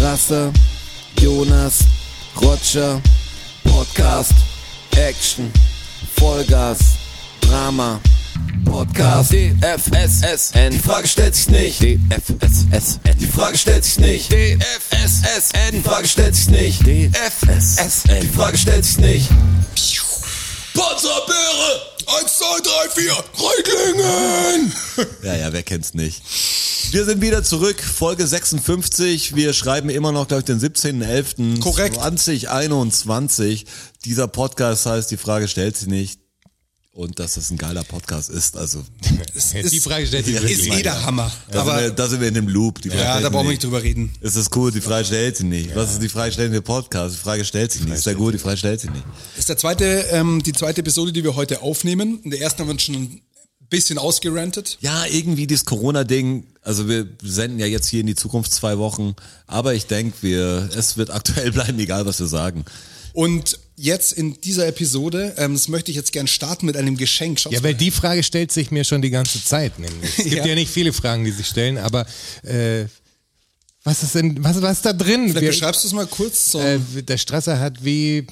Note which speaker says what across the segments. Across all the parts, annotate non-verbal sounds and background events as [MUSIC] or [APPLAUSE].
Speaker 1: Rasse, Jonas, Roger, Podcast, Action, Vollgas, Drama, Podcast, DFSSN, die Frage stellt sich nicht, DFSSN, die Frage stellt sich nicht, DFSSN, die Frage stellt sich nicht, DFSSN, die Frage stellt sich nicht.
Speaker 2: Panzerbeere! 1, 2, 3, 4, Reutlingen!
Speaker 3: Ja, ja, wer kennt's nicht? Wir sind wieder zurück, Folge 56. Wir schreiben immer noch, glaube ich, den 17.11.
Speaker 2: Korrekt.
Speaker 3: 2021. Dieser Podcast heißt, die Frage stellt sie nicht. Und dass das ein geiler Podcast ist, also
Speaker 4: Jetzt die Frage stellt sich
Speaker 2: Ist
Speaker 4: wirklich Also
Speaker 2: eh
Speaker 4: mal.
Speaker 2: der Hammer.
Speaker 3: da, sind wir,
Speaker 2: Aber
Speaker 3: da sind wir in dem Loop. Die Frage
Speaker 2: ja,
Speaker 3: stellt
Speaker 2: da
Speaker 3: sie
Speaker 2: brauchen wir nicht drüber reden.
Speaker 3: Ist das cool, die Frage stellt sie nicht. Was ist die Frage stellt sie Podcast? Die Frage stellt sie nicht. Ist ja gut, die Frage stellt sie nicht.
Speaker 2: Das ist der zweite, ähm, die zweite Episode, die wir heute aufnehmen. In der ersten haben wir uns schon ein bisschen ausgerantet.
Speaker 3: Ja, irgendwie dieses Corona-Ding. Also wir senden ja jetzt hier in die Zukunft zwei Wochen, aber ich denke, wir es wird aktuell [LAUGHS] bleiben, egal was wir sagen.
Speaker 2: Und jetzt in dieser Episode, ähm, das möchte ich jetzt gern starten mit einem Geschenk. Schaut's
Speaker 4: Ja, weil die Frage stellt sich mir schon die ganze Zeit. Nämlich. Es gibt
Speaker 2: Ja.
Speaker 4: ja. nicht viele Fragen, die sich stellen, aber äh, was ist denn, was, was ist da drin?
Speaker 2: Vielleicht
Speaker 4: Wir-
Speaker 2: beschreibst du es mal kurz. So.
Speaker 4: äh, der Strasser hat wie,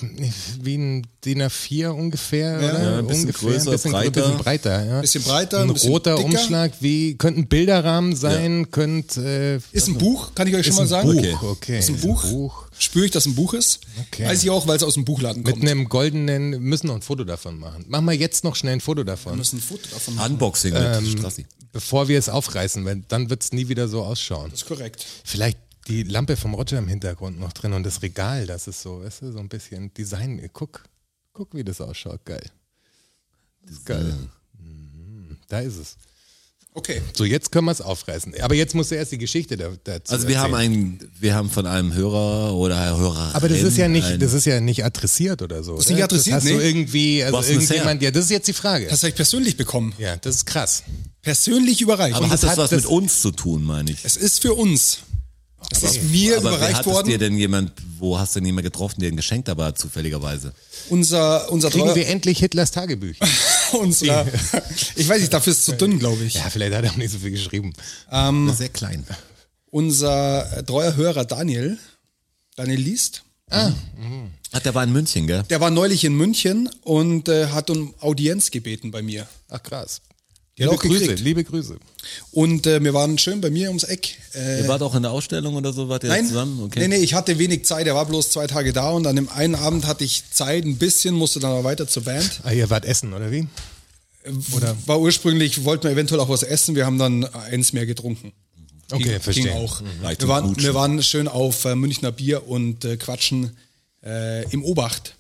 Speaker 4: wie ein DIN A4 ungefähr, oder?
Speaker 3: Ja, ein bisschen
Speaker 4: ungefähr,
Speaker 3: größer,
Speaker 4: ein bisschen, ein
Speaker 3: breiter.
Speaker 4: bisschen breiter. Ja.
Speaker 2: Bisschen breiter,
Speaker 4: ein
Speaker 2: ein bisschen
Speaker 4: roter
Speaker 2: dicker.
Speaker 4: Umschlag. Wie könnte ein Bilderrahmen sein? Könnte äh,
Speaker 2: ist ein Buch, kann ich euch schon
Speaker 4: ist
Speaker 2: mal
Speaker 4: ein
Speaker 2: sagen.
Speaker 4: Buch, Okay. okay.
Speaker 2: Ist ein Buch.
Speaker 4: Ein Buch.
Speaker 2: Spüre ich, dass ein Buch ist.
Speaker 4: Okay.
Speaker 2: Weiß ich auch, weil es aus dem Buchladen
Speaker 4: mit
Speaker 2: kommt.
Speaker 4: einem goldenen, müssen noch ein Foto davon machen. Machen wir jetzt noch schnell ein Foto davon.
Speaker 2: Wir müssen ein Foto davon machen.
Speaker 3: Unboxing mit
Speaker 2: Ähm,
Speaker 3: Strassi.
Speaker 4: bevor wir es aufreißen, weil dann wird's nie wieder so ausschauen.
Speaker 2: Das ist korrekt.
Speaker 4: Vielleicht die Lampe vom Roger im Hintergrund noch drin und das Regal, das ist so, weißt du, so ein bisschen Design. Guck, guck, wie das ausschaut. Geil. Das ist geil. Mhm, Da ist es.
Speaker 2: Okay.
Speaker 4: So, jetzt können wir es aufreißen. Aber jetzt musst du erst die Geschichte da, dazu.
Speaker 3: Also wir haben
Speaker 4: erzählen.
Speaker 3: einen, wir haben von einem Hörer oder Hörer.
Speaker 4: Aber das ist ja nicht, das ist ja nicht adressiert oder so. Das
Speaker 2: ist nicht adressiert,
Speaker 4: das hast du
Speaker 2: nee.
Speaker 4: irgendwie, also
Speaker 3: Was ist das
Speaker 4: irgendjemand, ja, das ist jetzt die Frage.
Speaker 2: Das habe ich persönlich bekommen.
Speaker 4: ja, das ist krass.
Speaker 2: Persönlich überreicht.
Speaker 3: aber hat das
Speaker 4: hat
Speaker 3: was
Speaker 4: das-
Speaker 3: mit uns zu tun, meine ich?
Speaker 2: Es ist für uns. Es ist mir
Speaker 3: aber wer
Speaker 2: überreicht
Speaker 3: hat es dir
Speaker 2: worden.
Speaker 3: denn jemand, wo hast du denn jemand getroffen, der ein Geschenk dabei hat, zufälligerweise?
Speaker 2: Unser, unser
Speaker 4: Kriegen
Speaker 2: treuer-
Speaker 4: wir endlich
Speaker 2: [LAUGHS]
Speaker 4: Hitlers Tagebücher?
Speaker 3: [LAUGHS]
Speaker 2: unserer, [LAUGHS] ich weiß nicht, dafür ist es zu dünn, glaube ich.
Speaker 4: ja, vielleicht hat er auch nicht so viel geschrieben.
Speaker 2: Ähm,
Speaker 3: Sehr klein.
Speaker 2: Unser äh, treuer Hörer Daniel, Daniel liest,
Speaker 3: Hat der war in München, gell?
Speaker 2: der war neulich in München und äh, hat um Audienz gebeten bei mir.
Speaker 4: Ach krass.
Speaker 2: hat
Speaker 4: Liebe
Speaker 2: auch
Speaker 4: Grüße,
Speaker 2: gekriegt.
Speaker 4: liebe Grüße.
Speaker 2: Und äh, wir waren schön bei mir ums Eck. Äh,
Speaker 3: Ihr wart auch in der Ausstellung oder so, wart ihr
Speaker 2: nein,
Speaker 3: zusammen? Okay.
Speaker 2: nee, nee, ich hatte wenig Zeit, er war bloß zwei Tage da und an dem einen Abend hatte ich Zeit, ein bisschen, musste dann aber weiter zur Band.
Speaker 4: Ah, ihr wart essen, oder wie?
Speaker 2: Oder war ursprünglich, wollten wir eventuell auch was essen, wir haben dann eins mehr getrunken.
Speaker 4: Okay,
Speaker 2: ging,
Speaker 4: verstehe.
Speaker 2: Ging auch.
Speaker 3: Leicht
Speaker 2: Wir
Speaker 3: und
Speaker 2: waren,
Speaker 3: gut.
Speaker 2: wir waren schön auf äh, Münchner Bier und äh, quatschen äh, im Obacht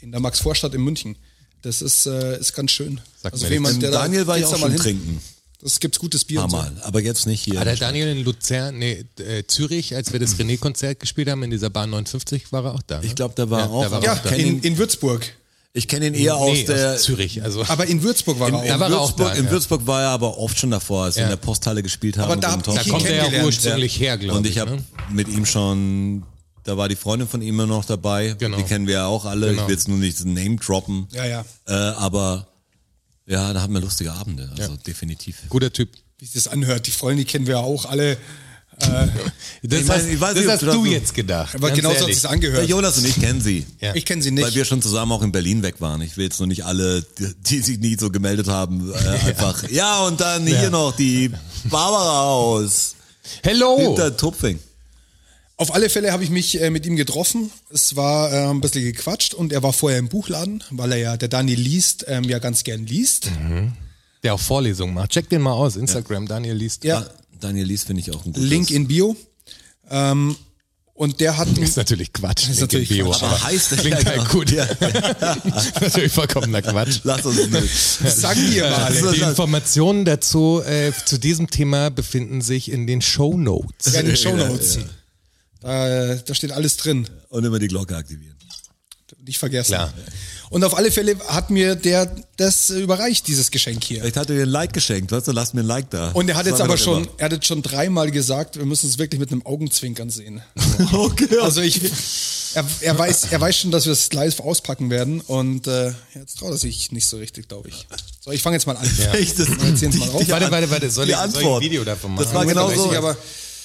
Speaker 2: in der Maxvorstadt in München. Das ist, äh, ist ganz schön.
Speaker 4: Sagt
Speaker 2: also
Speaker 4: mir
Speaker 2: für
Speaker 4: nichts.
Speaker 2: jemand, der da-
Speaker 3: Ähm, Daniel war ja
Speaker 2: geht's
Speaker 3: auch
Speaker 2: da mal
Speaker 3: schon
Speaker 2: hin.
Speaker 3: trinken.
Speaker 2: Das gibt's gutes Bier.
Speaker 3: Paar
Speaker 2: Und so.
Speaker 3: Mal. Aber jetzt nicht hier.
Speaker 4: War der Daniel in Luzern, nee, äh, Zürich, als wir das René-Konzert gespielt haben in dieser Bahn 59, war er auch da. Ne?
Speaker 3: Ich glaube, der war auch-
Speaker 4: Der war
Speaker 2: Ja,
Speaker 4: auch da.
Speaker 3: Kenn
Speaker 2: in,
Speaker 3: ihn-
Speaker 2: in Würzburg.
Speaker 3: Ich kenne ihn eher aus
Speaker 4: nee,
Speaker 3: der.
Speaker 4: aus Zürich. Also,
Speaker 2: Aber in Würzburg war er
Speaker 4: da
Speaker 2: auch.
Speaker 4: war er auch
Speaker 3: Würzburg,
Speaker 4: da,
Speaker 3: in
Speaker 4: ja.
Speaker 3: Würzburg war er aber oft schon davor, als wir
Speaker 4: Ja.
Speaker 3: in der Posthalle gespielt haben.
Speaker 2: Aber da
Speaker 3: so im
Speaker 2: hab
Speaker 3: Top-
Speaker 2: ich
Speaker 4: da
Speaker 2: ihn
Speaker 4: kommt er ja
Speaker 2: kennengelernt,
Speaker 4: ursprünglich her, glaube
Speaker 3: Und
Speaker 4: ich.
Speaker 3: ich habe
Speaker 4: ne?
Speaker 3: mit ihm schon, da war die Freundin von ihm immer noch dabei.
Speaker 4: Genau.
Speaker 3: Die kennen wir ja auch alle.
Speaker 4: Genau.
Speaker 3: Ich will jetzt nur nicht Name droppen.
Speaker 2: Ja, ja.
Speaker 3: Äh, aber ja, da hatten wir lustige Abende. Also definitiv.
Speaker 4: Guter Typ.
Speaker 2: Wie sich das anhört. Die Freunde kennen wir ja auch alle. Äh,
Speaker 4: Das,
Speaker 3: Ich weiß-
Speaker 4: hast,
Speaker 3: ich weiß
Speaker 4: das
Speaker 3: nicht, ob
Speaker 4: hast
Speaker 3: du
Speaker 4: du,
Speaker 3: das so-
Speaker 4: jetzt gedacht.
Speaker 2: aber
Speaker 4: ganz
Speaker 2: genau so hat
Speaker 4: ehrlich.
Speaker 2: sich's
Speaker 3: Der
Speaker 2: angehört.
Speaker 3: Äh, Jonas und ich kennen sie.
Speaker 4: Ja.
Speaker 2: Ich kenne sie
Speaker 3: Weil
Speaker 2: nicht.
Speaker 3: wir schon zusammen auch in Berlin weg waren. Ich will jetzt nur nicht alle, die, die sich nie so gemeldet
Speaker 4: [LAUGHS]
Speaker 3: haben, äh, einfach. Ja, und dann hier noch die Barbara aus
Speaker 4: Hello!
Speaker 3: hinter Tupfing.
Speaker 2: Auf alle Fälle habe ich mich äh, mit ihm getroffen. Es war äh, ein bisschen gequatscht und er war vorher im Buchladen, weil er ja, der Daniel liest, ähm, ja ganz gern liest.
Speaker 4: Der auch Vorlesungen macht. Check den mal aus. Instagram, Daniel liest.
Speaker 2: Ja.
Speaker 3: Ah, Daniel Lies finde ich auch ein gutes.
Speaker 2: Link in Bio. Ähm, und [LAUGHS] der hat
Speaker 4: Ist natürlich Quatsch. Ist
Speaker 2: natürlich
Speaker 4: Bio,
Speaker 2: Quatsch.
Speaker 4: aber
Speaker 3: heißt der
Speaker 4: klingt
Speaker 3: ja
Speaker 4: halt
Speaker 3: genau.
Speaker 4: gut. [LAUGHS] natürlich vollkommener Quatsch.
Speaker 3: Lass uns
Speaker 4: [LAUGHS]
Speaker 3: nicht.
Speaker 2: Sag mir mal.
Speaker 3: So,
Speaker 4: Die
Speaker 3: so.
Speaker 4: Informationen dazu äh, zu diesem Thema befinden sich in den Show Notes.
Speaker 2: Ja, in den
Speaker 4: [LAUGHS]
Speaker 2: Shownotes. Da, da steht alles drin.
Speaker 3: Und immer die Glocke aktivieren.
Speaker 2: Nicht vergessen.
Speaker 4: Klar.
Speaker 2: Und auf alle Fälle hat mir der das äh, überreicht, dieses Geschenk hier.
Speaker 3: Vielleicht hat er dir ein Like geschenkt, weißt du? Lass mir ein Like da.
Speaker 2: Und er hat
Speaker 3: Das
Speaker 2: jetzt
Speaker 3: haben wir
Speaker 2: aber
Speaker 3: doch
Speaker 2: schon,
Speaker 3: immer.
Speaker 2: er hat jetzt schon dreimal gesagt, wir müssen es wirklich mit einem Augenzwinkern [LAUGHS] sehen.
Speaker 3: [LAUGHS] Okay.
Speaker 2: Also ich, er, er, weiß, er weiß schon, dass wir es live auspacken werden und äh, jetzt traut er sich nicht so richtig, glaube ich. So, ich fange jetzt mal an.
Speaker 3: Echt, das-
Speaker 2: Jetzt sehen Sie mal auf.
Speaker 4: Warte, warte, warte, soll
Speaker 3: die
Speaker 4: ich- soll ich ein
Speaker 3: Antwort.
Speaker 4: Video davon
Speaker 3: Das
Speaker 4: machen?
Speaker 3: war
Speaker 2: Moment,
Speaker 3: genau
Speaker 2: aber ich-
Speaker 3: so.
Speaker 2: aber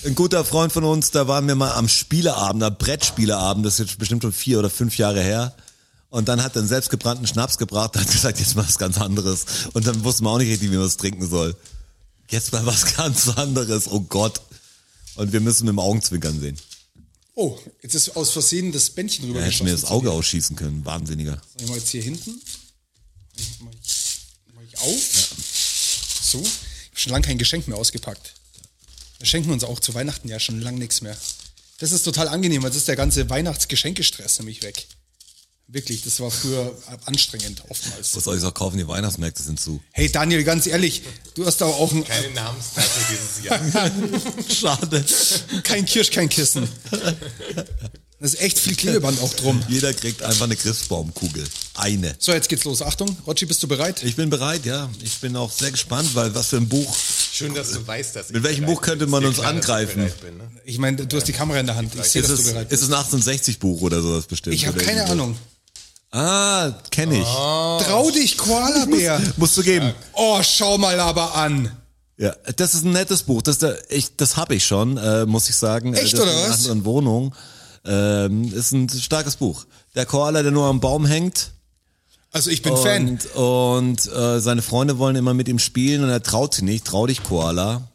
Speaker 3: ein guter Freund von uns, da waren wir mal am Spieleabend, am Brettspieleabend, das ist jetzt bestimmt schon vier oder fünf Jahre her. Und dann hat er einen selbstgebrannten Schnaps gebracht, hat gesagt, jetzt mal was ganz anderes. Und dann wussten wir auch nicht richtig, wie man es trinken soll. Jetzt mal was [LAUGHS] ganz anderes, oh Gott. Und wir müssen mit dem Augenzwinkern sehen.
Speaker 2: Oh, jetzt ist aus Versehen das Bändchen
Speaker 3: Da hätten wir
Speaker 2: rübergeschossen.
Speaker 3: das Auge ausschießen können, wahnsinniger.
Speaker 2: Sagen wir jetzt hier hinten. Mach ich, mach ich auf. So. Ich habe schon lange kein Geschenk mehr ausgepackt. Wir schenken uns auch zu Weihnachten ja schon lange nichts mehr. Das ist total angenehm, weil das ist der ganze Weihnachtsgeschenkestress nämlich weg. Wirklich, das war früher anstrengend oftmals.
Speaker 3: Was soll ich auch kaufen? Die Weihnachtsmärkte sind zu. [LAUGHS]
Speaker 2: Hey Daniel, ganz ehrlich, du hast aber auch ein,
Speaker 4: Keine Namensplatte
Speaker 2: [LAUGHS]
Speaker 4: dieses Jahr.
Speaker 3: Schade.
Speaker 2: kein Kirsch, kein Kissen. Da ist echt viel Klebeband auch drum.
Speaker 3: Jeder kriegt einfach eine Christbaumkugel. Eine.
Speaker 2: So, jetzt geht's los. Achtung, Rotschi, bist du bereit?
Speaker 3: Ich bin bereit, ja. Ich bin auch sehr gespannt, weil was für ein Buch.
Speaker 4: Schön, dass du weißt, dass ich
Speaker 3: Mit welchem
Speaker 4: bereit
Speaker 3: Buch könnte
Speaker 4: bin.
Speaker 3: man
Speaker 4: Ist dir
Speaker 3: uns
Speaker 4: klar, dass ich
Speaker 3: angreifen?
Speaker 4: bereit bin, ne?
Speaker 2: Ich meine, du hast die Kamera in der Hand. Ich sehe,
Speaker 3: Ist
Speaker 2: dass du
Speaker 3: es,
Speaker 2: bereit
Speaker 3: ist
Speaker 2: bist.
Speaker 3: es ein 1860-Buch oder sowas bestimmt?
Speaker 2: Ich habe
Speaker 3: oder
Speaker 2: keine
Speaker 3: irgendwie.
Speaker 2: Ahnung. Oh.
Speaker 3: Ah, kenne ich.
Speaker 2: Trau dich, Koalabär.
Speaker 3: Musst du geben.
Speaker 2: Oh, schau mal aber an.
Speaker 3: Ja, das ist ein nettes Buch. Das, da, ich, das habe ich schon, äh, muss ich sagen.
Speaker 2: Echt,
Speaker 3: das
Speaker 2: oder
Speaker 3: in einer
Speaker 2: was?
Speaker 3: anderen Wohnung. Ähm, ist ein starkes Buch. Der Koala, der nur am Baum hängt.
Speaker 2: Also ich bin Fan.
Speaker 3: Und, und äh, seine Freunde wollen immer mit ihm spielen und er traut sie nicht. Trau dich, Koala.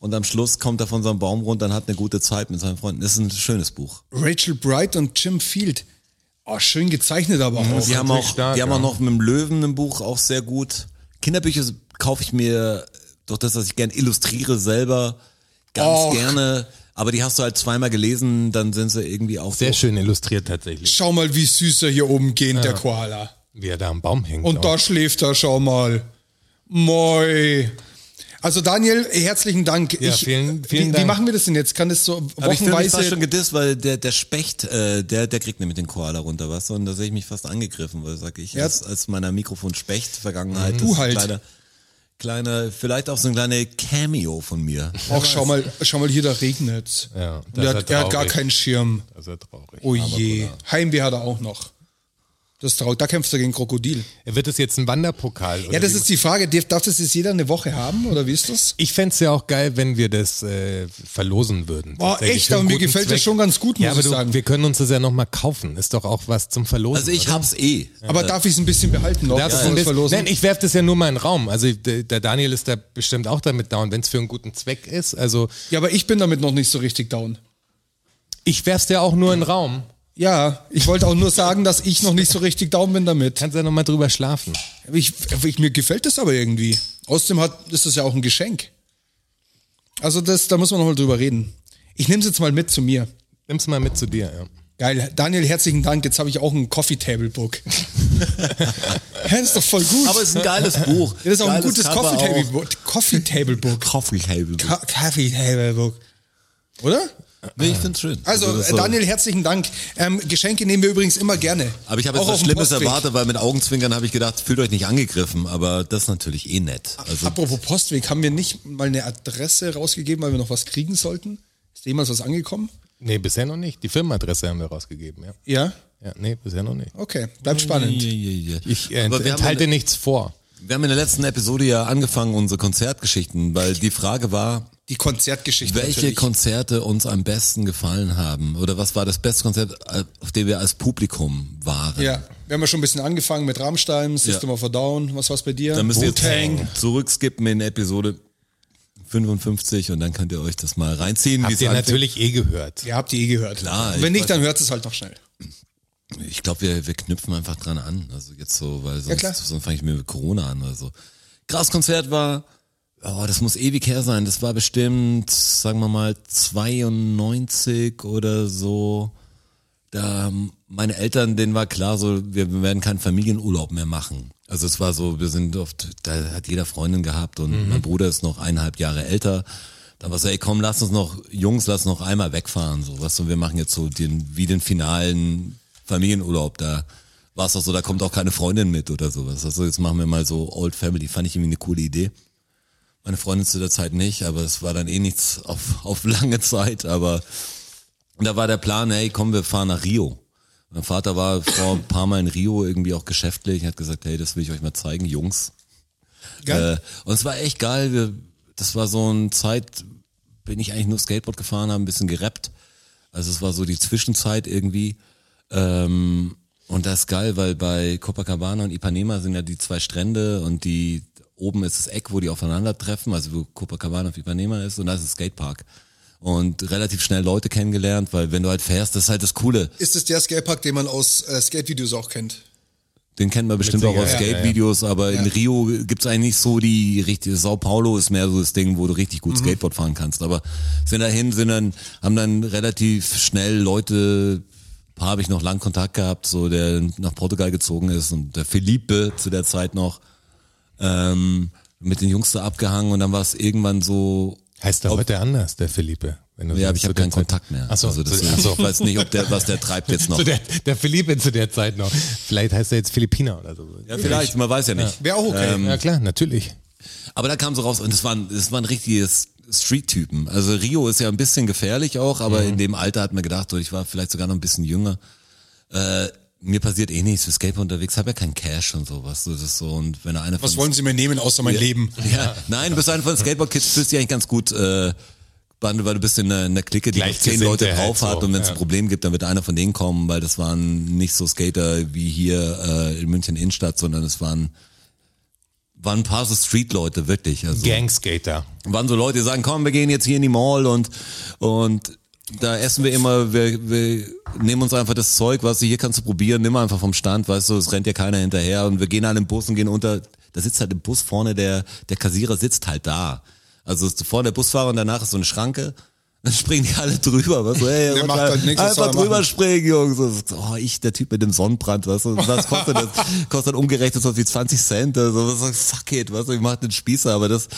Speaker 3: Und am Schluss kommt er von seinem Baum runter und hat eine gute Zeit mit seinen Freunden. Das ist ein schönes Buch.
Speaker 2: Rachel Bright und Jim Field. Oh, schön gezeichnet aber auch.
Speaker 3: Die haben, auch,
Speaker 4: natürlich stark,
Speaker 3: die haben auch
Speaker 4: ja.
Speaker 3: noch mit dem Löwen ein Buch, auch sehr gut. Kinderbücher kaufe ich mir durch das, dass ich gern illustriere selber, ganz
Speaker 2: Och.
Speaker 3: gerne. Aber die hast du halt zweimal gelesen, dann sind sie irgendwie auch
Speaker 4: Sehr
Speaker 3: so.
Speaker 4: schön illustriert tatsächlich,
Speaker 2: Schau mal, wie süß er hier oben geht, der Koala.
Speaker 4: wie er da am Baum hängt.
Speaker 2: Und
Speaker 4: auch.
Speaker 2: da schläft er, schau mal. Moi. Also Daniel, herzlichen Dank.
Speaker 4: Ja, vielen-
Speaker 2: wie,
Speaker 4: vielen
Speaker 2: Wie
Speaker 4: Dank.
Speaker 2: machen wir das denn jetzt? Kann das so
Speaker 3: Aber ich fühle mich fast schon
Speaker 2: wochenweise...
Speaker 3: gedisst, weil der, der Specht, äh, der, der kriegt nämlich den Koala runter, was? Und da sehe ich mich fast angegriffen, weil sag ich,
Speaker 2: Ja.
Speaker 3: als, als meiner Mikrofon-Specht-Vergangenheit.
Speaker 2: Du
Speaker 3: das ist ein
Speaker 2: halt.
Speaker 3: Kleiner, kleiner, vielleicht auch so ein kleiner Cameo von mir.
Speaker 2: Ach, schau mal, schau mal hier, da regnet
Speaker 4: Ja,
Speaker 2: Und
Speaker 4: das
Speaker 2: er,
Speaker 4: ist
Speaker 2: hat,
Speaker 4: ja
Speaker 2: er hat gar
Speaker 4: traurig.
Speaker 2: keinen Schirm.
Speaker 4: Das ist ja traurig.
Speaker 2: Oh
Speaker 4: Aber
Speaker 2: je.
Speaker 4: gut.
Speaker 2: Heimweh hat er auch noch. Das ist traurig. Da kämpft er gegen Krokodil.
Speaker 4: Wird es jetzt ein Wanderpokal?
Speaker 2: Ja,
Speaker 4: oder
Speaker 2: das
Speaker 4: wie-
Speaker 2: ist die Frage. Darf darf das jetzt jeder eine Woche haben oder wie ist das?
Speaker 4: Ich fände es ja auch geil, wenn wir das äh, verlosen würden.
Speaker 2: Boah,
Speaker 4: Tatsächlich
Speaker 2: echt,
Speaker 4: für einen
Speaker 2: aber mir
Speaker 4: guten
Speaker 2: gefällt das
Speaker 4: Zweck.
Speaker 2: schon ganz gut,
Speaker 4: ja,
Speaker 2: muss
Speaker 4: aber
Speaker 2: ich
Speaker 4: du,
Speaker 2: sagen.
Speaker 4: Wir können uns das ja nochmal kaufen. Ist doch auch was zum Verlosen.
Speaker 3: Also ich hab's eh.
Speaker 2: Aber darf ich es ein bisschen behalten? Noch,
Speaker 4: Darfst
Speaker 2: bevor
Speaker 4: du ein
Speaker 2: wir es
Speaker 4: bisschen,
Speaker 2: verlosen?
Speaker 4: nein, ich werfe das ja nur mal in den Raum. Also der, der Daniel ist da bestimmt auch damit down, wenn es für einen guten Zweck ist. Also
Speaker 2: ja, aber ich bin damit noch nicht so richtig down.
Speaker 4: ich werf's ja auch nur in den Raum.
Speaker 2: Ja, ich wollte auch nur sagen, dass ich noch nicht so richtig down bin damit.
Speaker 4: Kannst ja nochmal drüber schlafen.
Speaker 2: Ich, ich, mir gefällt das aber irgendwie. Außerdem hat, ist das ja auch ein Geschenk. Also das, da muss man nochmal drüber reden. Ich nehme es jetzt mal mit zu mir.
Speaker 4: Nimm's mal mit zu dir, ja.
Speaker 2: Geil. Daniel, herzlichen Dank. Jetzt habe ich auch ein Coffee Table Book. [LAUGHS] ja, das ist doch voll gut.
Speaker 3: Aber es ist ein geiles Buch.
Speaker 2: das ist auch ein
Speaker 3: Geiles
Speaker 2: gutes
Speaker 3: Cover
Speaker 2: Coffee
Speaker 3: auch.
Speaker 2: Table, Book- Coffee Table Book.
Speaker 3: Coffee Table.
Speaker 2: Co- Coffee Table Book. Oder?
Speaker 3: Nee, ich find's schön.
Speaker 2: Also,
Speaker 3: das
Speaker 2: äh,
Speaker 3: soll-
Speaker 2: Daniel, herzlichen Dank. Ähm, Geschenke nehmen wir übrigens immer gerne.
Speaker 3: Aber ich habe jetzt
Speaker 2: Auch
Speaker 3: was
Speaker 2: auf dem
Speaker 3: Schlimmes
Speaker 2: Postweg.
Speaker 3: erwartet, weil mit Augenzwinkern habe ich gedacht, fühlt euch nicht angegriffen, aber das ist natürlich eh nett. Also,
Speaker 2: Apropos Postweg, haben wir nicht mal eine Adresse rausgegeben, weil wir noch was kriegen sollten? Ist jemals was angekommen?
Speaker 4: Nee, bisher noch nicht. Die Firmenadresse haben wir rausgegeben, ja.
Speaker 2: Ja?
Speaker 4: Ja, nee, bisher noch nicht.
Speaker 2: Okay, bleibt spannend.
Speaker 4: Ich äh,
Speaker 3: Aber wir haben
Speaker 4: halte
Speaker 3: eine-
Speaker 4: nichts vor.
Speaker 3: wir haben in der letzten Episode ja angefangen, unsere Konzertgeschichten, weil die Frage war,
Speaker 2: Die Konzertgeschichte.
Speaker 3: welche
Speaker 2: natürlich.
Speaker 3: Konzerte uns am besten gefallen haben oder was war das beste Konzert, äh, auf dem wir als Publikum waren.
Speaker 2: Ja, wir haben ja schon ein bisschen angefangen mit Rammstein, System
Speaker 3: Ja.
Speaker 2: of a Down. Was war's bei dir?
Speaker 3: Dann müsst ihr
Speaker 2: Wu-Tang.
Speaker 3: jetzt zurückskippen in Episode 55 und dann könnt ihr euch das mal reinziehen. wie
Speaker 4: Habt
Speaker 3: es
Speaker 4: ihr
Speaker 3: anfängt.
Speaker 4: natürlich eh gehört.
Speaker 2: Ihr habt die eh gehört.
Speaker 3: Klar,
Speaker 2: Und
Speaker 3: ich
Speaker 2: Wenn
Speaker 3: weiß-
Speaker 2: nicht, dann hört es halt noch schnell.
Speaker 3: Ich glaube, wir, wir knüpfen einfach dran an. Also jetzt so, weil sonst,
Speaker 2: klar.
Speaker 3: sonst fange ich mir mit Corona an oder so. Krass Konzert war, oh, das muss ewig her sein. Das war bestimmt, sagen wir mal, 92 oder so. Da ähm, meine Eltern, denen war klar, so, wir werden keinen Familienurlaub mehr machen. Also es war so, wir sind oft, da hat jeder Freundin gehabt und mein Bruder ist noch eineinhalb Jahre älter. Dann war so, ey komm, lass uns noch, Jungs, lass noch einmal wegfahren. So, was so, wir machen jetzt so den, wie den finalen Familienurlaub. Da war es auch so, da kommt auch keine Freundin mit oder sowas. Also jetzt machen wir mal so Old Family. Fand ich irgendwie eine coole Idee. Meine Freundin zu der Zeit nicht, aber es war dann eh nichts auf, auf lange Zeit. Aber da war der Plan, hey, komm, wir fahren nach Rio. Mein Vater war vor ein paar Mal in Rio irgendwie auch geschäftlich, hat gesagt, hey, das will ich euch mal zeigen, Jungs.
Speaker 2: Geil.
Speaker 3: Äh, und es war echt geil. Wir, das war so ein Zeit, bin ich eigentlich nur Skateboard gefahren, habe ein bisschen gerappt. Also es war so die Zwischenzeit irgendwie. Ähm, und das ist geil, weil bei Copacabana und Ipanema sind ja die zwei Strände und die oben ist das Eck, wo die aufeinandertreffen, also wo Copacabana auf Ipanema ist und da ist ein Skatepark. Und relativ schnell Leute kennengelernt, weil wenn du halt fährst, das ist halt das Coole.
Speaker 2: Ist es der Skatepark, den man aus äh, Skate-Videos auch kennt?
Speaker 3: Den kennt man bestimmt auch aus
Speaker 4: Sicherheit, ja,
Speaker 3: Skate-Videos, aber in Rio gibt's eigentlich nicht so die richtige, Sao Paulo ist mehr so das Ding, wo du richtig gut
Speaker 4: Mhm.
Speaker 3: Skateboard fahren kannst, aber sind dahin, sind dann, haben dann relativ schnell Leute, ein paar habe ich noch lang Kontakt gehabt, so der nach Portugal gezogen ist und der Felipe zu der Zeit noch, ähm, mit den Jungs da abgehangen und dann war es irgendwann so,
Speaker 4: Heißt er heute anders, der Felipe? Wenn du
Speaker 3: ja, aber
Speaker 4: sagst,
Speaker 3: ich habe
Speaker 4: zu der
Speaker 3: keinen
Speaker 4: Zeit-
Speaker 3: Kontakt mehr.
Speaker 4: Ach so,
Speaker 3: also das,
Speaker 4: zu, ach [LAUGHS] so.
Speaker 3: ich weiß nicht, ob der, was der treibt jetzt noch.
Speaker 4: [LAUGHS] Zu der, der Felipe zu der Zeit noch. Vielleicht heißt er jetzt Philippiner oder so.
Speaker 3: Ja, vielleicht, man weiß ja nicht.
Speaker 2: Wäre auch
Speaker 3: Ähm,
Speaker 2: okay.
Speaker 4: ja klar, natürlich.
Speaker 3: Aber da kam so raus und es waren, es waren richtiges Street-Typen. Also Rio ist ja ein bisschen gefährlich auch, aber in dem Alter hat man gedacht, so, ich war vielleicht sogar noch ein bisschen jünger. Äh, mir passiert eh nichts, für Skateboard unterwegs, habe ja kein Cash und sowas. So, Das ist so und wenn einer
Speaker 2: Was
Speaker 3: von-
Speaker 2: wollen Sie mir nehmen, außer mein Leben?
Speaker 3: ja, [LAUGHS] nein, du bist einer von den Skateboard-Kids, fühlst dich eigentlich ganz gut, äh, weil weil du bist in einer, in einer Clique, die noch zehn
Speaker 4: Gleichgesinnte
Speaker 3: Leute
Speaker 4: halt
Speaker 3: drauf hat
Speaker 4: so,
Speaker 3: und wenn es
Speaker 4: ja.
Speaker 3: ein Problem gibt, dann wird einer von denen kommen, weil das waren nicht so Skater wie hier äh, in München Innenstadt, sondern es waren, waren ein paar so Street-Leute, wirklich. Also,
Speaker 4: Gangskater.
Speaker 3: waren so Leute, die sagen, komm, wir gehen jetzt hier in die Mall und, und da essen wir immer, wir, wir nehmen uns einfach das Zeug, was du hier kannst du probieren, nimm einfach vom Stand, weißt du, es rennt ja keiner hinterher und wir gehen an den Bus und gehen unter, da sitzt halt im Bus vorne, der, der Kassierer sitzt halt da. Also ist vorne der Busfahrer und danach ist so eine Schranke. Dann springen die alle drüber, was so, hey,
Speaker 2: Der macht halt nichts, was soll
Speaker 3: einfach
Speaker 2: er
Speaker 3: drüber
Speaker 2: machen?
Speaker 3: springen, Jungs. Und so, Oh, ich, der Typ mit dem Sonnenbrand, weißt du, was kostet das?
Speaker 2: [LAUGHS]
Speaker 3: Kostet umgerechnet so wie 20 Cent, also, was so, fuck it, weißt du, ich mach den Spießer, aber das,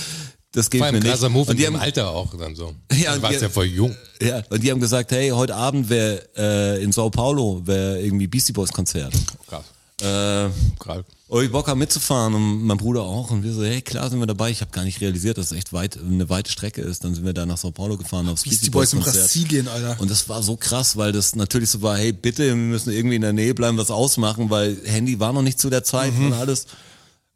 Speaker 3: das geht mir
Speaker 4: Vor allem
Speaker 3: nicht.
Speaker 4: krasser Move in
Speaker 3: und die
Speaker 4: dem
Speaker 3: haben,
Speaker 4: Alter auch dann so.
Speaker 3: [LAUGHS] Ja,
Speaker 4: du
Speaker 3: und
Speaker 4: warst
Speaker 3: die-
Speaker 4: ja voll jung.
Speaker 3: ja, und die haben gesagt, hey, heute Abend wäre äh, in Sao Paulo wär irgendwie Beastie Boys Konzert.
Speaker 4: Krass.
Speaker 3: Äh,
Speaker 4: Krass.
Speaker 3: ob ich Bock haben mitzufahren und mein Bruder auch und wir so, hey, klar sind wir dabei. Ich habe gar nicht realisiert, dass es echt weit eine weite Strecke ist. Dann sind wir da nach Sao Paulo gefahren aufs
Speaker 2: Beastie
Speaker 3: Beastie
Speaker 2: Boys
Speaker 3: Boys
Speaker 2: in
Speaker 3: Konzert.
Speaker 2: Brasilien, Alter.
Speaker 3: Und das war so krass, weil das natürlich so war, hey, bitte, wir müssen irgendwie in der Nähe bleiben, was ausmachen, weil Handy war noch nicht zu der Zeit
Speaker 4: Mhm.
Speaker 3: und alles.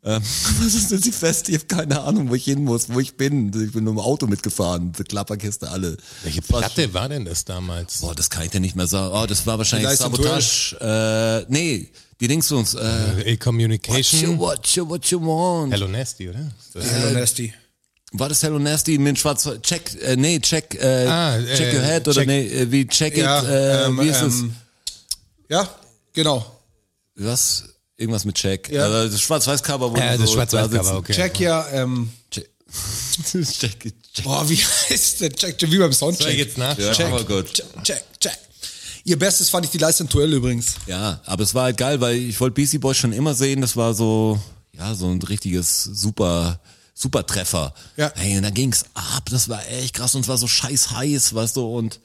Speaker 3: Ähm, [LAUGHS] was ist denn die Fest? Ich habe keine Ahnung, wo ich hin muss, wo ich bin. Ich bin nur im Auto mitgefahren, die Klapperkiste, alle.
Speaker 4: Welche
Speaker 3: War
Speaker 4: Platte war denn das damals?
Speaker 3: Boah, das kann ich dir nicht mehr sagen. Oh, das war wahrscheinlich
Speaker 2: Vielleicht
Speaker 3: Sabotage. Äh, nee, die Dings für uns. Äh,
Speaker 4: A
Speaker 3: what you,
Speaker 4: Communication.
Speaker 3: what you, what you want.
Speaker 4: Hello Nasty, oder? Ist das-
Speaker 2: Hello
Speaker 3: äh,
Speaker 2: Nasty.
Speaker 3: War das Hello Nasty mit schwarz Check, äh, nee, check, äh,
Speaker 4: Ah, äh,
Speaker 3: check your head oder
Speaker 4: check-
Speaker 3: nee, äh, wie check it,
Speaker 2: Ja,
Speaker 3: äh,
Speaker 2: ähm,
Speaker 3: wie ist
Speaker 2: ähm, Ja, genau.
Speaker 3: es? Was? Irgendwas mit Check.
Speaker 2: Ja.
Speaker 3: Aber das Schwarz-Weiß-Cover. wo
Speaker 4: Ja,
Speaker 3: die
Speaker 4: das
Speaker 3: so da
Speaker 4: Schwarz-Weiß-Cover,
Speaker 3: sitzen.
Speaker 4: okay.
Speaker 2: Check ja, ähm,
Speaker 3: Check, [LAUGHS] check, check.
Speaker 2: boah, wie [LAUGHS] heißt der? Check, wie beim
Speaker 4: Soll ich
Speaker 2: Soundcheck.
Speaker 4: jetzt nach?
Speaker 3: Ja, aber gut.
Speaker 2: Check, check, check. Ihr Bestes fand ich die Leistung Duell übrigens.
Speaker 3: Ja, aber es war halt geil, weil ich wollte BC Boys schon immer sehen. Das war so, ja, so ein richtiges super, super Treffer.
Speaker 2: Ja.
Speaker 3: Hey, und dann ging's ab. Das war echt krass und es war so scheiß heiß, weißt du, und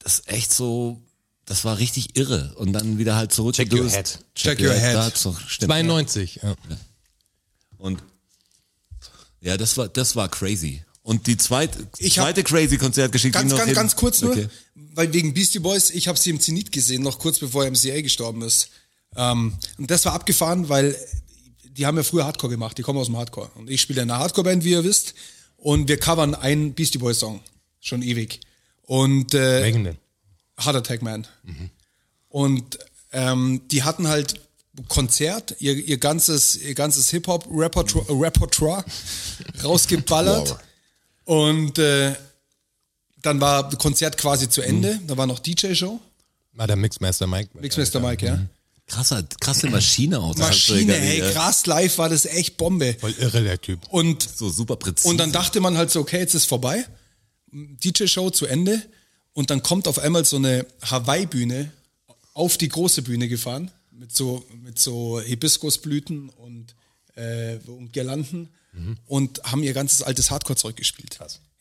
Speaker 3: das ist echt so, das war richtig irre. Und dann wieder halt zurück.
Speaker 4: Check your head.
Speaker 2: Check your head.
Speaker 3: Da hat's doch- stimmt.
Speaker 4: 92. Ja.
Speaker 3: Und ja, das war, das war crazy. Und die zweite,
Speaker 2: Ich hab-
Speaker 3: zweite crazy Konzertgeschichte. die
Speaker 2: Ganz,
Speaker 3: noch
Speaker 2: ganz,
Speaker 3: hin-
Speaker 2: ganz kurz nur,
Speaker 3: Okay.
Speaker 2: weil wegen Beastie Boys, ich habe sie im Zenit gesehen, noch kurz bevor er im CA gestorben ist. Ähm, und das war abgefahren, weil die haben ja früher Hardcore gemacht, die kommen aus dem Hardcore. Und ich spiele in einer Hardcore-Band, wie ihr wisst. Und wir covern einen Beastie Boys-Song, schon ewig. Und äh,
Speaker 4: Welchen denn?
Speaker 2: Heart Attack Man. Und ähm, die hatten halt Konzert, ihr, ihr ganzes, ihr ganzes Hip-Hop-Repertoire [LAUGHS] Repertoire rausgeballert. Und äh, dann war das Konzert quasi zu Ende. Da war noch DJ-Show.
Speaker 4: War Ah, der Mixmaster Mike.
Speaker 2: Big Mr. Mike, Mhm. ja. Mhm.
Speaker 3: Krasser, krasse Maschine auch. Das hast du
Speaker 2: Maschine,
Speaker 3: gar nicht,
Speaker 2: hey,
Speaker 3: äh,
Speaker 2: krass live war das echt Bombe.
Speaker 4: Voll irre, der Typ.
Speaker 2: Und
Speaker 3: So super präzise.
Speaker 2: Und dann dachte man halt so, okay, jetzt ist vorbei. DJ-Show zu Ende. Und dann kommt auf einmal so eine Hawaii-Bühne auf die große Bühne gefahren. Mit so, mit so Hibiskusblüten und, äh, und Girlanden.
Speaker 4: Mhm.
Speaker 2: Und haben ihr ganzes altes Hardcore-Zeug gespielt.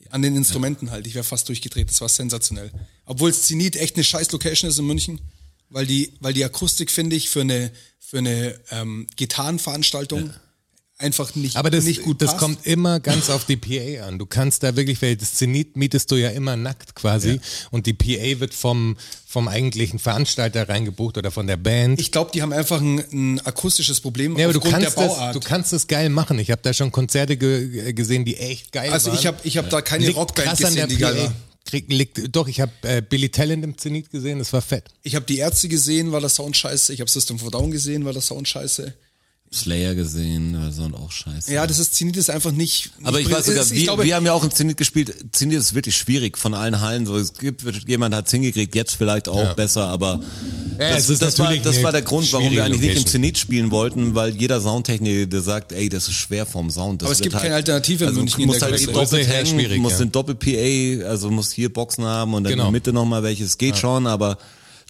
Speaker 2: An den Instrumenten halt. Ich wäre fast durchgedreht. Das war sensationell. Obwohl Zenit echt eine scheiß Location ist in München. Weil die, weil die Akustik, finde ich, für eine, für eine ähm, Gitarrenveranstaltung einfach nicht,
Speaker 4: Aber das,
Speaker 2: nicht gut
Speaker 4: das
Speaker 2: passt.
Speaker 4: kommt immer ganz auf die PA an. Du kannst da wirklich, weil das Zenit mietest du ja immer nackt quasi und die PA wird vom, vom eigentlichen Veranstalter reingebucht oder von der Band.
Speaker 2: Ich glaube, die haben einfach ein, ein akustisches Problem
Speaker 4: ja, aber du
Speaker 2: aufgrund
Speaker 4: kannst,
Speaker 2: der
Speaker 4: das,
Speaker 2: Bauart.
Speaker 4: du kannst das geil machen. Ich habe da schon Konzerte ge gesehen, die echt geil
Speaker 2: also
Speaker 4: waren.
Speaker 2: ich habe ich hab da keine
Speaker 4: Liegt
Speaker 2: Rockband
Speaker 4: krass an der
Speaker 2: gesehen, die geil
Speaker 4: PA.
Speaker 2: war.
Speaker 4: Krieg, liegt, doch, ich habe äh, Billy Talent im Zenit gesehen, das war fett.
Speaker 2: Ich habe die Ärzte gesehen, war der Sound scheiße. Ich habe System of a Down gesehen, war der Sound scheiße.
Speaker 3: Slayer gesehen, weil Sound auch scheiße.
Speaker 2: Ja, das ist Zenit ist einfach nicht. nicht
Speaker 3: Aber ich
Speaker 2: bring-
Speaker 3: weiß sogar,
Speaker 2: ist-
Speaker 3: wir, wir haben ja auch im Zenit gespielt. Zenit ist wirklich schwierig von allen Hallen. So, es gibt jemand hat's hingekriegt, jetzt vielleicht auch besser, aber
Speaker 4: es
Speaker 3: das,
Speaker 4: ist
Speaker 3: das, war,
Speaker 4: natürlich
Speaker 3: das
Speaker 4: eine
Speaker 3: war der Grund, warum wir
Speaker 4: schwierige
Speaker 3: eigentlich nicht im
Speaker 4: Location.
Speaker 3: Zenit spielen wollten, weil jeder Soundtechniker der sagt, ey, das ist schwer vom Sound. Das
Speaker 2: Aber es
Speaker 3: wird
Speaker 2: gibt
Speaker 3: halt,
Speaker 2: keine Alternative in
Speaker 3: also
Speaker 2: München
Speaker 3: Du
Speaker 2: in
Speaker 3: musst
Speaker 2: der
Speaker 3: halt
Speaker 2: Größe.
Speaker 3: doppelt
Speaker 4: Das ist ja
Speaker 3: hängen,
Speaker 4: schwierig,
Speaker 3: musst
Speaker 4: ja.
Speaker 3: den Doppel-PA, also musst hier Boxen haben und dann in
Speaker 4: Genau.
Speaker 3: der Mitte nochmal welches. Geht schon, aber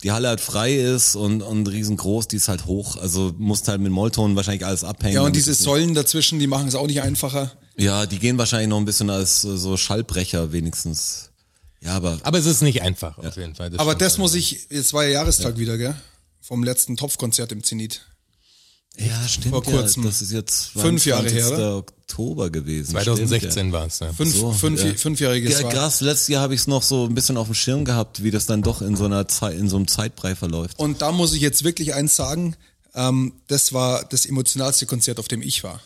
Speaker 3: die Halle halt frei ist und, und riesengroß, die ist halt hoch. Also musst halt mit Mollton wahrscheinlich alles abhängen.
Speaker 2: ja, und
Speaker 3: damit
Speaker 2: diese
Speaker 3: es nicht-
Speaker 2: Säulen dazwischen, die machen es auch nicht einfacher.
Speaker 3: ja, die gehen wahrscheinlich noch ein bisschen als äh, so Schallbrecher wenigstens. Ja, aber
Speaker 4: Aber es ist nicht einfach, auf jeden Fall.
Speaker 2: Aber
Speaker 4: stimmt.
Speaker 2: das muss ich, jetzt war ja Jahrestag wieder, gell? Vom letzten Topfkonzert im Zenit.
Speaker 3: ja, stimmt.
Speaker 2: Vor kurzem.
Speaker 3: Ja, das ist jetzt
Speaker 2: Fünf Jahre her,
Speaker 3: 22.
Speaker 2: oder?
Speaker 3: Oktober gewesen.
Speaker 4: 2016
Speaker 3: Stimmt,
Speaker 4: war es. Ja.
Speaker 2: Fünf,
Speaker 3: So,
Speaker 2: fünf,
Speaker 3: ja.
Speaker 2: Fünfjähriges
Speaker 3: ja. ja,
Speaker 2: war.
Speaker 3: krass. Letztes Jahr habe ich es noch so ein bisschen auf dem Schirm gehabt, wie das dann doch in so einer Zeit, in so einem Zeitbrei verläuft.
Speaker 2: Und da muss ich jetzt wirklich eins sagen, ähm, das war das emotionalste Konzert, auf dem ich war.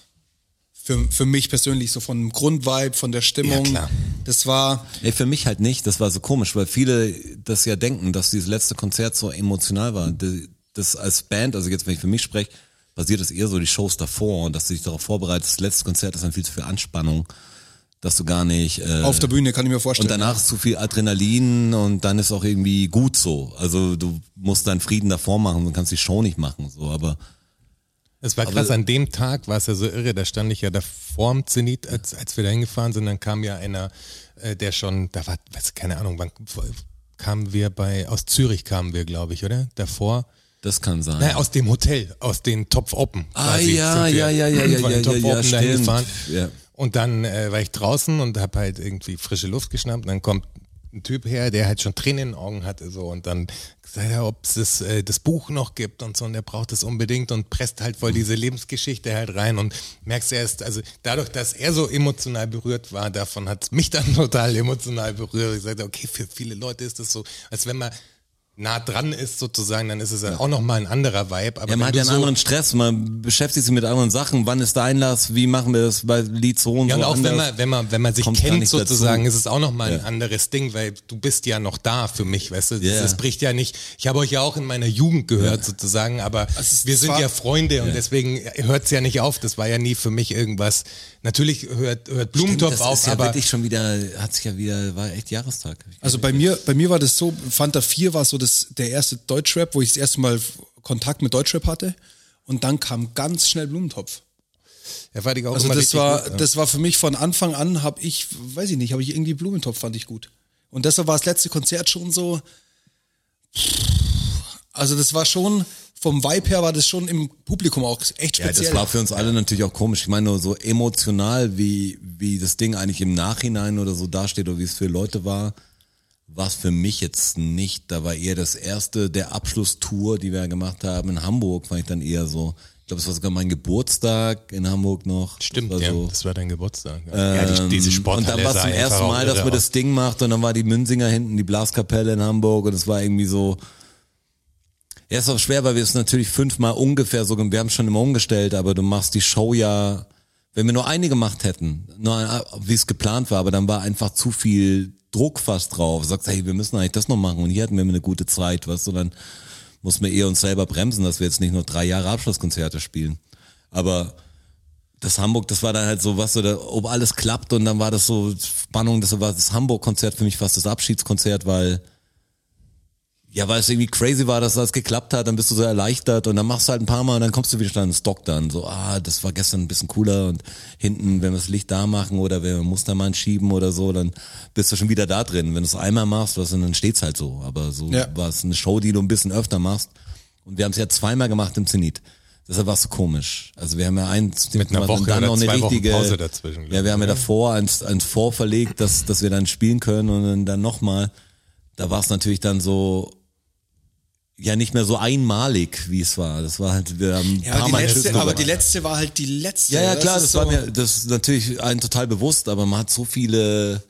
Speaker 2: Für, für mich persönlich, so von dem Grundvibe, von der Stimmung.
Speaker 4: Ja, klar.
Speaker 2: Das war,
Speaker 3: Ey, für mich halt nicht. Das war so komisch, weil viele das ja denken, dass dieses letzte Konzert so emotional war. D- Das als Band, also jetzt, wenn ich für mich spreche, basiert es eher so die Shows davor und dass du dich darauf vorbereitest. Das letzte Konzert ist dann viel zu viel Anspannung, dass du gar nicht. Äh,
Speaker 2: auf der Bühne, kann ich mir vorstellen.
Speaker 3: und danach ist zu viel Adrenalin und dann ist auch irgendwie gut so. Also du musst deinen Frieden davor machen und kannst die Show nicht machen. So, aber
Speaker 4: Es war krass, an dem Tag war es ja so irre, da stand ich ja da vorm Zenit, als, als wir da hingefahren sind, dann kam ja einer, äh, der schon, da war, weiß, keine Ahnung, wann kamen wir bei, aus Zürich kamen wir, glaube ich, oder? Davor.
Speaker 3: das kann sein.
Speaker 4: Nein, aus dem Hotel, aus den Topf Open.
Speaker 3: Ah,
Speaker 4: quasi,
Speaker 3: ja,
Speaker 4: sind wir
Speaker 3: ja, ja, ja, ja,
Speaker 4: von
Speaker 3: ja,
Speaker 4: den Topf
Speaker 3: ja,
Speaker 4: Open
Speaker 3: ja,
Speaker 4: dahin
Speaker 3: stimmt.
Speaker 4: gefahren.
Speaker 3: Ja.
Speaker 4: Und dann äh, war ich draußen und habe halt irgendwie frische Luft geschnappt. Und dann kommt ein Typ her, der halt schon Tränen in den Augen hatte so und dann sagt er, ob es das, äh, das Buch noch gibt und so und er braucht es unbedingt und presst halt voll diese Lebensgeschichte halt rein und merkst erst, also dadurch, dass er so emotional berührt war, davon hat es mich dann [LAUGHS] total emotional berührt. Ich sagte, okay, für viele Leute ist das so, als wenn man nah dran ist sozusagen, dann ist es dann auch nochmal ein anderer Vibe. Aber
Speaker 3: Ja, man
Speaker 4: wenn
Speaker 3: hat
Speaker 4: du
Speaker 3: ja einen
Speaker 4: so,
Speaker 3: anderen Stress, man beschäftigt sich mit anderen Sachen. Wann ist der Einlass? Wie machen wir das bei Lied so und
Speaker 4: Ja,
Speaker 3: so
Speaker 4: und auch
Speaker 3: anders?
Speaker 4: wenn man, wenn man, wenn man sich
Speaker 3: Kommt gar
Speaker 4: kennt
Speaker 3: nicht dazu.
Speaker 4: sozusagen, ist es auch nochmal ein anderes Ding, weil du bist ja noch da für mich, weißt du? Das,
Speaker 3: Ja.
Speaker 4: das bricht ja nicht. Ich habe euch ja auch in meiner Jugend gehört sozusagen, aber
Speaker 2: ist
Speaker 4: wir sind
Speaker 2: zwar-
Speaker 4: ja Freunde und deswegen hört es ja nicht auf. Das war ja nie für mich irgendwas. Natürlich hört, hört Blumentopf
Speaker 3: das
Speaker 4: auf,
Speaker 3: ist ja
Speaker 4: aber
Speaker 3: wirklich schon wieder, hat sich ja wieder, war echt Jahrestag.
Speaker 2: Also bei mir, bei mir war das so, Fanta 4 war so das, der erste Deutschrap, wo ich das erste Mal f- Kontakt mit Deutschrap hatte. Und dann kam ganz schnell Blumentopf.
Speaker 4: er war die auch
Speaker 2: Also
Speaker 4: immer
Speaker 2: das
Speaker 4: richtig
Speaker 2: war,
Speaker 4: gut, ja.
Speaker 2: das war für mich von Anfang an, habe ich, weiß ich nicht, habe ich irgendwie Blumentopf fand ich gut. Und deshalb war das letzte Konzert schon so, also das war schon, vom Vibe her war das schon im Publikum auch echt
Speaker 3: Ja,
Speaker 2: speziell.
Speaker 3: das war für uns alle natürlich auch komisch. Ich meine, nur so emotional, wie, wie das Ding eigentlich im Nachhinein oder so dasteht oder wie es für Leute war, war es für mich jetzt nicht. Da war eher das erste, der Abschlusstour, die wir gemacht haben in Hamburg, war ich dann eher so, ich glaube, es war sogar mein Geburtstag in Hamburg noch.
Speaker 4: Stimmt,
Speaker 3: das war
Speaker 4: ja.
Speaker 3: so. Ähm,
Speaker 4: Das war dein Geburtstag. ja, die, diese
Speaker 3: Und
Speaker 4: Sporthalle
Speaker 3: dann war es zum
Speaker 4: sah einfach
Speaker 3: ersten
Speaker 4: auch
Speaker 3: Mal, dass
Speaker 4: irre
Speaker 3: man
Speaker 4: aus.
Speaker 3: das Ding macht und dann war die Münzinger hinten, die Blaskapelle in Hamburg und es war irgendwie so. Ja, ist auch schwer, weil wir es natürlich fünfmal ungefähr so, wir haben es schon immer umgestellt, aber du machst die Show ja, wenn wir nur eine gemacht hätten, nur eine, wie es geplant war, aber dann war einfach zu viel Druck fast drauf. Sagst, hey, wir müssen eigentlich das noch machen und hier hatten wir immer eine gute Zeit, weißt du, dann muss man eher uns selber bremsen, dass wir jetzt nicht nur drei Jahre Abschlusskonzerte spielen. Aber das Hamburg, das war dann halt so, was so, da, ob alles klappt und dann war das so Spannung, das war das Hamburg-Konzert für mich fast das Abschiedskonzert, weil ja, weil es irgendwie crazy war, dass das geklappt hat, dann bist du so erleichtert und dann machst du halt ein paar Mal und dann kommst du wieder schnell ins Stock dann. So, ah, das war gestern ein bisschen cooler und hinten, wenn wir das Licht da machen oder wenn wir Mustermann schieben oder so, dann bist du schon wieder da drin. Wenn du es einmal machst, was, dann steht's halt so. Aber so
Speaker 2: Ja.
Speaker 3: war es eine Show, die du ein bisschen öfter machst. Und wir haben es ja zweimal gemacht im Zenit. Deshalb war es so komisch. Also wir haben ja eins
Speaker 4: Mit einer
Speaker 3: und
Speaker 4: Woche
Speaker 3: dann
Speaker 4: oder
Speaker 3: noch eine
Speaker 4: zwei Wochen
Speaker 3: richtige
Speaker 4: Pause dazwischen, glaub
Speaker 3: Ja, wir haben ja
Speaker 4: ich, oder?
Speaker 3: davor eins, eins vorverlegt, dass, dass wir dann spielen können und dann- dann nochmal. Da war es natürlich dann so, ja nicht mehr so einmalig, wie es war. Das war halt, wir haben ein
Speaker 2: Ja,
Speaker 3: paar
Speaker 2: aber die,
Speaker 3: Mal
Speaker 2: letzte,
Speaker 3: Tschüss
Speaker 2: aber
Speaker 3: gesagt.
Speaker 2: die letzte war halt die letzte.
Speaker 3: Ja, ja, klar, das, war
Speaker 2: so-
Speaker 3: mir, das ist natürlich einem total bewusst, aber man hat so viele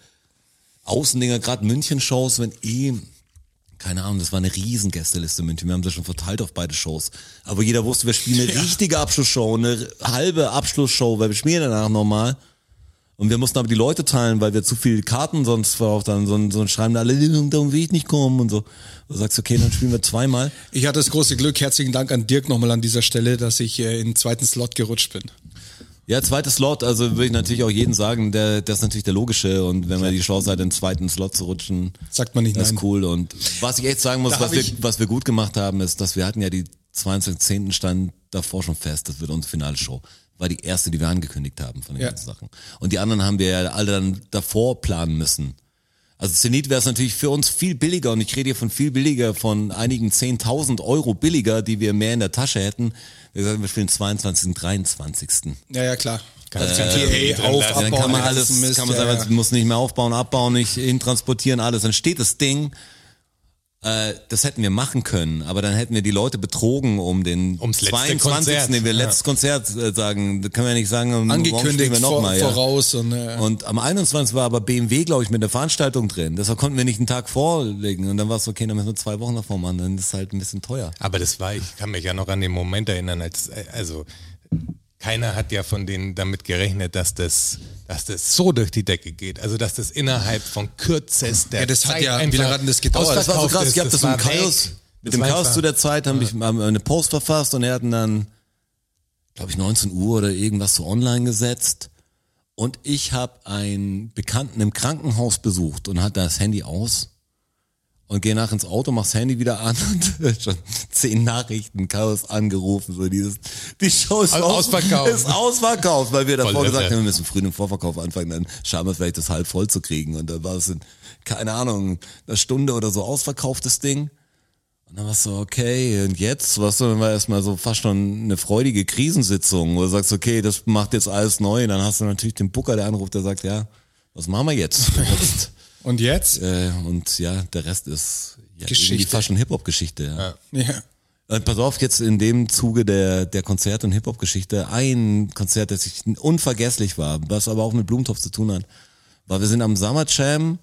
Speaker 3: Außendinger, gerade München-Shows, wenn eh, keine Ahnung, das war eine riesen Gästeliste in München, wir haben das schon verteilt auf beide Shows, aber jeder wusste, wir spielen [LAUGHS] eine richtige Abschlussshow, eine halbe Abschlussshow, weil wir spielen danach nochmal. Und wir mussten aber die Leute teilen, weil wir zu viel Karten sonst verkauft haben. So ein, so ein Schreiben, alle, darum will ich nicht kommen und so. Du sagst, okay, dann spielen wir zweimal.
Speaker 2: Ich hatte das große Glück, herzlichen Dank an Dirk nochmal an dieser Stelle, dass ich äh, in den zweiten Slot gerutscht bin.
Speaker 3: Ja, zweites Slot, also würde ich natürlich auch jedem sagen, der, das ist natürlich der logische und wenn man die Chance hat, in den zweiten Slot zu rutschen,
Speaker 2: Sagt man nicht
Speaker 3: das
Speaker 2: nein.
Speaker 3: ist cool und was ich echt sagen muss,
Speaker 2: Da
Speaker 3: was
Speaker 2: hab
Speaker 3: wir,
Speaker 2: ich-
Speaker 3: was wir gut gemacht haben, ist, dass wir hatten ja die 22.10. stand davor schon fest, das wird unsere Finalshow. War die erste, die wir angekündigt haben von den
Speaker 2: Ja.
Speaker 3: ganzen Sachen. Und die anderen haben wir ja alle dann davor planen müssen. Also Zenit wäre es natürlich für uns viel billiger und ich rede hier von viel billiger, von einigen 10.000 Euro billiger, die wir mehr in der Tasche hätten. Wir sagen, wir spielen 22. 23.
Speaker 2: Ja, ja, klar. Äh,
Speaker 4: Kannst du die
Speaker 2: PA
Speaker 4: drin
Speaker 2: auf,
Speaker 4: lassen.
Speaker 3: Ja, dann kann man
Speaker 2: abbauen,
Speaker 3: alles,
Speaker 2: ganzen Mist,
Speaker 3: kann man
Speaker 2: ja,
Speaker 3: sagen,
Speaker 2: ja.
Speaker 3: man muss nicht mehr aufbauen, abbauen, nicht hintransportieren, alles. Dann steht das Ding. Äh, das hätten wir machen können, aber dann hätten wir die Leute betrogen um den
Speaker 4: Ums letzte
Speaker 3: 22.
Speaker 4: Konzert.
Speaker 3: den wir letztes Konzert äh, sagen. Da können wir nicht sagen, morgen spielen
Speaker 2: Angekündigt,
Speaker 3: wir noch
Speaker 2: vor,
Speaker 3: mal, ja.
Speaker 2: voraus und äh, [LAUGHS]
Speaker 3: Und am 21. war aber BMW, glaube ich, mit der Veranstaltung drin. Deshalb konnten wir nicht einen Tag vorlegen. Und dann war es okay, dann müssen wir zwei Wochen davor machen. Dann ist es halt ein bisschen teuer.
Speaker 4: Aber das war, ich kann mich ja noch an den Moment erinnern, als äh, also keiner hat ja von denen damit gerechnet, dass das, dass das so durch die Decke geht. Also dass das innerhalb von kürzester
Speaker 2: Ja, das hat
Speaker 4: Zeit
Speaker 2: ja- wie
Speaker 4: einfach
Speaker 2: lange hat denn das gedauert?
Speaker 3: Das war so krass.
Speaker 4: ausverkauft ist.
Speaker 3: Ich habe das,
Speaker 4: war
Speaker 3: im Chaos,
Speaker 4: weg.
Speaker 3: mit
Speaker 4: Das
Speaker 3: dem
Speaker 4: war
Speaker 3: Chaos
Speaker 4: einfach-
Speaker 3: zu der Zeit habe ich ähm, eine Post verfasst und er hat ihn dann, glaube ich, 19 Uhr oder irgendwas so online gesetzt. Und ich habe einen Bekannten im Krankenhaus besucht und hat das Handy aus und gehe nach ins Auto, mach's Handy wieder an [LAUGHS] und schon zehn Nachrichten, Chaos angerufen, so dieses, die Show ist
Speaker 4: Aus-
Speaker 3: aus-
Speaker 4: ausverkauft.
Speaker 3: Ist ausverkauft, weil wir davor
Speaker 4: Voll irre.
Speaker 3: gesagt haben, wir müssen früh den Vorverkauf anfangen, dann schauen wir vielleicht das halb voll zu kriegen und dann war es in, keine Ahnung, eine Stunde oder so ausverkauftes Ding. Und dann war es so, okay, und jetzt, was weißt du, dann war erstmal so fast schon eine freudige Krisensitzung, wo du sagst, okay, das macht jetzt alles neu, und dann hast du natürlich den Booker, der anruft, der sagt, ja, was machen wir jetzt? jetzt
Speaker 2: und jetzt?
Speaker 3: äh, und ja, der Rest ist ja,
Speaker 2: Geschichte.
Speaker 3: irgendwie fast schon Hip-Hop-Geschichte. Ja.
Speaker 2: Ja.
Speaker 3: Und Äh, pass auf, jetzt in dem Zuge der, der Konzert- und Hip-Hop-Geschichte, ein Konzert, das ich unvergesslich war, was aber auch mit Blumentopf zu tun hat, war, wir sind am Summer Jam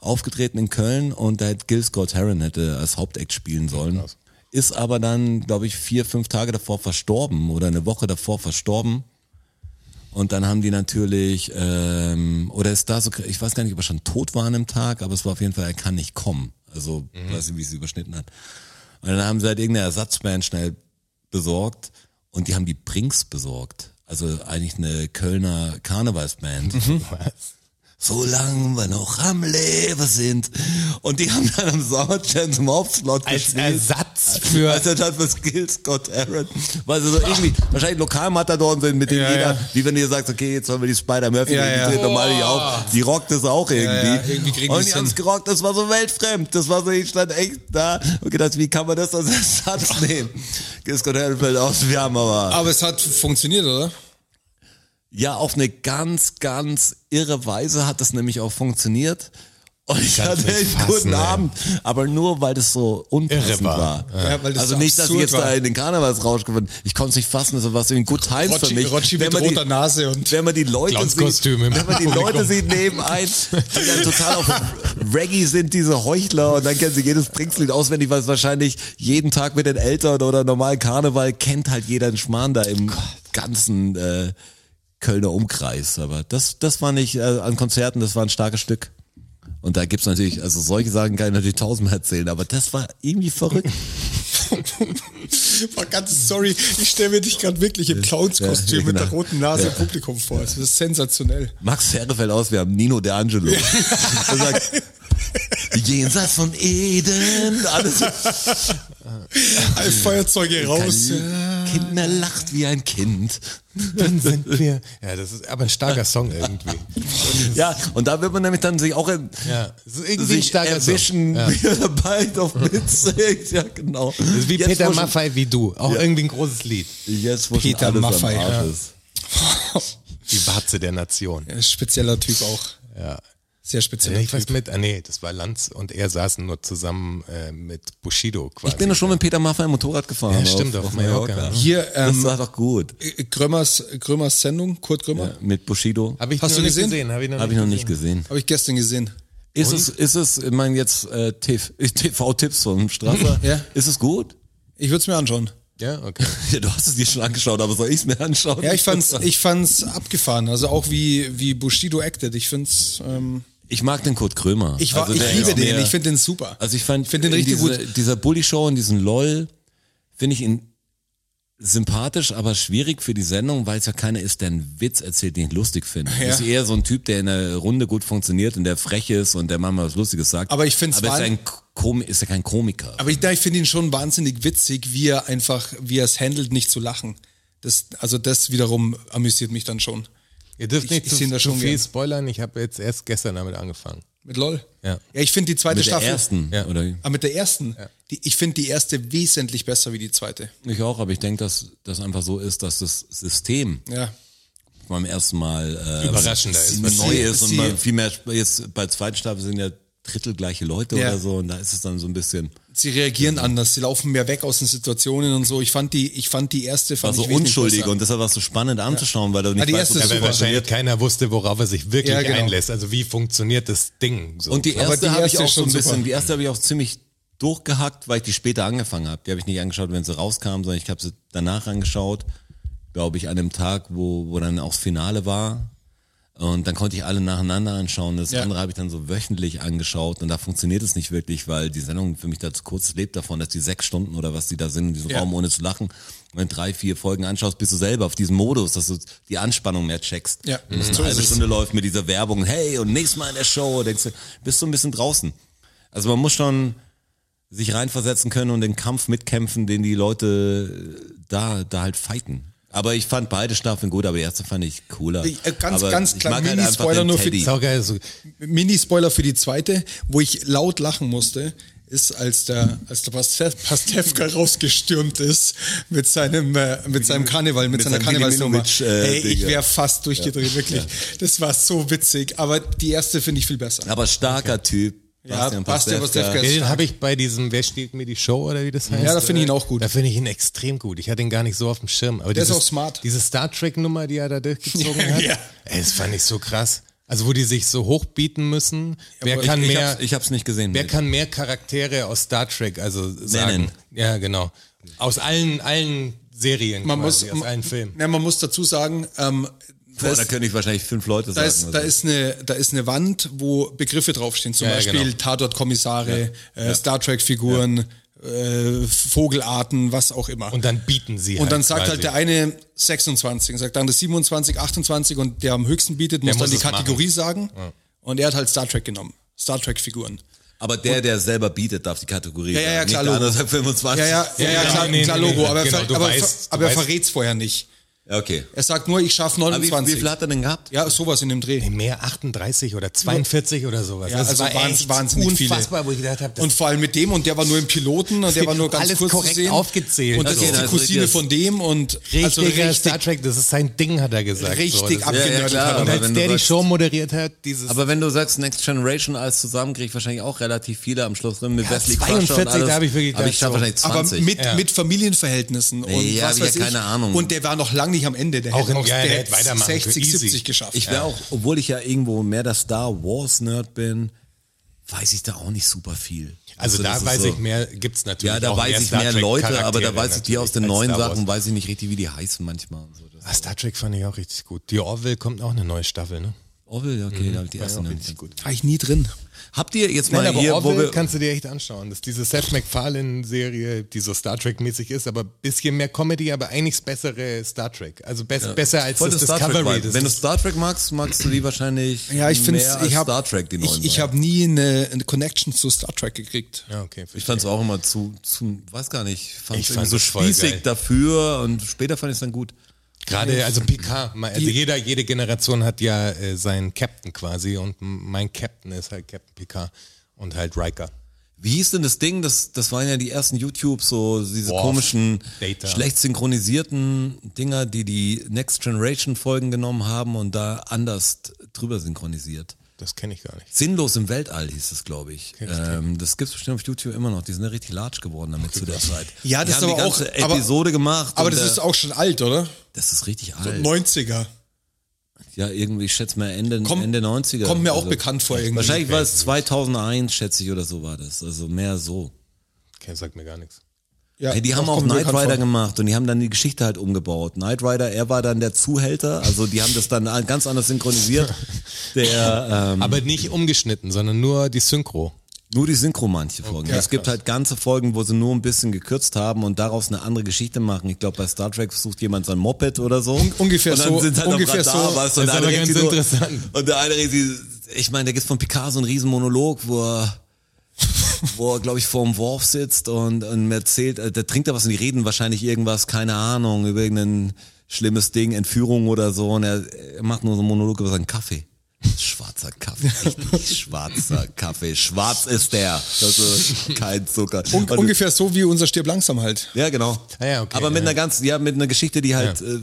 Speaker 3: aufgetreten in Köln und da hätte Gil Scott Heron hätte als Hauptact spielen sollen. Ist aber dann, glaube ich, vier, fünf Tage davor verstorben oder eine Woche davor verstorben. Und dann haben die natürlich, ähm, oder ist da so, ich weiß gar nicht, ob er schon tot war an dem Tag, aber es war auf jeden Fall, er kann nicht kommen. Also, weiß nicht, wie es überschnitten hat. Und dann haben sie halt irgendeine Ersatzband schnell besorgt und die haben die Brinks besorgt. Also eigentlich eine Kölner Karnevalsband. So lange wir noch am Leben sind. Und die haben dann am Sommerchan zum Hauptslot
Speaker 4: Als
Speaker 3: gespielt.
Speaker 4: Ersatz für-
Speaker 3: Als Ersatz für Skills, Scott Aaron. Weil sie so irgendwie, wahrscheinlich Lokalmatadoren sind, mit denen
Speaker 2: Ja,
Speaker 3: jeder,
Speaker 2: ja.
Speaker 3: wie wenn du dir sagst, okay, jetzt wollen wir die Spider-Murphy,
Speaker 2: Ja, ja.
Speaker 3: die dreht normal nicht auf. Die rockt das auch irgendwie.
Speaker 2: Ja, ja, irgendwie kriegen
Speaker 3: Und
Speaker 2: die's
Speaker 3: die
Speaker 2: hin.
Speaker 3: haben's gerockt, das war so weltfremd. Das war so, ich stand echt da und gedacht, wie kann man das als Ersatz nehmen? Skills, Scott Aaron fällt aus, wir haben aber.
Speaker 2: Aber es hat funktioniert, oder?
Speaker 3: Ja, auf eine ganz, ganz irre Weise hat das nämlich auch funktioniert. Und ich
Speaker 4: kann's
Speaker 3: hatte
Speaker 4: nicht
Speaker 3: einen
Speaker 4: fassen,
Speaker 3: guten
Speaker 4: ey.
Speaker 3: Abend, aber nur weil das so unpassend
Speaker 4: Irre war.
Speaker 3: war.
Speaker 2: Ja, weil das
Speaker 3: also
Speaker 2: so
Speaker 3: nicht, dass ich
Speaker 2: absurd
Speaker 3: jetzt
Speaker 2: war.
Speaker 3: da in den Karnevalsrausch geworden. Ich konnte es nicht fassen, also war es irgendwie Good Times für
Speaker 2: Rotschi,
Speaker 3: mich.
Speaker 2: Rotschi
Speaker 3: wenn,
Speaker 2: mit
Speaker 3: man die,
Speaker 2: roter Nase und [LAUGHS]
Speaker 3: wenn man die Leute sieht,
Speaker 4: Clownskostüm
Speaker 3: wenn
Speaker 4: im
Speaker 3: man die
Speaker 4: Publikum.
Speaker 3: Leute sieht nebenein, die dann total auf Reggae sind, diese Heuchler und dann kennen sie jedes Prinkslied auswendig, weil es wahrscheinlich jeden Tag mit den Eltern oder normalen Karneval kennt halt jeder einen Schmarrn da im ganzen äh, Kölner Umkreis. Aber das, das war nicht äh, an Konzerten, das war ein starkes Stück. Und da gibt's natürlich, also solche Sachen kann ich natürlich tausendmal erzählen, aber das war irgendwie verrückt.
Speaker 2: Boah, ganz sorry, ich stelle mir dich gerade wirklich im Clownskostüm
Speaker 3: Ja,
Speaker 2: mit der
Speaker 3: genau.
Speaker 2: roten Nase im Publikum vor. Das ist sensationell.
Speaker 3: Max Herre fällt aus, wir haben Nino De
Speaker 4: [LAUGHS]
Speaker 3: Angelo. Er sagt, jenseits von Eden, alles
Speaker 2: Alle Feuerzeuge
Speaker 4: Oh,
Speaker 2: raus.
Speaker 3: Kinder lacht wie ein
Speaker 4: [LAUGHS]
Speaker 3: Kind.
Speaker 4: Dann sind wir. Ja, das ist aber ein starker Song irgendwie.
Speaker 3: Ja, und da wird man nämlich dann sich auch
Speaker 4: Ja, es ist irgendwie ein
Speaker 3: sich
Speaker 4: starker Song.
Speaker 3: erwischen,
Speaker 4: Ja.
Speaker 3: wie er dabei auf Blitz sägt. Ja, genau.
Speaker 4: Das ist wie
Speaker 3: Jetzt,
Speaker 4: Peter
Speaker 3: wo schon-
Speaker 4: Maffei wie du. Auch irgendwie ein großes Lied.
Speaker 3: Jetzt, wo
Speaker 2: Peter
Speaker 3: schon alles
Speaker 2: Maffei,
Speaker 3: am Arsch
Speaker 2: ja.
Speaker 3: ist.
Speaker 4: Die Warze der Nation.
Speaker 2: Ja, spezieller Typ auch.
Speaker 4: Ja.
Speaker 2: Sehr spezieller
Speaker 4: Ich
Speaker 2: Typ.
Speaker 4: weiß mit, ah nee, das war Lanz und er saßen nur zusammen äh, mit Bushido quasi.
Speaker 3: Ich bin doch schon mit Peter Maffay Motorrad gefahren.
Speaker 4: Ja, stimmt, auf Mallorca.
Speaker 2: Hier, ähm,
Speaker 3: das war doch gut.
Speaker 2: Äh, Krömers, Krömers Sendung, Kurt Krömer,
Speaker 3: Ja, mit Bushido.
Speaker 4: Hab ich
Speaker 2: Hast
Speaker 4: noch
Speaker 2: du
Speaker 4: nicht
Speaker 2: gesehen?
Speaker 4: gesehen? Hab ich noch
Speaker 3: Habe ich noch nicht gesehen.
Speaker 2: habe ich gestern gesehen.
Speaker 3: Ist es, ist es, ich meine jetzt äh, [LAUGHS] TV TV-Tipps vom Strasser,
Speaker 2: Ja.
Speaker 3: ist es gut? [LAUGHS]
Speaker 2: Ich würde es mir anschauen.
Speaker 4: Ja, okay.
Speaker 3: Ja, du hast es dir schon angeschaut, aber soll ich es mir anschauen?
Speaker 2: Ja, ich
Speaker 3: [LAUGHS]
Speaker 2: fand's, ich fand's abgefahren. Also auch wie, wie Bushido acted. Ich find's, ähm,
Speaker 3: Ich mag den Kurt Krömer.
Speaker 2: ich war,
Speaker 3: Also
Speaker 2: ich
Speaker 3: der
Speaker 2: liebe
Speaker 3: ist
Speaker 2: den.
Speaker 3: mir-
Speaker 2: Ich finde den super.
Speaker 3: Also ich fand,
Speaker 2: find den richtig
Speaker 3: diese,
Speaker 2: gut.
Speaker 3: Dieser Bully-Show und diesen LOL finde ich ihn sympathisch, aber schwierig für die Sendung, weil es ja keiner ist, der einen Witz erzählt, den ich lustig finde.
Speaker 2: Ja.
Speaker 3: Das ist eher so ein Typ, der in der Runde gut funktioniert und der frech ist und der manchmal was Lustiges sagt.
Speaker 2: Aber ich find's
Speaker 3: Aber ist,
Speaker 2: wahr-
Speaker 3: ein Kom ist ja kein Komiker.
Speaker 2: Aber ich, na, ich finde ihn schon wahnsinnig witzig, wie er einfach, wie er es handelt, nicht zu lachen. Das, also das wiederum amüsiert mich dann schon.
Speaker 4: Ihr dürft
Speaker 2: Ich-
Speaker 4: nicht
Speaker 2: ich
Speaker 4: zu,
Speaker 2: seh das
Speaker 4: zu
Speaker 2: schon
Speaker 4: viel
Speaker 2: gern.
Speaker 4: spoilern. Ich habe jetzt erst gestern damit angefangen.
Speaker 2: Mit LOL.
Speaker 4: Ja.
Speaker 2: ja ich finde die zweite
Speaker 3: Mit der
Speaker 2: Staffel.
Speaker 3: ersten,
Speaker 4: Ja.
Speaker 3: oder?
Speaker 2: Ah, mit der ersten. Die, ich finde die erste wesentlich besser wie die zweite.
Speaker 3: Ich auch, aber ich denke, dass das einfach so ist, dass das System
Speaker 2: Ja.
Speaker 3: beim ersten Mal äh,
Speaker 4: Überraschender ist.
Speaker 3: was neu
Speaker 2: Sie-
Speaker 3: ist und
Speaker 2: sie-
Speaker 3: man viel mehr jetzt bei zweiten Staffel sind ja Drittel gleiche Leute
Speaker 2: Ja.
Speaker 3: oder so und da ist es dann so ein bisschen
Speaker 2: Sie reagieren anders, sie laufen mehr weg aus den Situationen und so. Ich fand die, ich fand die erste
Speaker 3: war
Speaker 2: fand
Speaker 3: so
Speaker 2: ich wesentlich
Speaker 3: Also unschuldig
Speaker 2: besser.
Speaker 3: und deshalb war es so spannend anzuschauen, weil du
Speaker 2: Ah,
Speaker 3: nicht
Speaker 2: die
Speaker 3: weißt,
Speaker 2: erste
Speaker 3: ob
Speaker 2: ist
Speaker 3: das
Speaker 4: Weil
Speaker 2: super.
Speaker 4: wahrscheinlich keiner wusste, worauf er sich wirklich
Speaker 2: Ja, genau.
Speaker 4: einlässt. Also wie funktioniert das Ding? So
Speaker 3: Und die
Speaker 4: quasi.
Speaker 3: erste
Speaker 2: Also, die
Speaker 3: habe ich
Speaker 2: erste
Speaker 3: auch
Speaker 2: ist
Speaker 3: so ein
Speaker 2: schon
Speaker 3: bisschen,
Speaker 2: super.
Speaker 3: die erste habe ich auch ziemlich durchgehackt, weil ich die später angefangen habe. Die habe ich nicht angeschaut, wenn sie rauskam, sondern ich habe sie danach angeschaut, glaube ich, an dem Tag, wo, wo dann auch das Finale war. Und dann konnte ich alle nacheinander anschauen. Das
Speaker 2: Ja.
Speaker 3: andere habe ich dann so wöchentlich angeschaut und da funktioniert es nicht wirklich, weil die Sendung für mich da zu kurz lebt davon, dass die sechs Stunden oder was die da sind in diesem
Speaker 2: Ja.
Speaker 3: Raum ohne zu lachen. Wenn du drei, vier Folgen anschaust, bist du selber auf diesem Modus, dass du die Anspannung mehr checkst.
Speaker 2: Ja,
Speaker 3: Wenn es
Speaker 2: so
Speaker 3: Mhm. eine
Speaker 2: ist
Speaker 3: halbe
Speaker 2: es.
Speaker 3: Stunde läuft mit dieser Werbung, hey, und nächstes Mal in der Show, denkst du, bist du ein bisschen draußen. Also man muss schon sich reinversetzen können und den Kampf mitkämpfen, den die Leute da, da halt fighten. Aber ich fand beide Staffeln gut, aber die erste fand ich cooler.
Speaker 2: Ich- äh, ganz-
Speaker 3: aber
Speaker 2: ganz
Speaker 3: ich
Speaker 2: klein
Speaker 3: mag halt einfach
Speaker 2: Mini-Spoiler
Speaker 3: den
Speaker 2: nur für
Speaker 3: Teddy.
Speaker 4: Saugeil, so,
Speaker 2: Mini-Spoiler für die zweite, wo ich laut lachen musste, ist, als der, als der Pastev,
Speaker 3: [LAUGHS]
Speaker 2: Pastewka rausgestürmt ist mit seinem, äh, mit seinem Karneval, mit, seiner
Speaker 3: seinem
Speaker 2: Karnevalsnummer.
Speaker 3: Minimovic, äh,
Speaker 2: hey, ich
Speaker 3: Ding, ja.
Speaker 2: wäre fast durchgedreht, wirklich. Das war so witzig, aber die erste finde ich viel besser.
Speaker 3: Aber starker Typ. Bastian
Speaker 2: Bastian
Speaker 3: Pastewka.
Speaker 2: Pastewka
Speaker 4: ja, den habe ich bei diesem Wer stiehlt mir die Show oder wie das heißt?
Speaker 2: Ja, da finde ich ihn
Speaker 4: äh,
Speaker 2: auch gut.
Speaker 4: Da finde ich ihn extrem gut. Ich hatte ihn gar nicht so auf dem Schirm. Aber
Speaker 2: Der ist
Speaker 4: dieses,
Speaker 2: auch smart.
Speaker 4: Diese Star Trek-Nummer, die er da
Speaker 2: [LAUGHS]
Speaker 4: durchgezogen
Speaker 2: Ja,
Speaker 4: hat,
Speaker 2: ja.
Speaker 4: Ey, das fand ich so krass. Also wo die sich so hochbieten müssen. wer
Speaker 2: aber
Speaker 4: kann
Speaker 3: Ich
Speaker 4: mehr?
Speaker 3: hab's, ich hab's nicht gesehen.
Speaker 4: Wer kann mehr Charaktere aus Star Trek also sagen? Ja, genau. Aus allen, allen Serien,
Speaker 2: man muss,
Speaker 4: quasi, aus allen Filmen.
Speaker 2: Ja, man muss dazu sagen, ähm,
Speaker 3: Boah,
Speaker 2: das-
Speaker 3: da könnte ich wahrscheinlich fünf Leute
Speaker 2: Da
Speaker 3: sagen.
Speaker 2: ist, da,
Speaker 3: oder so.
Speaker 2: ist eine, da ist eine Wand, wo Begriffe draufstehen, zum
Speaker 4: Ja, ja,
Speaker 2: Beispiel
Speaker 4: genau.
Speaker 2: Tatort-Kommissare, äh, Star Trek-Figuren, äh, Vogelarten, was auch immer.
Speaker 4: Und dann bieten sie
Speaker 2: Und dann
Speaker 4: halt
Speaker 2: sagt
Speaker 4: quasi.
Speaker 2: halt der eine 26, und sagt dann das 27, 28 und der am höchsten bietet, muss,
Speaker 4: muss
Speaker 2: dann die
Speaker 4: es machen.
Speaker 2: Kategorie sagen. Und er hat halt Star Trek genommen. Star Trek-Figuren.
Speaker 3: Aber der, der selber bietet, darf die Kategorie
Speaker 2: Ja, ja, ja,
Speaker 3: sagen.
Speaker 2: klar,
Speaker 3: Nicht der
Speaker 2: Logo.
Speaker 3: andere sagt 25.
Speaker 2: Ja, ja, ja, ja
Speaker 4: Ja,
Speaker 2: klar,
Speaker 4: nee,
Speaker 2: klar
Speaker 4: nee, nee,
Speaker 2: Logo,
Speaker 4: nee.
Speaker 2: aber, er
Speaker 4: Genau,
Speaker 2: ver-
Speaker 4: du
Speaker 2: aber, er
Speaker 4: weißt,
Speaker 2: ver-
Speaker 4: du
Speaker 2: aber er
Speaker 4: weißt.
Speaker 2: verrät's vorher nicht.
Speaker 3: Ja, Okay.
Speaker 2: Er sagt nur, ich schaffe
Speaker 3: Aber wie, wie
Speaker 2: 29.
Speaker 3: viel hat er denn gehabt?
Speaker 2: ja, sowas in dem Dreh.
Speaker 4: mehr 38 oder 42 oder sowas.
Speaker 2: Ja, also wahns-
Speaker 4: echt
Speaker 2: wahnsinnig viele.
Speaker 4: unfassbar, wo ich gedacht habe, das
Speaker 2: Und vor allem mit dem und der war nur im Piloten und der war nur ganz
Speaker 4: Alles
Speaker 2: kurz
Speaker 4: korrekt
Speaker 2: zu sehen.
Speaker 4: aufgezählt.
Speaker 2: Und das
Speaker 3: Okay,
Speaker 2: ist die
Speaker 3: also
Speaker 2: Cousine
Speaker 3: das-
Speaker 2: von dem und
Speaker 4: richtiger
Speaker 2: also richtig,
Speaker 4: Star Trek, das ist sein Ding, hat er gesagt.
Speaker 2: richtig
Speaker 4: so, das-
Speaker 3: Ja, ja,
Speaker 2: abgenördet
Speaker 3: klar,
Speaker 2: hat. er.
Speaker 4: Und
Speaker 3: aber
Speaker 4: als
Speaker 3: wenn du
Speaker 4: der die
Speaker 3: sagst-
Speaker 4: Show moderiert hat, dieses
Speaker 3: Aber wenn du sagst Next Generation alles zusammen, krieg ich wahrscheinlich auch relativ viele am Schluss drin mit
Speaker 4: Ja,
Speaker 3: Wesley
Speaker 4: 42,
Speaker 3: Crusher und alles.
Speaker 4: da hab ich wirklich
Speaker 3: Aber ich
Speaker 4: gedacht,
Speaker 3: schaffe
Speaker 4: so.
Speaker 3: wahrscheinlich
Speaker 2: halt. aber
Speaker 3: 20.
Speaker 2: mit,
Speaker 4: Ja.
Speaker 2: mit Familienverhältnissen und
Speaker 3: Ja,
Speaker 2: was
Speaker 3: ja,
Speaker 2: weiß
Speaker 3: keine
Speaker 2: ich.
Speaker 3: Ahnung.
Speaker 2: Und der war noch lang nicht am Ende. Der
Speaker 4: Auch
Speaker 2: hätte
Speaker 4: im-
Speaker 2: noch
Speaker 4: ja,
Speaker 2: der
Speaker 4: der
Speaker 2: hätte
Speaker 4: hätte weitermachen können,
Speaker 2: 60,
Speaker 4: easy.
Speaker 2: 70 geschafft.
Speaker 3: Ich wäre auch, obwohl ich ja irgendwo mehr der Star Wars Nerd bin, weiß ich da auch nicht super viel.
Speaker 4: also
Speaker 3: das
Speaker 4: da
Speaker 3: ist
Speaker 4: weiß
Speaker 3: so.
Speaker 4: ich mehr, gibt's natürlich
Speaker 3: Ja, da
Speaker 4: auch
Speaker 3: weiß ich
Speaker 4: Star
Speaker 3: mehr
Speaker 4: Trek
Speaker 3: Leute, aber da
Speaker 4: Charaktere
Speaker 3: weiß ich die aus den
Speaker 4: natürlich
Speaker 3: neuen
Speaker 4: als Star Wars.
Speaker 3: Sachen, weiß ich nicht richtig, wie die heißen manchmal. Und so. Das
Speaker 4: Ah, Star Trek fand ich auch richtig gut. Die Orville kommt auch eine neue Staffel, ne?
Speaker 3: Orwell, okay, da hab ich die erste noch nicht. Gut.
Speaker 2: War ich nie drin.
Speaker 3: Habt ihr jetzt
Speaker 4: Nein,
Speaker 3: mal
Speaker 4: aber
Speaker 3: hier, wo
Speaker 4: Orville
Speaker 3: wir,
Speaker 4: kannst du dir echt anschauen. Das ist diese Seth MacFarlane-Serie, die so Star Trek-mäßig ist, aber bisschen mehr Comedy, aber eigentlich das bessere Star Trek. Also bess- besser als
Speaker 3: Voll
Speaker 4: das
Speaker 3: den Star Trek
Speaker 4: Discovery.
Speaker 3: Vibe.
Speaker 4: Das
Speaker 3: Wenn du
Speaker 4: ist-
Speaker 3: Star Trek magst, magst du die wahrscheinlich
Speaker 2: Ja, ich finde
Speaker 3: mehr
Speaker 2: ich
Speaker 3: als
Speaker 2: habe
Speaker 3: Star Trek, die neuen.
Speaker 2: Ich, ich
Speaker 3: beiden.
Speaker 2: habe nie eine, eine Connection zu Star Trek gekriegt.
Speaker 4: ja, okay,
Speaker 3: Ich fand es auch immer zu, zu, weiß gar nicht, fand
Speaker 4: Ich
Speaker 3: es
Speaker 4: fand's
Speaker 3: so
Speaker 4: voll geil.
Speaker 3: spießig dafür und später fand ich es dann gut.
Speaker 4: Gerade, also Picard, ma- also jeder, jede Generation hat ja äh, seinen Captain quasi und m- mein Captain ist halt Captain Picard und halt Riker.
Speaker 3: Wie hieß denn das Ding? Das, das waren ja die ersten YouTube, so diese
Speaker 4: Worf,
Speaker 3: komischen,
Speaker 4: Data.
Speaker 3: schlecht synchronisierten Dinger, die die Next Generation Folgen genommen haben und da anders drüber synchronisiert.
Speaker 4: Das kenne ich gar nicht.
Speaker 3: Sinnlos im Weltall hieß es, glaube ich.
Speaker 4: ich
Speaker 3: ähm, das gibt's bestimmt auf YouTube immer noch. Die sind ja richtig large geworden damit zu der Zeit.
Speaker 2: Ja, das
Speaker 3: die
Speaker 2: ist
Speaker 3: haben die
Speaker 2: aber
Speaker 3: ganze
Speaker 2: auch- aber-
Speaker 3: Episode gemacht.
Speaker 2: Aber
Speaker 3: und,
Speaker 2: das
Speaker 3: äh,
Speaker 2: ist auch schon alt, oder?
Speaker 3: das ist richtig alt.
Speaker 2: 90er.
Speaker 3: ja, irgendwie, ich schätze mal Ende,
Speaker 2: Kommt-
Speaker 3: Ende 90er.
Speaker 2: kommt mir auch bekannt vor irgendwie.
Speaker 3: also Wahrscheinlich war es 2001, schätze ich, oder so war das. Also mehr so.
Speaker 4: Okay, sagt mir gar nichts.
Speaker 2: Ja,
Speaker 3: Ey, die haben
Speaker 2: doch,
Speaker 3: auch
Speaker 2: kommt mir
Speaker 3: Knight
Speaker 2: bekannt
Speaker 3: Rider
Speaker 2: vor.
Speaker 3: gemacht und die haben dann die Geschichte halt umgebaut. Knight Rider, er war dann der Zuhälter, also die haben das dann [LAUGHS] ganz anders synchronisiert. Der,
Speaker 2: Hm.
Speaker 3: ähm,
Speaker 4: Aber nicht umgeschnitten, sondern nur die Synchro.
Speaker 3: nur die Synchro manche Folgen.
Speaker 2: Ja,
Speaker 3: es gibt
Speaker 2: krass.
Speaker 3: halt ganze Folgen, wo sie nur ein bisschen gekürzt haben und daraus eine andere Geschichte machen. Ich glaube, bei Star Trek sucht jemand sein Moped oder so.
Speaker 2: ungefähr
Speaker 3: und dann
Speaker 2: so,
Speaker 3: Sind halt
Speaker 2: ungefähr
Speaker 3: noch Radar,
Speaker 2: so.
Speaker 3: Weißt, du, und
Speaker 4: Ist
Speaker 3: der
Speaker 4: aber
Speaker 3: eine
Speaker 4: ganz
Speaker 3: redet so-
Speaker 4: interessant.
Speaker 3: Und der eine redet sie- ich meine, da gibt's von Picasso einen riesen Monolog, wo er
Speaker 2: [LAUGHS]
Speaker 3: wo er, glaube ich, vorm Wurf sitzt und, und mir erzählt, äh, der trinkt da was und die reden wahrscheinlich irgendwas, keine Ahnung, über irgendein schlimmes Ding, Entführung oder so. Und er, er macht nur so einen Monolog über seinen Kaffee. Schwarzer Kaffee,
Speaker 2: [LAUGHS]
Speaker 3: richtig schwarzer Kaffee. Schwarz ist der. Das ist kein Zucker.
Speaker 2: Un
Speaker 3: Und-
Speaker 2: ungefähr so wie unser Stirb langsam halt.
Speaker 3: ja, genau.
Speaker 4: Ah ja, okay,
Speaker 3: Aber mit
Speaker 4: ja.
Speaker 3: einer ganz, ja, mit einer Geschichte, die halt äh,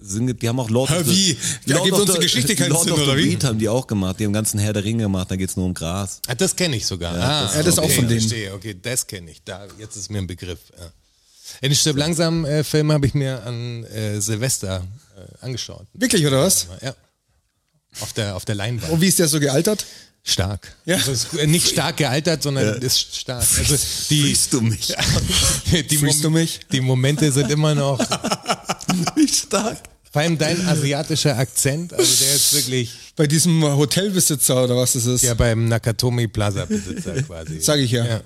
Speaker 3: Sinn gibt. Die haben auch Lord
Speaker 2: Hä, wie? Ja,
Speaker 3: Lord
Speaker 2: gibt
Speaker 3: of
Speaker 2: unsere
Speaker 3: the-
Speaker 2: Geschichte keinen
Speaker 3: Lord
Speaker 2: Sinn,
Speaker 3: of the
Speaker 2: oder wie?
Speaker 3: Weed haben die auch gemacht. Die haben den ganzen Herr der Ringe gemacht. Da geht's nur um Gras.
Speaker 4: Ah, das kenne ich sogar. ah,
Speaker 2: ja, das ist auch
Speaker 4: okay,
Speaker 2: von denen.
Speaker 4: Verstehe. Okay, das kenne ich. Da, jetzt ist mir ein Begriff. Ja. Den Stirb langsam äh, Film habe ich mir an äh, Silvester äh, angeschaut.
Speaker 2: Wirklich, oder was?
Speaker 4: Ja. Auf der, auf der Leinwand.
Speaker 2: Und wie ist der so gealtert?
Speaker 4: Stark.
Speaker 2: Oh. Ja.
Speaker 4: Also ist, äh, nicht stark gealtert, sondern ist stark. Also die,
Speaker 3: Siehst du mich? [LAUGHS]
Speaker 4: die,
Speaker 2: Freest du mich?
Speaker 4: die Momente sind immer noch.
Speaker 3: Wie stark.
Speaker 4: Vor allem dein asiatischer Akzent, also der ist wirklich
Speaker 2: Bei diesem Hotelbesitzer oder was das ist?
Speaker 4: ja beim Nakatomi Plaza Besitzer quasi.
Speaker 2: Sag ich ja.
Speaker 4: Ja.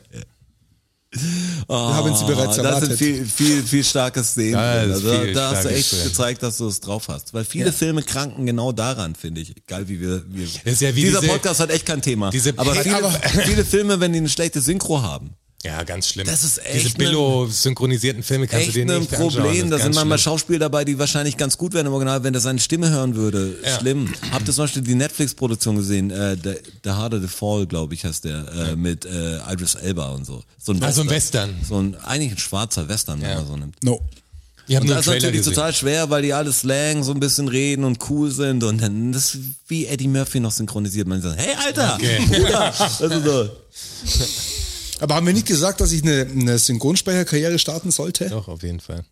Speaker 2: Wir haben sie bereits
Speaker 3: Ah, Das
Speaker 2: erwartet.
Speaker 3: sind viel, viel, viel starke Szenen.
Speaker 4: Ja, das ist
Speaker 3: also,
Speaker 4: viel
Speaker 3: da hast du
Speaker 4: starkes
Speaker 3: echt
Speaker 4: Film.
Speaker 3: gezeigt, dass du es drauf hast. Weil viele Filme kranken genau daran, finde ich. Egal wie wir. wir
Speaker 4: ist ja wie
Speaker 3: dieser
Speaker 4: diese-
Speaker 3: Podcast hat echt kein Thema.
Speaker 4: diese-
Speaker 3: aber,
Speaker 4: Hey,
Speaker 3: viele,
Speaker 4: aber-
Speaker 3: [LAUGHS] viele Filme, wenn die eine schlechte Synchro haben,
Speaker 4: ja, ganz schlimm.
Speaker 3: Das ist echt
Speaker 4: Diese
Speaker 3: ne-
Speaker 4: Billo-synchronisierten Filme kannst
Speaker 3: echt
Speaker 4: du dir
Speaker 3: ein
Speaker 4: nicht anschauen.
Speaker 3: Problem. Da
Speaker 4: Das ist
Speaker 3: sind
Speaker 4: ganz
Speaker 3: manchmal
Speaker 4: schlimm.
Speaker 3: Schauspieler dabei, die wahrscheinlich ganz gut wären im Original, wenn er seine Stimme hören würde.
Speaker 4: Ja.
Speaker 3: Schlimm. Habt ihr zum Beispiel die Netflix-Produktion gesehen? Äh, The, The Harder the Fall, glaube ich, heißt der, äh, mit äh, Idris Elba und so. So ein
Speaker 4: Ah, so ein Western.
Speaker 3: So ein, eigentlich ein schwarzer Western, wenn
Speaker 4: Ja.
Speaker 3: man so nimmt.
Speaker 2: No.
Speaker 4: Ich habe
Speaker 3: Und
Speaker 4: nur
Speaker 3: das
Speaker 4: einen
Speaker 3: ist
Speaker 4: Trailer
Speaker 3: natürlich
Speaker 4: gesehen.
Speaker 3: total schwer, weil die alle Slang so ein bisschen reden und cool sind und dann das ist wie Eddie Murphy noch synchronisiert. Man sagt, hey Alter,
Speaker 4: Okay.
Speaker 3: Bruder, das ist so.
Speaker 2: Aber haben wir nicht gesagt, dass ich eine, eine Synchronsprecherkarriere starten sollte?
Speaker 4: Doch, auf jeden Fall.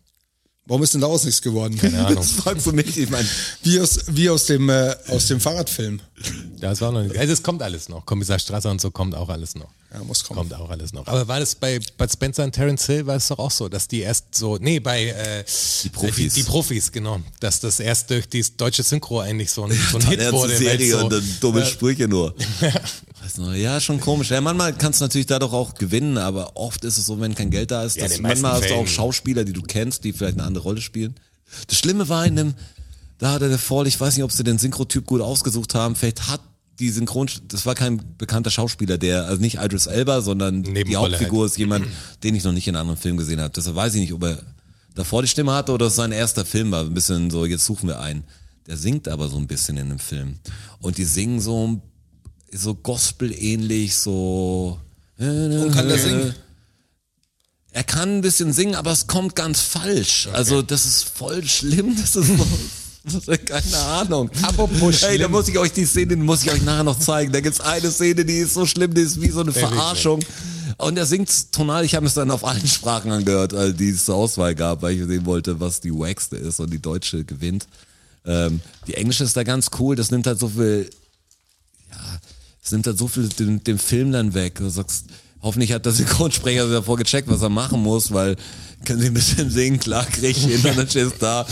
Speaker 2: Warum ist denn daraus nichts geworden?
Speaker 4: Keine
Speaker 3: [LAUGHS]
Speaker 4: Ahnung.
Speaker 3: das fragst du mich. Ich meine,
Speaker 2: [LAUGHS] Wie aus, wie aus, dem, äh, aus dem Fahrradfilm.
Speaker 4: Das war noch nicht. Also es kommt alles noch. Kommissar Strasser und so kommt auch alles noch.
Speaker 2: Ja, muss kommen.
Speaker 4: Kommt auch alles noch. Aber war das bei Bud Spencer und Terence Hill war es doch auch so, dass die erst so, nee, bei äh, die
Speaker 3: Profis.
Speaker 4: die, Profis, genau, dass das erst durch die deutsche Synchro eigentlich so ein, so ein
Speaker 3: er
Speaker 4: Hit
Speaker 3: hat eine
Speaker 4: wurde.
Speaker 3: Serie
Speaker 4: weil
Speaker 3: und
Speaker 4: so,
Speaker 3: dann dumme Sprüche
Speaker 4: [LAUGHS]
Speaker 3: nur. Weißt du, ja, schon komisch. Ja, manchmal kannst du natürlich dadurch auch gewinnen, aber oft ist es so, wenn kein Geld da ist,
Speaker 4: Ja, in
Speaker 3: dass
Speaker 4: den
Speaker 3: manchmal hast
Speaker 4: meisten
Speaker 3: du auch
Speaker 4: Fällen.
Speaker 3: Schauspieler, die du kennst, die vielleicht eine andere Rolle spielen. Das Schlimme war in dem, da hatte der Fall, ich weiß nicht, ob sie den Synchrotyp gut ausgesucht haben, vielleicht hat die Synchron, das war kein bekannter Schauspieler, der, also nicht Idris Elba, sondern die
Speaker 2: halt.
Speaker 4: Nebenrolle
Speaker 3: Hauptfigur ist jemand, den ich noch nicht in anderen Filmen gesehen habe. Deshalb weiß ich nicht, ob er davor die Stimme hatte oder es sein erster Film war. Ein bisschen so, jetzt suchen wir einen. Der singt aber so ein bisschen in dem Film. Und die singen so ein so Gospel-ähnlich, so. Und
Speaker 2: kann der
Speaker 4: Äh.
Speaker 2: singen?
Speaker 3: Er kann ein bisschen singen, aber es kommt ganz falsch. Also das ist voll schlimm. Das ist
Speaker 4: [LAUGHS]
Speaker 3: so, [LAUGHS] keine Ahnung.
Speaker 4: Apropos
Speaker 3: Ey, da
Speaker 4: schlimm.
Speaker 3: muss ich euch die Szene, die muss ich euch nachher noch zeigen. Da gibt's eine Szene, die ist so schlimm, die ist wie so eine
Speaker 4: Sehr
Speaker 3: Verarschung. Und er singt tonal, ich habe es dann auf allen Sprachen angehört, äh, die es zur Auswahl gab, weil ich sehen wollte, was die wackste ist und die deutsche gewinnt. Ähm, die englische ist da ganz cool, das nimmt halt so viel es nimmt halt so viel dem, dem Film dann weg. Du sagst, hoffentlich hat der Synchronsprecher davor gecheckt, was er machen muss, weil können sie ein bisschen singen, klar krieg ich hin, und dann stehst du da.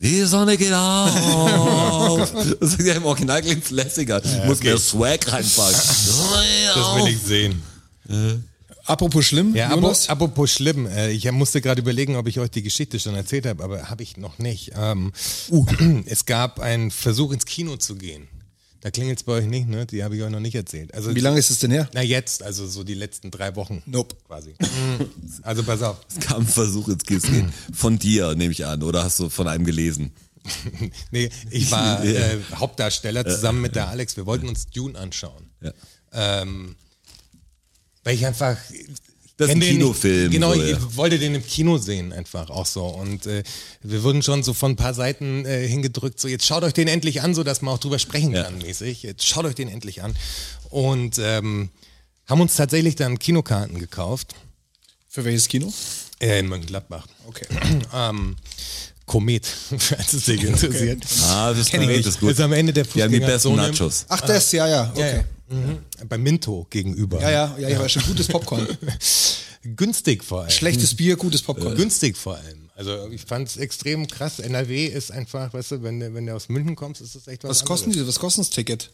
Speaker 3: Die Sonne geht
Speaker 4: [LAUGHS]
Speaker 3: auf. Das ist ja im Original klingt's lässiger. Muss mir Swag reinpacken.
Speaker 4: Das
Speaker 3: [LAUGHS]
Speaker 4: will ich sehen.
Speaker 2: Apropos schlimm,
Speaker 4: Ja, apropos,
Speaker 2: Jonas.
Speaker 4: apropos schlimm, äh, ich musste gerade überlegen, ob ich euch die Geschichte schon erzählt habe, aber habe ich noch nicht. Ähm, [CLEARS THROAT] Es gab einen Versuch, ins Kino zu gehen. Da klingelt es bei euch nicht, ne? Die habe ich euch noch nicht erzählt. Also,
Speaker 2: Wie lange ist es denn her?
Speaker 4: Na jetzt, also so die letzten drei Wochen.
Speaker 2: Nope.
Speaker 4: Quasi. Also pass auf.
Speaker 3: Es kam ein Versuch ins Kino zu gehen. Von dir, nehme ich an. Oder hast du von einem gelesen?
Speaker 4: [LAUGHS] Nee, ich
Speaker 3: [LAUGHS]
Speaker 4: war äh, Hauptdarsteller zusammen mit
Speaker 3: äh.
Speaker 4: der Alex. Wir wollten uns Dune anschauen.
Speaker 3: Ja.
Speaker 4: Ähm, weil ich einfach, ich
Speaker 3: Das ist ein
Speaker 4: Kennt ihr den nicht?
Speaker 3: Kinofilm.
Speaker 4: Genau,
Speaker 3: so,
Speaker 4: ich
Speaker 3: ja.
Speaker 4: wollte den im Kino sehen einfach auch so. Und äh, wir wurden schon so von ein paar Seiten äh, hingedrückt, so jetzt schaut euch den endlich an, so dass man auch drüber sprechen
Speaker 3: Ja.
Speaker 4: kann mäßig. Jetzt schaut euch den endlich an. Und ähm, haben uns tatsächlich dann Kinokarten gekauft
Speaker 2: Für welches Kino?
Speaker 4: äh, in Mönchengladbach. [CLEARS THROAT]
Speaker 2: Okay.
Speaker 4: ähm, Komet, [LAUGHS] falls es dich interessiert.
Speaker 3: Ah, das ist,
Speaker 4: Kenn ich
Speaker 3: gut,
Speaker 4: nicht.
Speaker 3: das ist gut.
Speaker 4: Ist am Ende der
Speaker 3: Wir haben die besten
Speaker 4: Fußgängerzone.
Speaker 3: Nachos.
Speaker 2: Ach, das, ja, ja, okay.
Speaker 4: Mhm. Bei Minto gegenüber.
Speaker 2: Ja, ja, ja, ja, war schon gutes [LAUGHS] Popcorn.
Speaker 4: Günstig vor allem.
Speaker 2: Schlechtes Bier, gutes Popcorn.
Speaker 4: günstig vor allem. Also ich fand es extrem krass. NRW ist einfach, weißt du, wenn, du- wenn du aus München kommst, ist das echt was.
Speaker 2: Was kosten
Speaker 4: anderes.
Speaker 2: die? Was kostet das Ticket?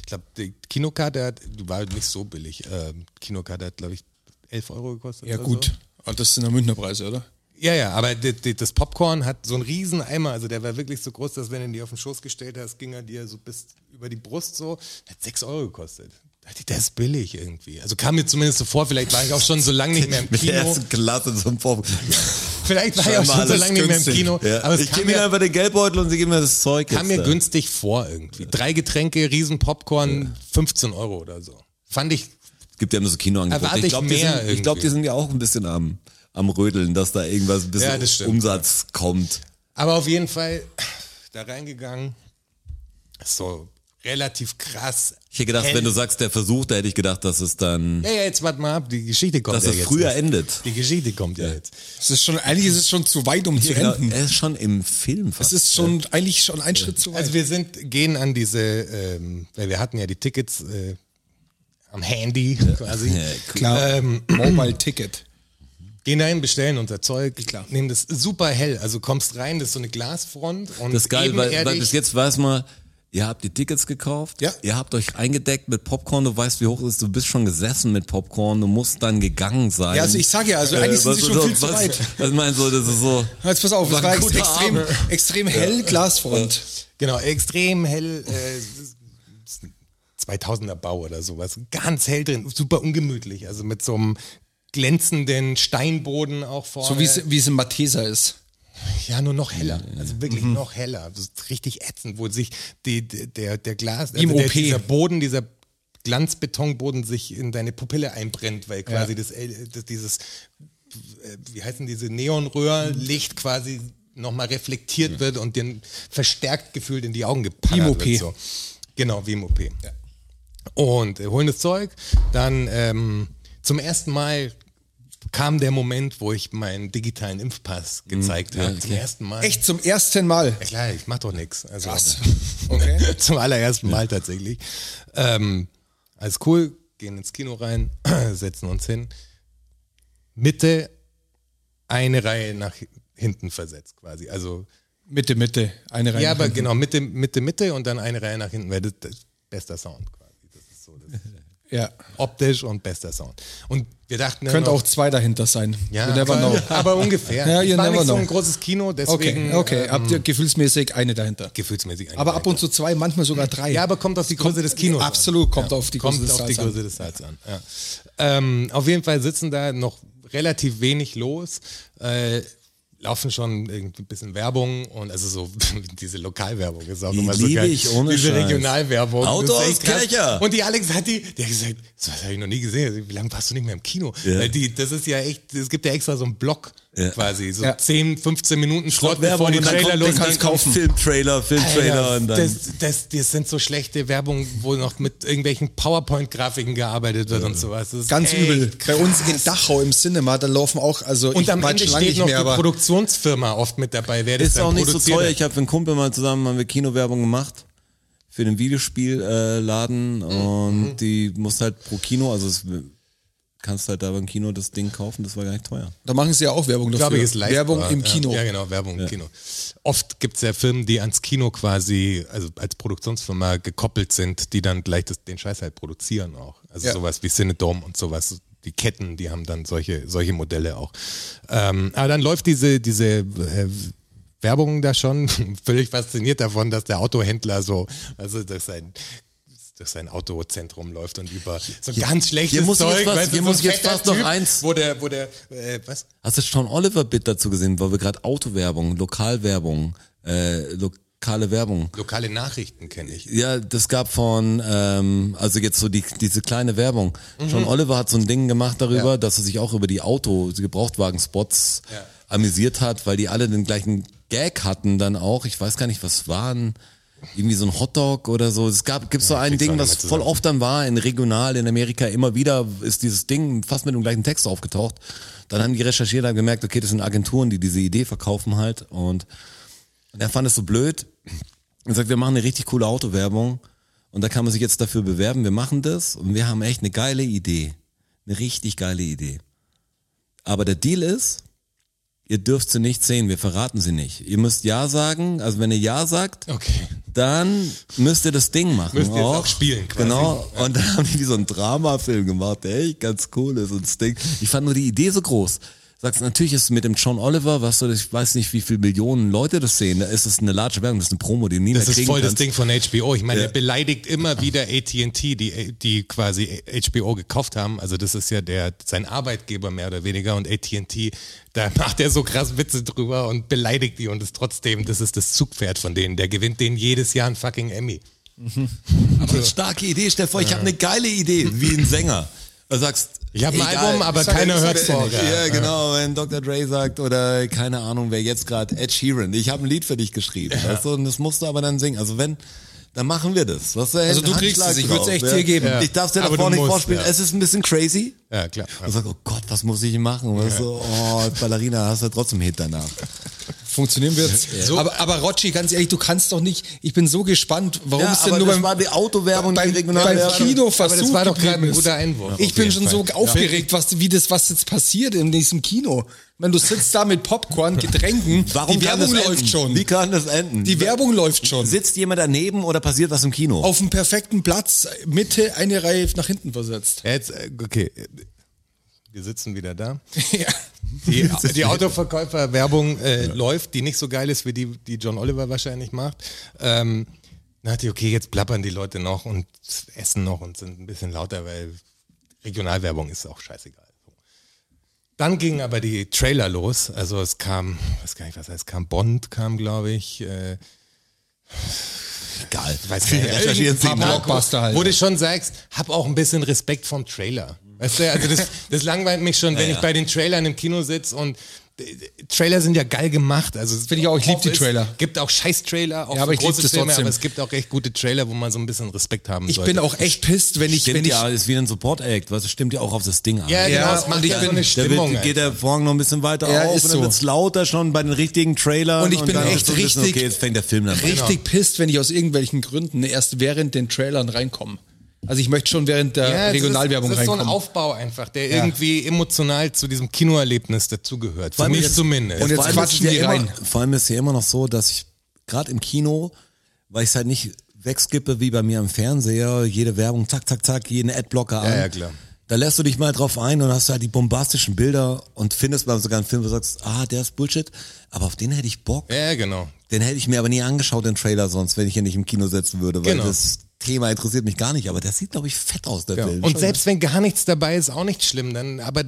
Speaker 4: Ich glaube, die Kinokarte hat, die war nicht so billig. Ähm, Kinokarte hat, glaube ich, 11 Euro gekostet.
Speaker 2: Ja,
Speaker 4: oder
Speaker 2: gut.
Speaker 4: So.
Speaker 2: Ah, Das sind ja Münchner Preise, oder?
Speaker 4: Ja, ja, aber die, die, das Popcorn hat so einen riesen Eimer, also der war wirklich so groß, dass wenn du ihn dir auf den Schoß gestellt hast, ging er dir so bis über die Brust so, hat 6 Euro gekostet. Da dachte ich, Das ist billig irgendwie. Also kam mir zumindest so vor, vielleicht war ich auch schon so lange nicht mehr im
Speaker 3: Mit [LAUGHS] der
Speaker 4: Kino.
Speaker 3: ersten Klasse zum Vor
Speaker 4: Vielleicht war ich auch schon so lange nicht mehr im Kino.
Speaker 3: Ja.
Speaker 4: Aber es
Speaker 3: ich
Speaker 4: kam
Speaker 3: gebe
Speaker 4: mir
Speaker 3: ihnen einfach den Geldbeutel und sie geben mir das Zeug.
Speaker 4: kam
Speaker 3: jetzt
Speaker 4: mir
Speaker 3: da.
Speaker 4: günstig vor irgendwie. Drei Getränke, riesen Popcorn, 15 Euro oder so. Fand ich,
Speaker 3: Es gibt ja nur so Kinoangebote.
Speaker 4: Erwarte
Speaker 3: Ich
Speaker 4: ich
Speaker 3: glaube, die,
Speaker 4: mehr
Speaker 3: sind- ich glaub, die
Speaker 4: irgendwie.
Speaker 3: sind ja auch ein bisschen am, am Rödeln, dass da irgendwas ein
Speaker 4: Ja,
Speaker 3: bisschen
Speaker 4: das stimmt.
Speaker 3: Umsatz kommt.
Speaker 4: aber auf jeden Fall da reingegangen. So relativ krass.
Speaker 3: Ich hätte gedacht,
Speaker 4: Hell.
Speaker 3: wenn du sagst, der Versuch, da hätte ich gedacht, dass es dann,
Speaker 4: Ja, ja, jetzt warte mal ab, die Geschichte kommt
Speaker 3: dass
Speaker 4: ja
Speaker 3: es
Speaker 4: jetzt.
Speaker 3: früher
Speaker 4: erst.
Speaker 3: endet.
Speaker 4: Die Geschichte kommt ja, jetzt.
Speaker 2: Es ist schon, eigentlich ist es schon zu weit, um zu
Speaker 3: Genau,
Speaker 2: enden.
Speaker 3: er ist schon im Film fast.
Speaker 2: Es ist schon, eigentlich schon ein Schritt zu weit.
Speaker 4: Also wir sind, gehen an diese, ähm, weil wir hatten ja die Tickets äh, am Handy quasi.
Speaker 3: Ja, cool.
Speaker 2: Klar, [CLEARS THROAT]
Speaker 4: Ähm,
Speaker 2: Mobile Ticket.
Speaker 4: Gehen dahin, bestellen unser Zeug,
Speaker 2: Klar.
Speaker 4: nehmen das super hell. Also kommst rein, das ist so eine Glasfront und
Speaker 3: Das ist geil, weil, weil
Speaker 4: ebenerdig.
Speaker 3: bis jetzt weiß man, ihr habt die Tickets gekauft,
Speaker 2: Ja.
Speaker 3: ihr habt euch eingedeckt mit Popcorn, du weißt, wie hoch es ist, du bist schon gesessen mit Popcorn, du musst dann gegangen sein.
Speaker 2: Ja, also ich sag ja, also eigentlich sind
Speaker 3: Äh, was-
Speaker 2: sie schon
Speaker 3: so-
Speaker 2: viel zu
Speaker 3: was,
Speaker 2: weit.
Speaker 3: Was meinst du, das ist so.
Speaker 2: Jetzt pass auf,
Speaker 3: War
Speaker 2: es war
Speaker 3: ein
Speaker 2: ex
Speaker 3: guter
Speaker 2: extrem,
Speaker 3: Abend.
Speaker 2: extrem hell Glasfront.
Speaker 4: Genau, extrem hell. Äh, es ist ein 2000er Bau oder sowas. Ganz hell drin, super ungemütlich. Also mit so einem glänzenden Steinboden auch vorne.
Speaker 2: So wie es, wie es in Matheser ist.
Speaker 4: ja, nur noch heller.
Speaker 2: Mhm.
Speaker 4: Also wirklich noch heller. Das ist richtig ätzend, wo sich die, die- der, der Glas, also
Speaker 2: Wie im
Speaker 4: der,
Speaker 2: OP.
Speaker 4: dieser Boden, dieser Glanzbetonboden sich in deine Pupille einbrennt, weil quasi
Speaker 2: Ja.
Speaker 4: das, L- das, dieses, äh, wie heißen diese Neonröhrenlicht quasi nochmal reflektiert wird und den verstärkt gefühlt in die Augen gepackt
Speaker 2: Wie im OP.
Speaker 4: wird. So. Genau, wie im OP. Und äh, holen das Zeug. Dann ähm, zum ersten Mal kam der Moment, wo ich meinen digitalen Impfpass gezeigt habe. Zum ersten Mal.
Speaker 2: Mhm. Echt zum ersten Mal.
Speaker 4: Ja klar, ich mach doch nix. Also, [LAUGHS]
Speaker 2: Krass. Okay.
Speaker 4: Zum allerersten Mal tatsächlich. Ähm, alles cool, gehen ins Kino rein, [CLEARS THROAT] setzen uns hin. Mitte eine Reihe nach hinten versetzt quasi. Also
Speaker 2: Mitte, Mitte. Eine Reihe.
Speaker 4: ja, aber genau, Mitte, Mitte, Mitte und dann eine Reihe nach hinten. Weil das, das bester Sound quasi. Das ist so das
Speaker 2: ja.
Speaker 4: optisch und bester Sound. Und wir dachten dann
Speaker 2: Könnte
Speaker 4: noch-
Speaker 2: auch zwei dahinter sein.
Speaker 4: ja,
Speaker 2: You
Speaker 4: [LAUGHS]
Speaker 2: never know.
Speaker 4: aber, aber
Speaker 2: [LAUGHS]
Speaker 4: ungefähr.
Speaker 2: Ja, you
Speaker 4: es war
Speaker 2: never
Speaker 4: nicht so
Speaker 2: know.
Speaker 4: ein großes Kino, deswegen
Speaker 2: Okay, okay.
Speaker 4: ähm,
Speaker 2: Habt ihr gefühlsmäßig eine dahinter.
Speaker 4: gefühlsmäßig eine
Speaker 2: Aber
Speaker 4: Reihe.
Speaker 2: ab und zu zwei, manchmal sogar drei.
Speaker 4: Ja, aber kommt auf die Größe des Kinos.
Speaker 2: Absolut,
Speaker 4: an.
Speaker 2: kommt auf die Größe
Speaker 4: kommt
Speaker 2: des
Speaker 4: auf die
Speaker 2: Saals an.
Speaker 4: Größe des Saals an. Ja. Ähm, auf jeden Fall sitzen da noch relativ wenig los. Äh, laufen schon irgendwie ein bisschen Werbung und also so [LAUGHS] diese Lokalwerbung ist auch
Speaker 3: Die
Speaker 4: immer so
Speaker 3: liebe
Speaker 4: geil.
Speaker 3: ich ohne
Speaker 4: diese
Speaker 3: Scheiß.
Speaker 4: Regionalwerbung. das
Speaker 3: Auto
Speaker 4: ist
Speaker 3: aus
Speaker 4: echt krass.
Speaker 3: Kircher.
Speaker 4: Und die Alex hat die, der hat gesagt, so was habe ich noch nie gesehen. Wie lange warst du nicht mehr im Kino?
Speaker 3: Ja.
Speaker 4: Weil die, das ist ja echt, es gibt ja extra so einen Block
Speaker 3: Ja.
Speaker 4: quasi, so
Speaker 2: Ja.
Speaker 4: 10, 15 Minuten Schrott, bevor
Speaker 3: Werbung
Speaker 4: die
Speaker 3: und dann
Speaker 4: Trailer
Speaker 3: kommt, dann
Speaker 4: losgehen.
Speaker 3: kommt Filmtrailer, Filmtrailer
Speaker 4: Alter,
Speaker 3: und dann.
Speaker 4: das, das, das sind so schlechte Werbung, wo noch mit irgendwelchen PowerPoint-Grafiken gearbeitet wird und sowas. Das ist
Speaker 2: Ganz
Speaker 4: echt
Speaker 2: übel. Bei uns in
Speaker 4: krass.
Speaker 2: Dachau im Cinema, da laufen auch, also
Speaker 4: Und am
Speaker 2: war
Speaker 4: Ende
Speaker 2: schon lange
Speaker 4: steht noch die
Speaker 2: aber-
Speaker 4: Produktionsfirma oft mit dabei. Wer das
Speaker 3: ist
Speaker 4: dann
Speaker 3: auch nicht so
Speaker 4: produziert
Speaker 3: teuer.
Speaker 4: hat.
Speaker 3: Ich habe für einen Kumpel mal zusammen haben wir Kinowerbung gemacht für den Videospielladen äh, Laden und die musst halt pro Kino, also es, kannst halt da beim Kino das Ding kaufen, das war gar nicht teuer.
Speaker 2: Da machen sie ja auch Werbung dafür.
Speaker 4: glaube ich, ist live.
Speaker 2: Werbung im
Speaker 4: Ja,
Speaker 2: Kino.
Speaker 4: Ja, genau, Werbung im Kino. Oft gibt es ja Firmen, die ans Kino quasi, also als Produktionsfirma gekoppelt sind, die dann gleich das, den Scheiß halt produzieren auch. Also
Speaker 2: Ja.
Speaker 4: sowas wie Cinedome und sowas. Die Ketten, die haben dann solche, solche Modelle auch. Ähm, aber dann läuft diese, diese äh, Werbung da schon [LAUGHS] völlig fasziniert davon, dass der Autohändler so, also durch sein durch sein Autozentrum läuft und über so ein ganz schlechtes
Speaker 3: hier muss ich jetzt
Speaker 4: Zeug.
Speaker 3: was-
Speaker 4: weißt du,
Speaker 3: hier
Speaker 4: so
Speaker 3: muss
Speaker 4: ein
Speaker 3: ich jetzt
Speaker 4: fetter
Speaker 3: fast noch
Speaker 4: Typ,
Speaker 3: eins-
Speaker 4: Wo der, wo der, äh, was?
Speaker 3: Hast du schon Oliver Bit dazu gesehen, weil wir gerade Autowerbung, Lokalwerbung, äh, lo lokale Werbung.
Speaker 4: Lokale Nachrichten kenne ich.
Speaker 3: Ja, das gab von, ähm, also jetzt so die, diese kleine Werbung. John Oliver hat so ein Ding gemacht darüber,
Speaker 4: Mhm. Ja.
Speaker 3: dass er sich auch über die Auto, die Gebrauchtwagen-Spots
Speaker 4: Ja.
Speaker 3: amüsiert hat, weil die alle den gleichen Gag hatten dann auch. Ich weiß gar nicht, was waren. Irgendwie so ein Hotdog oder so. Es gab, gibt's so ein
Speaker 4: kriegst du
Speaker 3: Ding,
Speaker 4: auch nicht
Speaker 3: was
Speaker 4: mehr
Speaker 3: voll
Speaker 4: zusammen.
Speaker 3: oft dann war in regional in Amerika immer wieder ist dieses Ding fast mit dem gleichen Text aufgetaucht. Dann haben die recherchiert, haben gemerkt, okay, das sind Agenturen, die diese Idee verkaufen halt und und er fand es so blöd und sagt, wir machen eine richtig coole Autowerbung und da kann man sich jetzt dafür bewerben, wir machen das und wir haben echt eine geile Idee. Eine richtig geile Idee. Aber der Deal ist, ihr dürft sie nicht sehen, wir verraten sie nicht. Ihr müsst Ja sagen, also wenn ihr Ja sagt,
Speaker 4: Okay.
Speaker 3: dann müsst ihr das Ding machen.
Speaker 4: Müsst ihr es auch spielen quasi.
Speaker 3: Genau. Und dann haben die so einen Dramafilm gemacht, der echt ganz cool ist und das Ding. Ich fand nur die Idee so groß. Sagst natürlich ist mit dem John Oliver, was du, ich weiß nicht, wie viele Millionen Leute das sehen. Da ist es eine large Werbung, das ist eine Promo, die du nie
Speaker 4: Das
Speaker 3: mehr
Speaker 4: ist
Speaker 3: kriegen
Speaker 4: voll das
Speaker 3: kannst.
Speaker 4: Ding von HBO. Ich meine,
Speaker 3: Ja.
Speaker 4: er beleidigt immer wieder AT&T, die, die quasi HBO gekauft haben. Also das ist ja der, sein Arbeitgeber mehr oder weniger und AT&T, da [LAUGHS] macht er so krass Witze drüber und beleidigt die und ist trotzdem, das ist das Zugpferd von denen. Der gewinnt denen jedes Jahr einen fucking Emmy.
Speaker 3: Aber eine starke Idee, stell dir vor, ich habe eine geile Idee, wie ein Sänger. Du sagst,
Speaker 4: Ich hab ein
Speaker 3: egal.
Speaker 4: Album, aber
Speaker 2: Sag-
Speaker 4: keiner
Speaker 2: sag-
Speaker 4: hört
Speaker 2: sag-
Speaker 4: vor.
Speaker 3: Ja, genau, wenn Dr. Dre sagt oder keine Ahnung, wer jetzt gerade Ed Sheeran, ich habe ein Lied für dich geschrieben, weißt du, und das musst du aber dann singen. Also wenn dann machen wir das. Was also
Speaker 2: du kriegst es, ich würd's echt
Speaker 3: ja.
Speaker 2: dir geben.
Speaker 3: Ich darf dir
Speaker 4: Aber
Speaker 3: da vorne
Speaker 4: du
Speaker 3: nicht
Speaker 4: musst,
Speaker 3: vorspielen.
Speaker 4: ja.
Speaker 3: Es ist ein bisschen crazy.
Speaker 4: Ja, klar.
Speaker 3: Und sag, oh Gott, was muss ich machen? Weißt du, oh, als Ballerina hast du trotzdem Hit danach.
Speaker 2: Funktionieren wird.
Speaker 4: So.
Speaker 2: Aber, aber Rocci, ganz ehrlich, du kannst doch nicht. Ich bin so gespannt, warum
Speaker 3: Ja,
Speaker 2: es denn
Speaker 3: aber
Speaker 2: nur
Speaker 3: das
Speaker 2: beim,
Speaker 3: war die Autowerbung, die
Speaker 2: beim, beim
Speaker 3: Regionalwerbung.
Speaker 2: Kino
Speaker 4: Aber das
Speaker 2: versucht
Speaker 4: war doch gerade
Speaker 2: geblieben
Speaker 4: ein
Speaker 2: ist.
Speaker 4: guter Einwurf.
Speaker 2: Ich
Speaker 4: auf
Speaker 2: bin
Speaker 4: jeden
Speaker 2: schon
Speaker 4: Fall.
Speaker 2: so
Speaker 4: Ja.
Speaker 2: aufgeregt, was, wie das, was jetzt passiert in diesem Kino. Wenn du sitzt da mit Popcorn,
Speaker 4: [LAUGHS]
Speaker 2: Getränken,
Speaker 3: Warum
Speaker 2: die
Speaker 3: kann
Speaker 2: Werbung
Speaker 3: das
Speaker 2: läuft
Speaker 3: enden?
Speaker 2: schon.
Speaker 3: Wie kann das enden?
Speaker 2: die Werbung läuft schon.
Speaker 3: Sitzt jemand daneben oder passiert was im Kino?
Speaker 2: Auf dem perfekten Platz, Mitte eine Reihe nach hinten
Speaker 4: [LAUGHS]
Speaker 2: versetzt.
Speaker 4: Ja, Jetzt, äh, okay, wir sitzen wieder da.
Speaker 2: ja.
Speaker 4: Die, die Autoverkäufer-Werbung äh, läuft, die nicht so geil ist wie die, die John Oliver wahrscheinlich macht. Ähm, dann hatte ich, okay, jetzt plappern die Leute noch und essen noch und sind ein bisschen lauter, weil Regionalwerbung ist auch scheißegal. Dann gingen aber die Trailer los. Also es kam, weiß gar nicht, was heißt, es kam Bond, kam, glaube ich. Äh,
Speaker 3: Egal.
Speaker 4: weiß gar nicht,
Speaker 3: recherchieren
Speaker 4: irgendein
Speaker 3: Sie mal.
Speaker 2: Blockbuster halt.
Speaker 4: Wo du schon sagst, hab auch ein bisschen Respekt vom Trailer. Weißt du, also das, das langweilt mich schon, wenn
Speaker 3: ja.
Speaker 4: ich bei den Trailern im Kino sitze und äh, Trailer sind ja geil gemacht. Also es-
Speaker 2: Finde ich auch, ich lieb
Speaker 4: auch
Speaker 2: die
Speaker 4: es
Speaker 2: Trailer.
Speaker 4: gibt auch scheiß Trailer, auch
Speaker 2: Ja, aber
Speaker 4: für
Speaker 2: ich lieb
Speaker 4: große
Speaker 2: das
Speaker 4: Filme,
Speaker 2: trotzdem.
Speaker 4: aber es gibt auch echt gute Trailer, wo man so ein bisschen Respekt haben
Speaker 2: Ich
Speaker 4: sollte.
Speaker 2: bin auch echt pisst, wenn ich,
Speaker 3: Stimmt
Speaker 2: wenn ich
Speaker 3: ja, ist wie ein Support-Act, weißt du, stimmt ja auch auf das Ding an.
Speaker 4: ja,
Speaker 2: Ja,
Speaker 4: genau, es
Speaker 2: und
Speaker 4: macht
Speaker 2: ich
Speaker 4: ja
Speaker 2: bin-
Speaker 4: so eine
Speaker 3: Da
Speaker 4: Stimmung.
Speaker 3: wird, geht der Vorhang noch ein bisschen weiter
Speaker 2: Ja,
Speaker 3: auf
Speaker 2: ist
Speaker 3: und dann
Speaker 2: so.
Speaker 3: wird's lauter schon bei den richtigen Trailern.
Speaker 2: Und ich bin
Speaker 3: dann
Speaker 2: echt
Speaker 3: ist so ein bisschen,
Speaker 2: richtig-
Speaker 3: Okay, jetzt fängt der Film dann an.
Speaker 4: genau.
Speaker 2: richtig pisst, wenn ich aus irgendwelchen Gründen erst während den Trailern reinkomme. Also ich möchte schon während der
Speaker 4: Ja, das
Speaker 2: Regionalwerbung
Speaker 4: ist, das ist so ein
Speaker 2: reinkommen.
Speaker 4: Aufbau einfach, der irgendwie emotional zu diesem Kinoerlebnis dazugehört. Für mich
Speaker 3: jetzt-
Speaker 4: zumindest.
Speaker 2: und jetzt
Speaker 3: Vor allem
Speaker 2: quatschen
Speaker 3: ist es ja
Speaker 2: die
Speaker 3: immer,
Speaker 2: rein.
Speaker 3: Vor allem ist es ja immer noch so, dass ich gerade im Kino, weil ich es halt nicht wegskippe wie bei mir am Fernseher, jede Werbung, zack, zack, zack, jeden Adblocker an.
Speaker 4: ja, klar.
Speaker 3: Da lässt du dich mal drauf ein und hast halt die bombastischen Bilder und findest mal sogar einen Film, wo du sagst, ah, der ist Bullshit, aber auf den hätte ich Bock.
Speaker 4: ja, genau.
Speaker 3: Den hätte ich mir aber nie angeschaut, den Trailer sonst, wenn ich ihn nicht im Kino setzen würde, weil
Speaker 4: Genau.
Speaker 3: das Thema interessiert mich gar nicht, aber der sieht, glaube ich, fett aus, der Film.
Speaker 4: Und selbst wenn gar nichts dabei ist, auch nicht schlimm, dann aber äh,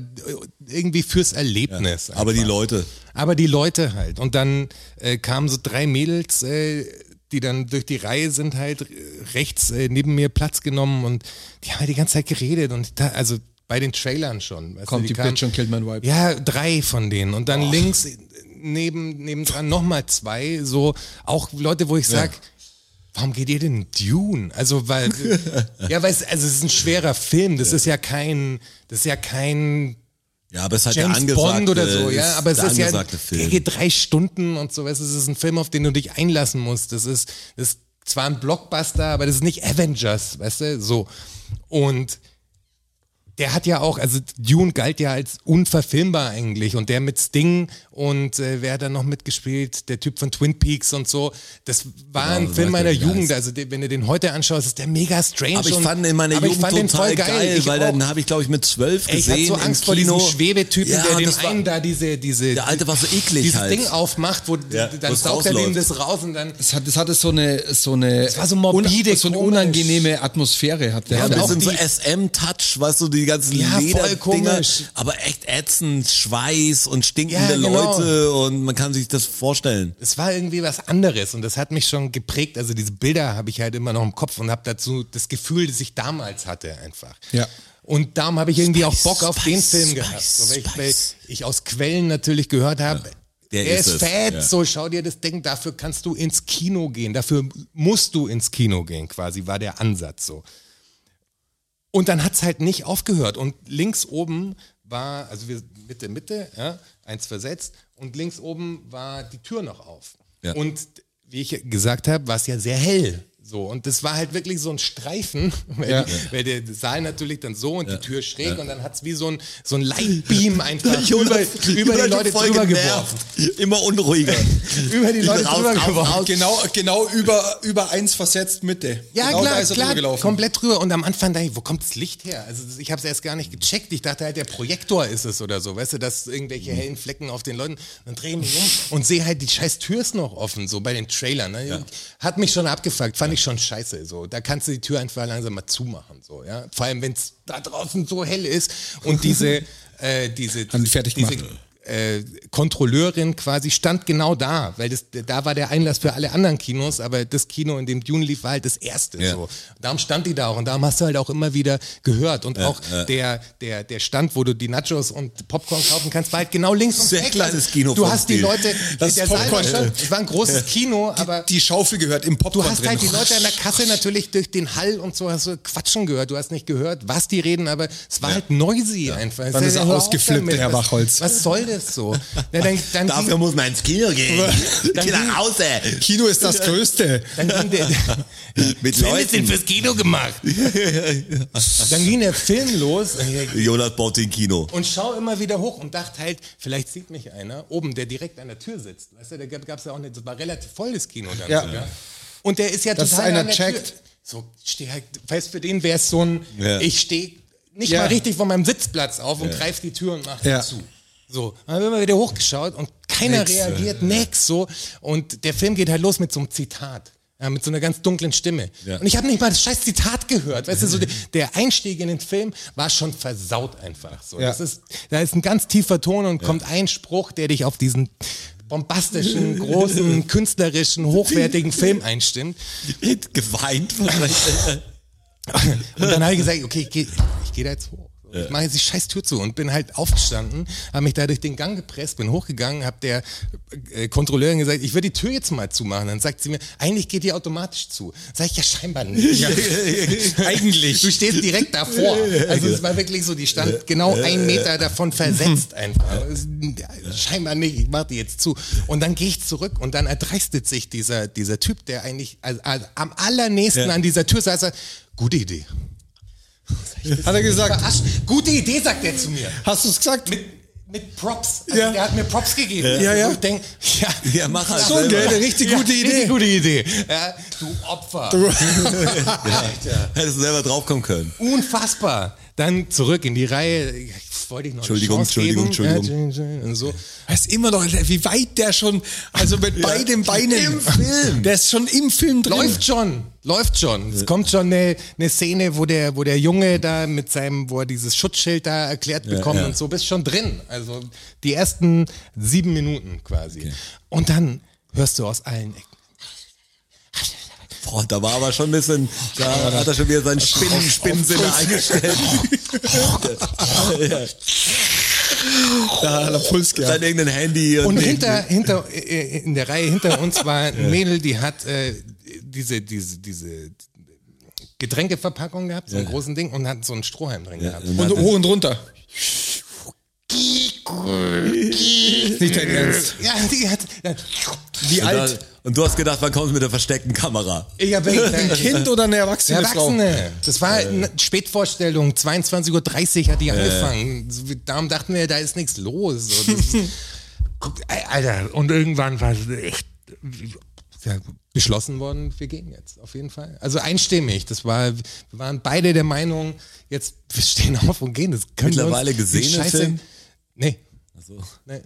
Speaker 4: irgendwie fürs Erlebnis.
Speaker 3: aber die Leute.
Speaker 4: Aber die Leute halt. Und dann äh, kamen so drei Mädels, äh, die dann durch die Reihe sind halt äh, rechts äh, neben mir Platz genommen und die haben halt die ganze Zeit geredet und da, also bei den Trailern schon. weißt du,
Speaker 2: Kommt die
Speaker 4: kamen-
Speaker 2: Bitch und killt mein Vibe.
Speaker 4: Ja, drei von denen und dann links äh, neben nebendran nochmal zwei, so auch Leute, wo ich sag, Warum geht ihr denn in Dune?
Speaker 2: [LAUGHS]
Speaker 4: Also, weil, ja, weißt, also, es ist ein schwerer Film. Das ist ja kein, das ist ja kein
Speaker 3: Ja, aber es hat der
Speaker 4: James
Speaker 3: angesagte,
Speaker 4: Bond oder so, ja, aber es
Speaker 3: der
Speaker 4: ist ja
Speaker 3: angesagte
Speaker 4: der
Speaker 3: Film.
Speaker 4: geht drei Stunden und so, weißt du, es ist ein Film, auf den du dich einlassen musst. Das ist, das ist zwar ein Blockbuster, aber das ist nicht Avengers, weißt du, so. Und der hat ja auch, also Dune galt ja als unverfilmbar eigentlich und der mit Sting und äh, wer hat da noch mitgespielt, der Typ von Twin Peaks und so, das war
Speaker 3: Genau,
Speaker 4: ein
Speaker 3: so
Speaker 4: Film
Speaker 3: sagt
Speaker 4: meiner
Speaker 3: der Geist.
Speaker 4: Jugend, also de- wenn du den heute anschaust, ist der mega strange.
Speaker 3: Aber ich
Speaker 4: und-
Speaker 3: fand ihn in meiner
Speaker 4: aber ich
Speaker 3: Jugend
Speaker 4: fand den
Speaker 3: total
Speaker 4: voll
Speaker 3: geil,
Speaker 4: Ich
Speaker 3: weil
Speaker 4: auch.
Speaker 3: dann habe ich, glaube ich, mit zwölf
Speaker 4: Ey, Ich
Speaker 3: gesehen
Speaker 4: hatte so
Speaker 3: im
Speaker 4: Angst vor
Speaker 3: Kino.
Speaker 4: diesem Schwebetypen,
Speaker 3: ja,
Speaker 4: der dem
Speaker 3: das war-
Speaker 4: einen da diese, diese,
Speaker 3: Der alte war so eklig
Speaker 4: dieses
Speaker 3: halt.
Speaker 4: Ding aufmacht, wo d-
Speaker 3: Ja,
Speaker 4: dann
Speaker 3: wo's
Speaker 4: saugt er dem
Speaker 3: rausläuft.
Speaker 4: das raus und dann
Speaker 2: Das, hat, das hatte so eine so eine
Speaker 4: war so morbide,
Speaker 2: so eine
Speaker 4: komisch.
Speaker 2: unangenehme Atmosphäre hat der.
Speaker 3: Ja,
Speaker 2: Hat
Speaker 3: ein
Speaker 2: er auch
Speaker 3: bisschen so
Speaker 4: die-
Speaker 3: SM-Touch, weißt du, die ganzen
Speaker 2: Ja, voll
Speaker 3: Lederdinger,
Speaker 2: komisch.
Speaker 3: aber echt ätzend, Schweiß und stinkende
Speaker 4: Ja, genau.
Speaker 3: Leute und man kann sich das vorstellen.
Speaker 4: Es war irgendwie was anderes und das hat mich schon geprägt. Also diese Bilder habe ich halt immer noch im Kopf und habe dazu das Gefühl, das ich damals hatte einfach.
Speaker 2: Ja.
Speaker 4: Und darum habe ich irgendwie auch
Speaker 3: Spice,
Speaker 4: Bock auf
Speaker 3: Spice,
Speaker 4: den Film
Speaker 3: Spice,
Speaker 4: gehabt. So, weil, ich, weil
Speaker 3: Spice.
Speaker 4: ich aus Quellen natürlich gehört habe,
Speaker 3: der
Speaker 4: er
Speaker 3: ist
Speaker 4: ist,
Speaker 3: es,
Speaker 4: fett,
Speaker 3: ja.
Speaker 4: so schau dir das Ding, dafür kannst du ins Kino gehen, dafür musst du ins Kino gehen quasi, war der Ansatz so. Und dann hat es halt nicht aufgehört. Und links oben war, also wir Mitte, Mitte, ja, eins versetzt, und links oben war die Tür noch auf.
Speaker 3: Ja.
Speaker 4: Und wie ich gesagt habe, war es ja sehr hell. So, und das war halt wirklich so ein Streifen, [LAUGHS] weil,
Speaker 2: Ja.
Speaker 4: die, weil der Saal natürlich dann so und die Tür schräg und dann hat es wie so ein, so ein Lightbeam einfach über, über die Leute
Speaker 3: voll
Speaker 4: drüber
Speaker 3: genervt.
Speaker 4: geworfen.
Speaker 3: Immer unruhiger.
Speaker 4: Über die Leute
Speaker 3: raus,
Speaker 4: drüber
Speaker 3: raus,
Speaker 4: geworfen.
Speaker 3: raus.
Speaker 2: Genau, [LAUGHS] genau über, über eins versetzt Mitte.
Speaker 4: Ja,
Speaker 2: genau
Speaker 4: klar,
Speaker 2: da ist er drüber
Speaker 4: klar,
Speaker 2: gelaufen.
Speaker 4: komplett drüber. Und am Anfang dachte ich, wo kommt das Licht her? Also das- ich habe es erst gar nicht gecheckt. Ich dachte halt, der Projektor ist es oder so. Weißt du, dass irgendwelche
Speaker 2: Mhm.
Speaker 4: hellen Flecken auf den Leuten. Dann drehe ich mich um und sehe halt, die scheiß Tür ist noch offen, so bei den Trailern. Ne? Hat mich schon abgefuckt, fand ich schon scheiße. So. Da kannst du die Tür einfach langsam mal zumachen. So, ja? Vor allem, wenn es da draußen so hell ist
Speaker 2: [LAUGHS]
Speaker 4: und diese, äh, diese,
Speaker 2: Haben die fertig
Speaker 4: diese
Speaker 2: gemacht.
Speaker 4: äh, Kontrolleurin quasi stand genau da, weil das, da war der Einlass für alle anderen Kinos, aber das Kino, in dem Dune lief, war halt das erste.
Speaker 3: Ja.
Speaker 4: So. Darum stand die da auch und darum hast du halt auch immer wieder gehört und auch Der, der, der Stand, wo du die Nachos und Popcorn kaufen kannst, war halt genau links und
Speaker 3: Sehr
Speaker 4: rechts.
Speaker 3: kleines Kino
Speaker 4: Du
Speaker 3: vom
Speaker 4: hast die
Speaker 3: Spiel.
Speaker 4: Leute,
Speaker 2: Das
Speaker 4: der Saal war
Speaker 2: Popcorn-
Speaker 4: schon, es war ein großes Kino, aber
Speaker 2: Die Schaufel gehört im Popcorn
Speaker 4: Du hast
Speaker 2: drin.
Speaker 4: halt die Leute an der Kasse natürlich durch den Hall und so hast du quatschen gehört. Du hast nicht gehört, was die reden, aber es war halt noisy einfach.
Speaker 2: Dann ist er
Speaker 4: Hör auf
Speaker 2: ausgeflippt,
Speaker 4: damit.
Speaker 2: Herr
Speaker 4: Was-
Speaker 2: Wachholz.
Speaker 4: Was soll das so? Na, dann, dann,
Speaker 3: Dafür
Speaker 4: ging,
Speaker 3: muss man ins Kino gehen. [LAUGHS] Geh nach Hause.
Speaker 2: Kino ist das Größte. [LAUGHS]
Speaker 4: dann ging der,
Speaker 3: Mit
Speaker 4: Filme sind [LAUGHS]
Speaker 3: Leuten.
Speaker 4: fürs Kino gemacht. dann ging der Film los und, ich-
Speaker 3: Jonas baut den Kino.
Speaker 2: Genau.
Speaker 4: und schau immer wieder hoch und dachte halt, vielleicht sieht mich einer oben, der direkt an der Tür sitzt. Weißt du, da gab es ja auch eine, das war relativ volles Kino dann
Speaker 2: Ja.
Speaker 4: sogar. Und der ist ja
Speaker 2: Dass
Speaker 4: total
Speaker 2: einer
Speaker 4: an der
Speaker 2: checkt.
Speaker 4: Tür. So, steh halt, weißt du, für den wäre es so ein,
Speaker 3: Ja.
Speaker 4: ich stehe nicht
Speaker 2: Ja.
Speaker 4: mal richtig von meinem Sitzplatz auf und greif die Tür und mach
Speaker 2: Ja.
Speaker 4: zu. So, dann haben wir wieder hochgeschaut und keiner
Speaker 2: Nix,
Speaker 4: reagiert, nix so. Und der Film geht halt los mit so einem Zitat. Ja, mit so einer ganz dunklen Stimme.
Speaker 3: Ja.
Speaker 4: Und ich habe nicht mal das scheiß Zitat gehört. Weißt du, so der, der Einstieg in den Film war schon versaut einfach. So.
Speaker 2: Ja.
Speaker 4: Das ist, da ist ein ganz tiefer Ton und kommt ein Spruch, der dich auf diesen bombastischen, großen, künstlerischen, hochwertigen Film einstimmt.
Speaker 3: [LAUGHS] Geweint.
Speaker 4: Und dann habe ich gesagt, okay, ich gehe ich geh da jetzt hoch. Ich mache jetzt die scheiß Tür zu und bin halt aufgestanden, habe mich da durch den Gang gepresst, bin hochgegangen, habe der äh, Kontrolleurin gesagt, ich würde die Tür jetzt mal zumachen. Dann sagt sie mir, eigentlich geht die automatisch zu. Sag ich ja scheinbar nicht.
Speaker 2: Eigentlich.
Speaker 4: Du stehst direkt davor. Also es war wirklich so, die stand genau einen Meter davon versetzt einfach. Es- Scheinbar nicht, ich mach die jetzt zu. Und dann gehe ich zurück und dann erdreistet sich dieser, dieser Typ, der eigentlich also, also, am allernächsten
Speaker 3: Ja.
Speaker 4: an dieser Tür saß, sagt, gute Idee.
Speaker 2: Hat er gesagt,
Speaker 4: Verarscht. Gute Idee, sagt er zu mir.
Speaker 2: hast du es gesagt?
Speaker 4: Mit, mit Props. Also
Speaker 2: Ja.
Speaker 4: Der hat mir Props gegeben.
Speaker 2: Ja,
Speaker 4: Also
Speaker 2: ja.
Speaker 4: Ich denke, ja.
Speaker 3: Ja, mach halt
Speaker 2: So,
Speaker 3: selber.
Speaker 2: gell, eine richtig
Speaker 4: Ja,
Speaker 2: gute
Speaker 4: richtig
Speaker 2: Idee.
Speaker 4: gute Idee. Ja, du Opfer. [LAUGHS]
Speaker 3: Hättest du selber draufkommen können.
Speaker 4: Unfassbar. Dann zurück in die Reihe. Ich wollte dich noch
Speaker 3: Entschuldigung,
Speaker 4: eine Chance geben.
Speaker 3: Entschuldigung, Äh,
Speaker 4: Ja, und so.
Speaker 2: Weißt immer noch, wie weit der schon, also mit beiden Beinen.
Speaker 3: Im Film.
Speaker 2: Der ist schon im Film drin.
Speaker 4: Läuft schon, läuft schon. Es kommt schon eine, eine Szene, wo der, wo der Junge da mit seinem, wo er dieses Schutzschild da erklärt bekommt
Speaker 3: ja.
Speaker 4: und so, bist schon drin. Also die ersten sieben Minuten quasi. Und dann hörst du aus allen Ecken.
Speaker 3: Boah, da war aber schon ein bisschen, da hat er schon wieder seinen Spinnen, Spinnensinne [LAUGHS] eingestellt.
Speaker 2: Da hat er Puls gehabt.
Speaker 3: Dann irgendein Handy. Und,
Speaker 4: Und
Speaker 3: irgendein-
Speaker 4: hinter, hinter, äh, in der Reihe hinter
Speaker 3: [LAUGHS]
Speaker 4: uns war ein Mädel, die hat äh, diese, diese, diese Getränkeverpackung gehabt, so ein großen Ding, und hat so einen Strohhalm drin gehabt.
Speaker 2: Und hoch und runter. Nicht dein Ernst.
Speaker 4: Ja, die hat.
Speaker 2: Wie
Speaker 3: und, da,
Speaker 2: alt?
Speaker 3: und du hast gedacht, wann kommst du mit der versteckten Kamera?
Speaker 4: Ich hab
Speaker 2: Ein Kind oder eine erwachsene, Frau?
Speaker 4: Erwachsene. Das war eine Spätvorstellung. 22.30 Uhr hat die angefangen. So wie- Darum dachten wir, da ist nichts los. So, das ist- Guck, Al- Alter, und irgendwann war es echt ja, beschlossen worden, wir gehen jetzt, auf jeden Fall. Also einstimmig. Das war, wir waren beide der Meinung, jetzt wir stehen auf und gehen. Das können wir
Speaker 3: Mittlerweile
Speaker 4: uns, die
Speaker 3: gesehen, den Film?
Speaker 4: Nee.
Speaker 3: Also, [LAUGHS]
Speaker 4: nee.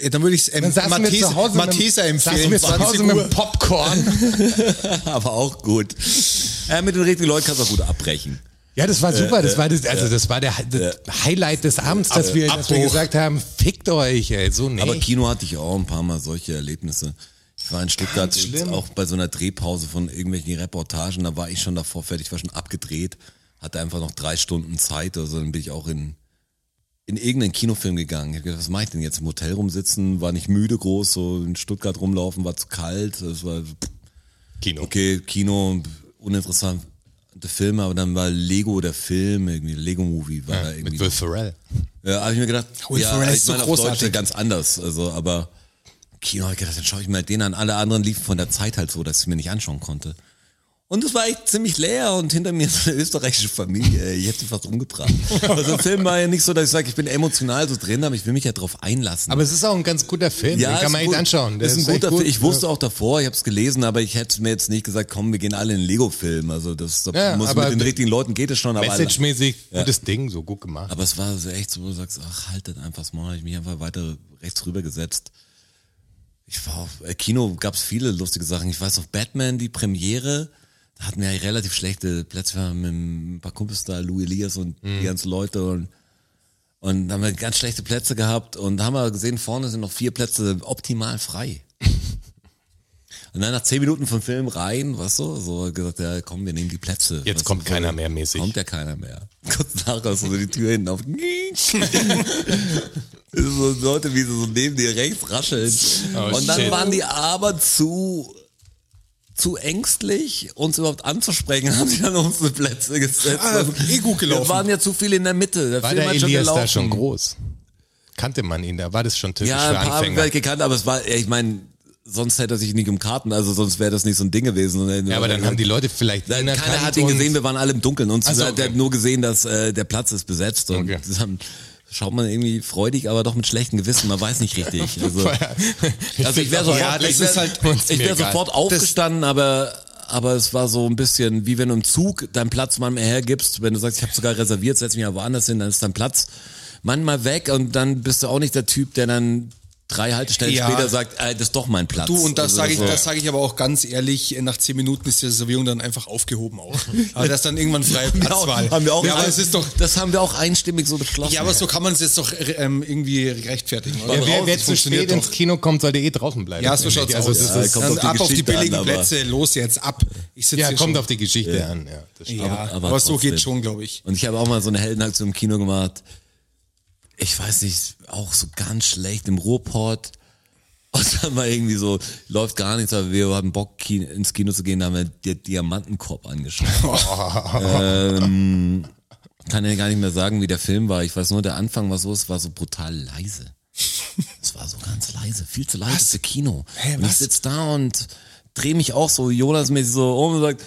Speaker 2: Ja, dann würde ich es ähm,
Speaker 4: Dann saßen wir zu Hause
Speaker 2: Mathese, Mathese
Speaker 4: mit, saßen
Speaker 2: empfehlen.
Speaker 4: wir zu Hause
Speaker 2: 20
Speaker 4: mit
Speaker 2: Uhr.
Speaker 4: dem Popcorn.
Speaker 3: aber auch gut. Äh, mit den richtigen Leuten kannst du auch gut abbrechen.
Speaker 4: Ja, das war super. Das war das, also das war der Hi- das Highlight des Abends, dass wir, dass wir
Speaker 3: Abbruch.
Speaker 4: gesagt haben, fickt euch, ey, so nicht.
Speaker 3: Aber Kino hatte ich auch ein paar Mal solche Erlebnisse. Ich war in Stuttgart
Speaker 4: schlimm.
Speaker 3: auch bei so einer Drehpause von irgendwelchen Reportagen, da war ich schon davor fertig, war schon abgedreht, hatte einfach noch drei Stunden Zeit oder so, dann bin ich auch in, in irgendeinen Kinofilm gegangen. Ich hab gedacht, was mache ich denn jetzt? Im Hotel rumsitzen, war nicht müde groß, so in Stuttgart rumlaufen, war zu kalt, es war
Speaker 4: Kino.
Speaker 3: okay, Kino, uninteressante Filme, aber dann war Lego der Film, irgendwie Lego-Movie war da irgendwie.
Speaker 4: Mit Will Ferrell.
Speaker 3: Ja, habe ich mir gedacht,
Speaker 2: Will
Speaker 3: ja,
Speaker 2: Ferrell
Speaker 3: ich
Speaker 2: ist so
Speaker 3: meine, auf
Speaker 2: großartig.
Speaker 3: Deutsch ja ganz anders. Also, aber Kino hab ich gedacht, dann schaue ich mir halt den an. Alle anderen liefen von der Zeit halt so, dass ich mir nicht anschauen konnte. Und es war echt ziemlich leer und hinter mir [LAUGHS] so eine österreichische Familie. ey, Ich hätte sie fast umgebracht. Also der Film war ja nicht so, dass ich sage, ich bin emotional so drin, aber ich will mich ja drauf einlassen.
Speaker 4: Aber es ist auch ein ganz guter Film, den
Speaker 3: ist
Speaker 4: kann man
Speaker 3: gut.
Speaker 4: echt anschauen. Der
Speaker 3: ist ein
Speaker 4: echt
Speaker 3: guter
Speaker 4: gut.
Speaker 3: Film. Ich wusste auch davor, ich habe es gelesen, aber ich hätte mir jetzt nicht gesagt, komm, wir gehen alle in einen Lego-Film. Also das da
Speaker 4: Ja,
Speaker 3: muss
Speaker 4: aber
Speaker 3: mit den richtigen Leuten geht es schon. Aber
Speaker 4: Messagemäßig gutes Ding, so gut gemacht.
Speaker 3: aber es war so echt so, wo du sagst, ach, haltet einfach das Maul, hab ich mich einfach weiter rechts rübergesetzt. Ich war auf äh, Kino, gab es viele lustige Sachen. Ich weiß auf Batman, die Premiere, da hatten wir ja relativ schlechte Plätze. Wir waren mit ein paar Kumpels da, Lou Elias und
Speaker 4: Mhm.
Speaker 3: die ganzen Leute und und da haben wir ganz schlechte Plätze gehabt und da haben wir gesehen, vorne sind noch vier Plätze optimal frei.
Speaker 4: [LAUGHS]
Speaker 3: und dann nach zehn Minuten vom Film rein, was so, so gesagt, ja komm, wir nehmen die Plätze.
Speaker 4: Jetzt
Speaker 3: Weißt
Speaker 4: kommt
Speaker 3: du,
Speaker 4: keiner mehr mäßig.
Speaker 3: Kommt ja keiner mehr. [LAUGHS] Kurz nachher ist so die Tür hinten auf. [LAUGHS] so Leute, wie sie so neben dir rechts rascheln.
Speaker 4: Oh,
Speaker 3: und dann
Speaker 4: shit.
Speaker 3: waren die aber zu zu ängstlich, uns überhaupt anzusprechen, [LAUGHS] haben sie an unsere Plätze gesetzt.
Speaker 2: Ah, eh gut gelaufen.
Speaker 3: Wir waren ja zu viel in der Mitte. Der
Speaker 4: War
Speaker 3: Film
Speaker 4: der
Speaker 3: hat schon
Speaker 4: Elias da
Speaker 3: gelaufen.
Speaker 4: schon groß? Kannte man ihn da? War das schon typisch
Speaker 3: Ja,
Speaker 4: für
Speaker 3: ein paar haben
Speaker 4: Anfänger?
Speaker 3: wir gekannt, aber es war, ich meine, sonst hätte er sich nicht um Karten, also sonst wäre das nicht so ein Ding gewesen. sondern-
Speaker 4: Ja, aber dann haben die Leute vielleicht
Speaker 3: Da-
Speaker 4: ihn
Speaker 3: Keiner
Speaker 4: erkannt
Speaker 3: hat ihn
Speaker 4: und- [LAUGHS]
Speaker 3: gesehen, wir waren alle im Dunkeln. Und
Speaker 4: Ach so,
Speaker 3: hat der
Speaker 4: okay.
Speaker 3: nur gesehen, dass äh, der Platz ist besetzt. Und
Speaker 4: Okay.
Speaker 3: [LAUGHS] dann schaut man irgendwie freudig, aber doch mit schlechtem Gewissen. Man weiß nicht richtig.
Speaker 4: [LAUGHS]
Speaker 3: Also, also ich wäre
Speaker 4: Ja,
Speaker 3: sofort,
Speaker 4: das
Speaker 3: ich wär,
Speaker 4: ist halt-
Speaker 3: ich
Speaker 4: mir
Speaker 3: wär
Speaker 4: egal.
Speaker 3: sofort aufgestanden, aber aber es war so ein bisschen wie wenn du im Zug deinen Platz mal mehr hergibst, wenn du sagst, ich habe sogar reserviert, setz mich aber woanders hin, dann ist dein Platz manchmal weg und dann bist du auch nicht der Typ, der dann drei Haltestellen
Speaker 2: Ja.
Speaker 3: später sagt, äh, das ist doch mein Platz.
Speaker 2: Du, und das
Speaker 3: Also,
Speaker 2: sage ich,
Speaker 3: so.
Speaker 2: das sage ich aber auch ganz ehrlich, äh, nach zehn Minuten ist die Reservierung dann einfach aufgehoben
Speaker 4: [LAUGHS]
Speaker 2: auch. Aber das ist dann irgendwann freie Platzwahl.
Speaker 3: Genau. haben wir auch
Speaker 2: ja, aber
Speaker 3: ein-
Speaker 2: es ist doch,
Speaker 3: das haben wir auch einstimmig so beschlossen.
Speaker 2: ja, aber so kann man es jetzt doch äh, ähm, irgendwie rechtfertigen. Oder?
Speaker 4: Ja, wer,
Speaker 2: Raus,
Speaker 4: wer
Speaker 2: das
Speaker 4: zu
Speaker 2: funktioniert
Speaker 4: spät ins Kino kommt, sollte eh draußen bleiben.
Speaker 2: Ja, so schaut's
Speaker 4: also
Speaker 2: aus.
Speaker 4: Das
Speaker 3: Ja,
Speaker 4: ist,
Speaker 3: kommt
Speaker 2: Dann
Speaker 3: auf die
Speaker 2: ab auf die
Speaker 3: Geschichte an,
Speaker 2: billigen
Speaker 3: aber-
Speaker 2: Plätze, los jetzt ab. Ich sitze
Speaker 4: ja,
Speaker 2: hier
Speaker 4: kommt
Speaker 2: schon.
Speaker 4: auf die Geschichte an. Ja, das stimmt.
Speaker 2: Ja, aber,
Speaker 3: aber
Speaker 2: so
Speaker 3: trotzdem.
Speaker 2: geht schon, glaube ich.
Speaker 3: Und ich habe auch mal so eine Heldenaktion im Kino gemacht. Ich weiß nicht, auch so ganz schlecht im Ruhrport. [LAUGHS] Und dann war irgendwie so, läuft gar nichts, aber wir hatten Bock, Kino, ins Kino zu gehen, da haben wir den Diamantenkorb angeschaut. ähm, kann ja gar nicht mehr sagen, wie der Film war. Ich weiß nur, der Anfang war so, es war so brutal leise. Es war so ganz leise, viel zu leise für Kino. und ich
Speaker 2: was?
Speaker 3: sitz da und drehe mich auch so Jonas-mäßig so um und sagt,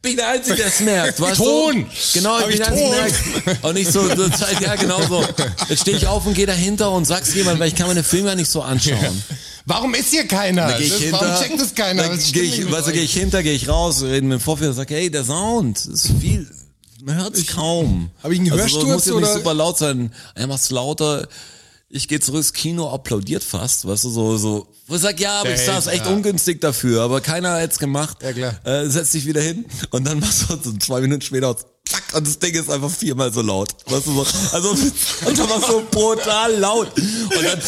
Speaker 3: bin der Einzige, der es merkt. Weißt
Speaker 4: Ton!
Speaker 3: Du? Genau, ich
Speaker 2: Hab
Speaker 3: bin der
Speaker 2: ich
Speaker 3: Einzige, der merkt. Und nicht so, das heißt, ja, genau so. Jetzt stehe ich auf und gehe dahinter und sag's jemand, weil ich kann mir den Film ja nicht so anschauen.
Speaker 4: Warum ist hier keiner?
Speaker 3: Dann gehe ich
Speaker 4: das,
Speaker 3: hinter.
Speaker 4: warum checkt das keiner?
Speaker 3: Dann
Speaker 4: Was
Speaker 3: gehe
Speaker 4: stimmt
Speaker 3: ich,
Speaker 4: mit
Speaker 3: weißt du,
Speaker 4: euch?
Speaker 3: gehe ich hinter, gehe ich raus, reden mit dem Vorführer, sag, hey, der Sound ist viel, man hört es kaum.
Speaker 2: Hab ich einen
Speaker 3: Also, muss
Speaker 2: Hörsturz
Speaker 3: jetzt nicht
Speaker 2: oder-
Speaker 3: super laut sein. Er macht's lauter. Ich gehe zurück ins Kino, applaudiert fast, weißt du, so, so. Wo ich sag, ja, aber
Speaker 4: Der
Speaker 3: ich saß
Speaker 4: Held,
Speaker 3: echt
Speaker 4: ja.
Speaker 3: ungünstig dafür, aber keiner hätt's gemacht.
Speaker 4: Ja, klar.
Speaker 3: Äh, setz dich wieder hin und dann machst du so zwei Minuten später zack und das Ding ist einfach viermal so laut. Weißt du so, also [LAUGHS] einfach mal so brutal laut. Und dann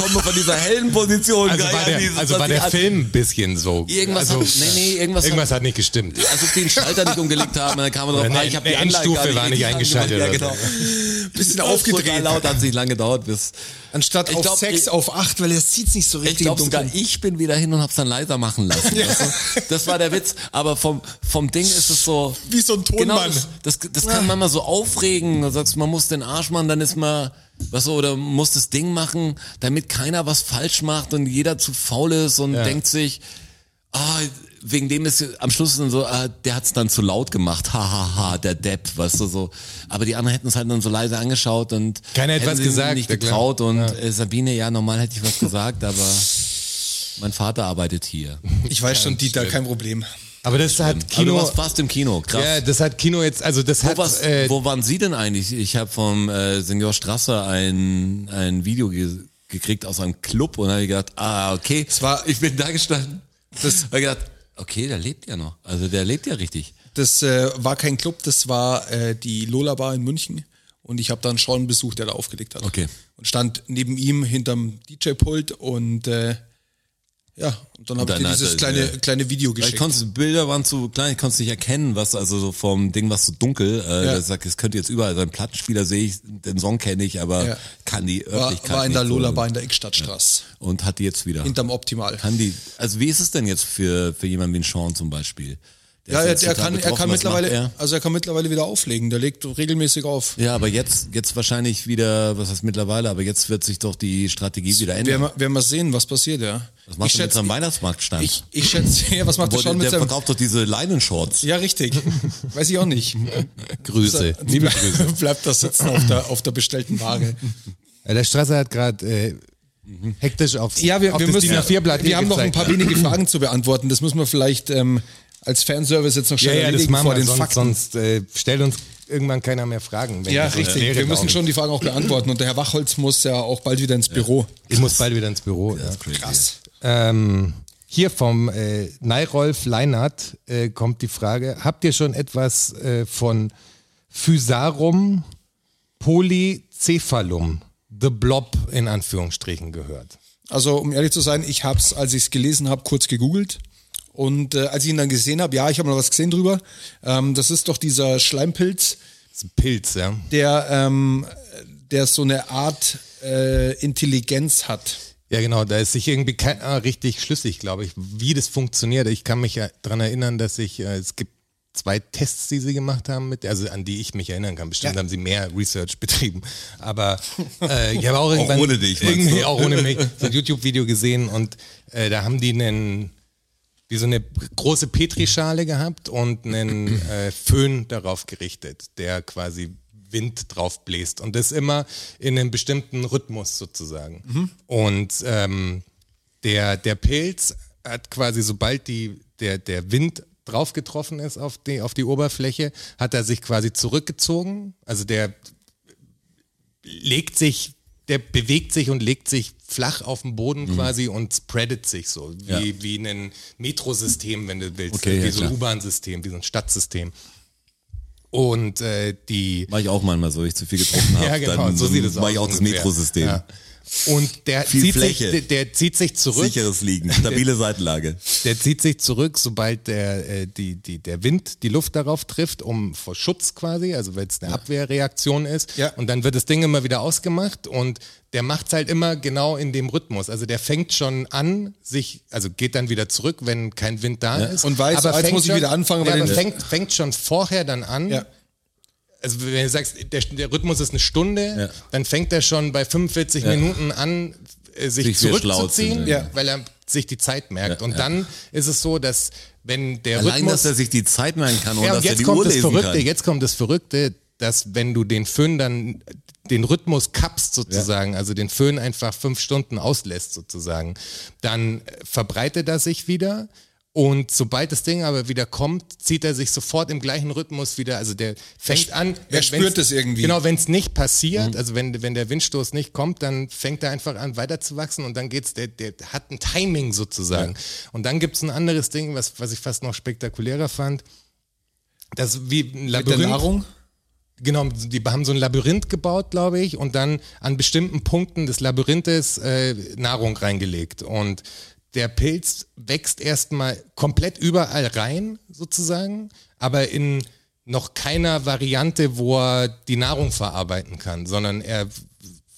Speaker 3: kommen wir von dieser hellen Position
Speaker 4: Also
Speaker 3: geil
Speaker 4: war
Speaker 3: an
Speaker 4: der,
Speaker 3: dieses,
Speaker 4: also
Speaker 3: was
Speaker 4: war
Speaker 3: die
Speaker 4: der
Speaker 3: an-
Speaker 4: Film ein bisschen so.
Speaker 3: Irgendwas
Speaker 4: also,
Speaker 3: hat, nee, nee, irgendwas,
Speaker 4: irgendwas hat nicht gestimmt.
Speaker 3: hat, also den Schalter nicht umgelegt haben, dann kam er drauf,
Speaker 4: Eine-
Speaker 3: ah, ich habe die
Speaker 4: eine Endstufe
Speaker 3: Anlage
Speaker 4: war nicht eingeschaltet
Speaker 3: Ja,
Speaker 4: oder
Speaker 3: genau. [LAUGHS] Bisschen
Speaker 2: aufgedreht.
Speaker 3: laut, hat nicht lange gedauert, bis,
Speaker 2: Anstatt
Speaker 3: Ich
Speaker 2: auf
Speaker 3: glaub,
Speaker 2: sechs,
Speaker 3: ich-
Speaker 2: auf acht, weil er sieht's nicht so
Speaker 3: ich
Speaker 2: richtig
Speaker 3: glaube
Speaker 2: im
Speaker 3: sogar,
Speaker 2: Dunkeln.
Speaker 3: ich bin wieder hin und hab's dann leiser machen lassen. weißt du? Das war der Witz, aber vom, vom Ding ist es so.
Speaker 2: Wie so ein Tonmann.
Speaker 3: Genau, das, das, das kann man mal so aufregen. Du sagst, man muss den Arsch machen, dann ist man, was so, oder muss das Ding machen, damit keiner was falsch macht und jeder zu faul ist und denkt sich, ah, wegen dem ist am Schluss dann so, ah, der hat's dann zu laut gemacht, hahaha, ha, ha, der Depp, weißt du so. Aber die anderen hätten es halt dann so leise angeschaut und
Speaker 4: Keiner hätte
Speaker 3: hätten
Speaker 4: was
Speaker 3: sie
Speaker 4: gesagt,
Speaker 3: nicht
Speaker 4: ja klar.
Speaker 3: getraut und äh, Sabine, ja, normal hätte ich was gesagt, aber mein Vater arbeitet hier.
Speaker 2: Ich weiß schon, Dieter, kein Problem.
Speaker 4: Aber das hat
Speaker 3: Aber du
Speaker 4: Kino.
Speaker 3: warst fast im Kino, krass.
Speaker 4: Ja, das hat Kino jetzt, also das hat.
Speaker 3: Wo, warst,
Speaker 4: äh,
Speaker 3: wo waren Sie denn eigentlich? Ich habe vom äh, Senior Strasser ein, ein Video ge gekriegt aus einem Club und habe gedacht, ah, okay.
Speaker 2: war-
Speaker 3: ich bin da gestanden. Das habe gedacht, okay, der lebt ja noch. Also der lebt ja richtig.
Speaker 2: Das äh, war kein Club, das war äh, die Lola Bar in München. Und ich habe dann Sean besucht, der da aufgelegt hat.
Speaker 3: Okay.
Speaker 2: Und stand neben ihm hinterm DJ-Pult und äh, ja, und dann habe ich
Speaker 3: dann
Speaker 2: dir
Speaker 3: hat
Speaker 2: dieses
Speaker 3: er-
Speaker 2: kleine,
Speaker 3: ja.
Speaker 2: kleine Video
Speaker 3: Weil ich
Speaker 2: geschickt.
Speaker 3: konntest, Bilder waren zu klein, ich konnte es nicht erkennen, was, also so vom Ding, was so dunkel, äh,
Speaker 2: Ja.
Speaker 3: das, sagt, das könnte jetzt überall sein, Plattenspieler sehe ich, den Song kenne ich, aber
Speaker 2: Ja.
Speaker 3: kann die
Speaker 2: War,
Speaker 3: Örtlichkeit
Speaker 2: war in
Speaker 3: nicht
Speaker 2: der
Speaker 3: so-
Speaker 2: Lola Bar in der Eckstadtstraße.
Speaker 3: Und hat die jetzt wieder.
Speaker 2: Hinterm Optimal.
Speaker 3: Kann die, also wie ist es denn jetzt für, für jemanden wie ein Sean zum Beispiel? Der
Speaker 2: Ja,
Speaker 3: ist
Speaker 2: er,
Speaker 3: jetzt
Speaker 2: er,
Speaker 3: total
Speaker 2: kann, er
Speaker 3: betroffen,
Speaker 2: kann
Speaker 3: was macht
Speaker 2: mittlerweile,
Speaker 3: er?
Speaker 2: also er kann mittlerweile wieder auflegen. Der legt regelmäßig auf.
Speaker 3: Ja, aber jetzt, jetzt wahrscheinlich wieder, was heißt mittlerweile, aber jetzt wird sich doch die Strategie wieder
Speaker 2: Werden
Speaker 3: ändern.
Speaker 2: wir, werden wir sehen, was passiert, ja.
Speaker 3: Was macht er
Speaker 2: ich
Speaker 3: mit
Speaker 2: schätze,
Speaker 3: seinem Weihnachtsmarktstand?
Speaker 2: ich, ich schätze, [LAUGHS] ja, was macht er
Speaker 3: Wo der,
Speaker 2: schon mit
Speaker 3: der
Speaker 2: seinem,
Speaker 3: verkauft doch diese Leinenshorts. [LAUGHS]
Speaker 2: ja, richtig. Weiß ich auch nicht.
Speaker 3: Grüße.
Speaker 2: Liebe Grüße. [LAUGHS] Bleibt das sitzen auf der, auf der bestellten Ware.
Speaker 4: Ja, Äh, der Strasser hat gerade äh, hektisch aufs,
Speaker 2: Ja, wir,
Speaker 4: auf
Speaker 2: wir
Speaker 4: das
Speaker 2: müssen,
Speaker 4: DIN A4-Blatt
Speaker 2: wir haben noch ein
Speaker 4: gezeigt.
Speaker 2: paar wenige Fragen zu beantworten. Das müssen wir vielleicht ähm, als Fanservice jetzt noch
Speaker 4: Ja,
Speaker 2: schnell
Speaker 4: ja, das
Speaker 2: erledigen
Speaker 4: machen
Speaker 2: vor
Speaker 4: wir.
Speaker 2: den
Speaker 4: Sonst,
Speaker 2: Fakten.
Speaker 4: sonst äh, stellt uns irgendwann keiner mehr Fragen. wenn
Speaker 2: ja,
Speaker 4: wir so
Speaker 2: richtig.
Speaker 4: Leere
Speaker 2: Wir müssen
Speaker 4: laufen.
Speaker 2: schon die Fragen auch beantworten. Und der Herr Wachholz muss ja auch bald wieder ins Büro.
Speaker 4: Ich muss bald wieder ins Büro. Ja.
Speaker 3: Das ist crazy.
Speaker 2: Krass.
Speaker 4: Ähm, hier vom äh, Nairolf Leinert äh, kommt die Frage: Habt ihr schon etwas äh, von Physarum polycephalum, the blob in Anführungsstrichen, gehört?
Speaker 2: Also, um ehrlich zu sein, ich habe es, als ich es gelesen habe, kurz gegoogelt. Und äh, als ich ihn dann gesehen habe, ja, ich habe mal was gesehen drüber. Ähm, das ist doch dieser Schleimpilz,
Speaker 4: Das ist ein Pilz, ja.
Speaker 2: der, ähm, der so eine Art äh, Intelligenz hat.
Speaker 4: Ja, genau, da ist sich irgendwie keiner richtig schlüssig, glaube ich, wie das funktioniert. Ich kann mich ja daran erinnern, dass ich, äh, es gibt zwei Tests, die sie gemacht haben, mit, also an die ich mich erinnern kann. Bestimmt
Speaker 2: Ja.
Speaker 4: haben sie mehr Research [LAUGHS] betrieben. Aber äh, ich habe auch irgendwann
Speaker 3: ohne dich, meinst
Speaker 4: [LAUGHS] irgendwie
Speaker 3: du?
Speaker 4: auch ohne mich so ein YouTube-Video gesehen und äh, da haben die einen wie so eine große Petrischale gehabt und einen äh, Föhn darauf gerichtet, der quasi Wind drauf bläst und das immer in einem bestimmten Rhythmus sozusagen. Und ähm, der, der Pilz hat quasi, sobald die, der, der Wind drauf getroffen ist auf die, auf die Oberfläche, hat er sich quasi zurückgezogen. Also der legt sich, der bewegt sich und legt sich flach auf den Boden quasi und spreadet sich so, wie,
Speaker 3: Mhm. Ja.
Speaker 4: wie ein Metrosystem, wenn du willst, äh,
Speaker 3: Okay,
Speaker 4: wie
Speaker 3: ja,
Speaker 4: so
Speaker 3: klar.
Speaker 4: ein U-Bahn-System, wie so ein Stadtsystem. Und äh, die
Speaker 3: War ich auch manchmal so, ich zu viel
Speaker 4: [LAUGHS]
Speaker 3: getrunken habe.
Speaker 4: ja, genau,
Speaker 3: dann
Speaker 4: so sieht es aus.
Speaker 3: War ich auch das
Speaker 4: ungefähr.
Speaker 3: Metrosystem.
Speaker 4: Ja. Und der
Speaker 3: Viel
Speaker 4: zieht,
Speaker 3: Fläche.
Speaker 4: sich, der, der zieht sich zurück.
Speaker 3: Sicheres Liegen, stabile
Speaker 4: [LAUGHS]
Speaker 3: Seitenlage.
Speaker 4: Der zieht sich zurück, sobald der, äh, die, die, der Wind die Luft darauf trifft, um vor Schutz quasi, also weil es eine Abwehrreaktion ist.
Speaker 2: Ja.
Speaker 4: Und dann wird das Ding immer wieder ausgemacht und der macht es halt immer genau in dem Rhythmus. Also der fängt schon an, sich, also geht dann wieder zurück, wenn kein Wind da ist.
Speaker 2: Und weiß, jetzt
Speaker 4: fängt
Speaker 2: muss ich wieder anfangen,
Speaker 4: Ja,
Speaker 2: weil
Speaker 4: aber
Speaker 2: den-
Speaker 4: fängt, fängt schon vorher dann an,
Speaker 2: Ja.
Speaker 4: also wenn du sagst, der, der Rhythmus ist eine Stunde,
Speaker 3: Ja.
Speaker 4: dann fängt er schon bei 45 Minuten an, äh, sich,
Speaker 3: Sich wieder schlau zu
Speaker 4: zurückzuziehen,
Speaker 3: nehmen.
Speaker 2: Ja.
Speaker 4: weil er sich die Zeit merkt.
Speaker 3: Ja,
Speaker 4: und
Speaker 3: ja.
Speaker 4: dann ist es so, dass wenn der
Speaker 3: Allein,
Speaker 4: Rhythmus...
Speaker 3: dass er sich die Zeit merken kann und
Speaker 4: ja, und
Speaker 3: dass er
Speaker 4: jetzt
Speaker 3: die
Speaker 4: kommt
Speaker 3: Uhr
Speaker 4: das
Speaker 3: lesen
Speaker 4: Verrückte,
Speaker 3: kann.
Speaker 4: jetzt kommt das Verrückte, dass wenn du den Föhn dann den Rhythmus kappst sozusagen, also den Föhn einfach fünf Stunden auslässt sozusagen, dann äh, verbreitet er sich wieder und sobald das Ding aber wieder kommt, zieht er sich sofort im gleichen Rhythmus wieder, also der fängt an.
Speaker 2: wer
Speaker 4: wenn-
Speaker 2: spürt
Speaker 4: wenn's-
Speaker 2: es irgendwie?
Speaker 4: Genau, wenn es nicht passiert,
Speaker 3: Mhm.
Speaker 4: also wenn, wenn der Windstoß nicht kommt, dann fängt er einfach an weiterzuwachsen und dann geht's, der, der hat ein Timing sozusagen. Und dann gibt's ein anderes Ding, was, was ich fast noch spektakulärer fand. Das wie ein
Speaker 2: Mit der
Speaker 4: Labyrinth.
Speaker 2: Nahrung?
Speaker 4: Genau, die haben so ein Labyrinth gebaut, glaube ich, und dann an bestimmten Punkten des Labyrinthes äh, Nahrung reingelegt. Und der Pilz wächst erstmal komplett überall rein, sozusagen, aber in noch keiner Variante, wo er die Nahrung verarbeiten kann, sondern er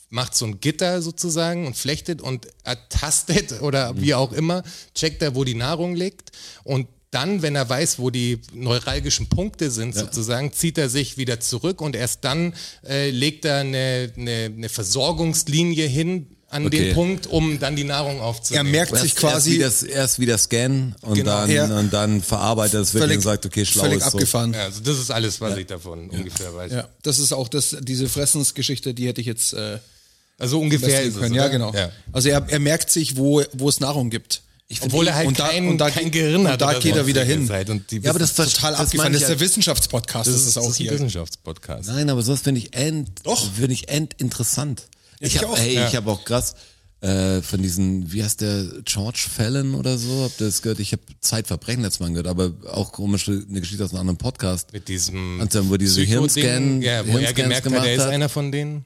Speaker 4: macht so ein Gitter sozusagen und flechtet und ertastet [LAUGHS] oder wie auch immer, checkt er, wo die Nahrung liegt und dann, wenn er weiß, wo die neuralgischen Punkte sind, sozusagen, zieht er sich wieder zurück und erst dann äh, legt er eine, eine, eine Versorgungslinie hin an
Speaker 3: Okay.
Speaker 4: den Punkt, um dann die Nahrung
Speaker 2: Er
Speaker 4: aufzunehmen.
Speaker 2: merkt
Speaker 3: Erst,
Speaker 2: sich
Speaker 3: erst,
Speaker 2: quasi
Speaker 3: wieder, erst wieder scannen und,
Speaker 4: Genau.
Speaker 3: dann,
Speaker 2: Ja.
Speaker 3: und dann verarbeitet er es wirklich
Speaker 2: völlig,
Speaker 3: und sagt, okay, schlau
Speaker 2: völlig
Speaker 3: ist so.
Speaker 2: abgefahren.
Speaker 4: Ja, also das ist alles, was ich davon ungefähr weiß.
Speaker 2: Ja, das ist auch das, diese Fressensgeschichte, die hätte ich jetzt äh,
Speaker 4: Also ungefähr
Speaker 2: festlegen
Speaker 4: ist es.
Speaker 2: können. Ja,
Speaker 4: oder?
Speaker 2: genau.
Speaker 4: Ja.
Speaker 2: Also er, er merkt sich, wo, wo es Nahrung gibt.
Speaker 4: Obwohl er halt
Speaker 2: und da,
Speaker 4: kein,
Speaker 2: und da,
Speaker 4: kein Gehirn hat.
Speaker 2: Und da
Speaker 4: oder
Speaker 2: geht er
Speaker 4: sonst
Speaker 2: wieder
Speaker 4: die
Speaker 2: hin.
Speaker 4: Zeit Und die
Speaker 3: Ja, aber das
Speaker 4: Wissenschaft-
Speaker 2: Total
Speaker 3: das
Speaker 2: abgefahren.
Speaker 3: meine
Speaker 2: Das
Speaker 3: ich
Speaker 2: ist
Speaker 3: ja-
Speaker 2: der Wissenschaftspodcast, das, ist auch
Speaker 4: ein
Speaker 2: hier.
Speaker 4: Wissenschaftspodcast.
Speaker 3: Nein, aber sowas finde ich end,
Speaker 2: Doch.
Speaker 3: finde ich end interessant.
Speaker 2: Ja,
Speaker 3: ich
Speaker 2: ich
Speaker 3: habe
Speaker 2: auch.
Speaker 3: hey, ich
Speaker 4: Ja.
Speaker 3: habe auch krass äh, von diesen, wie heißt der, George Fallon oder so, habt ihr das gehört? Ich habe Zeitverbrechen letztes Mal gehört, aber auch komische eine Geschichte aus einem anderen Podcast.
Speaker 4: Mit diesem
Speaker 3: Und dann, Also, wo diese
Speaker 4: Psycho-Ding,
Speaker 3: Hirnscan-
Speaker 4: ja, wo er
Speaker 3: Hirnscans
Speaker 4: gemerkt hat,
Speaker 3: gemacht
Speaker 4: er ist
Speaker 3: hat.
Speaker 4: einer von denen.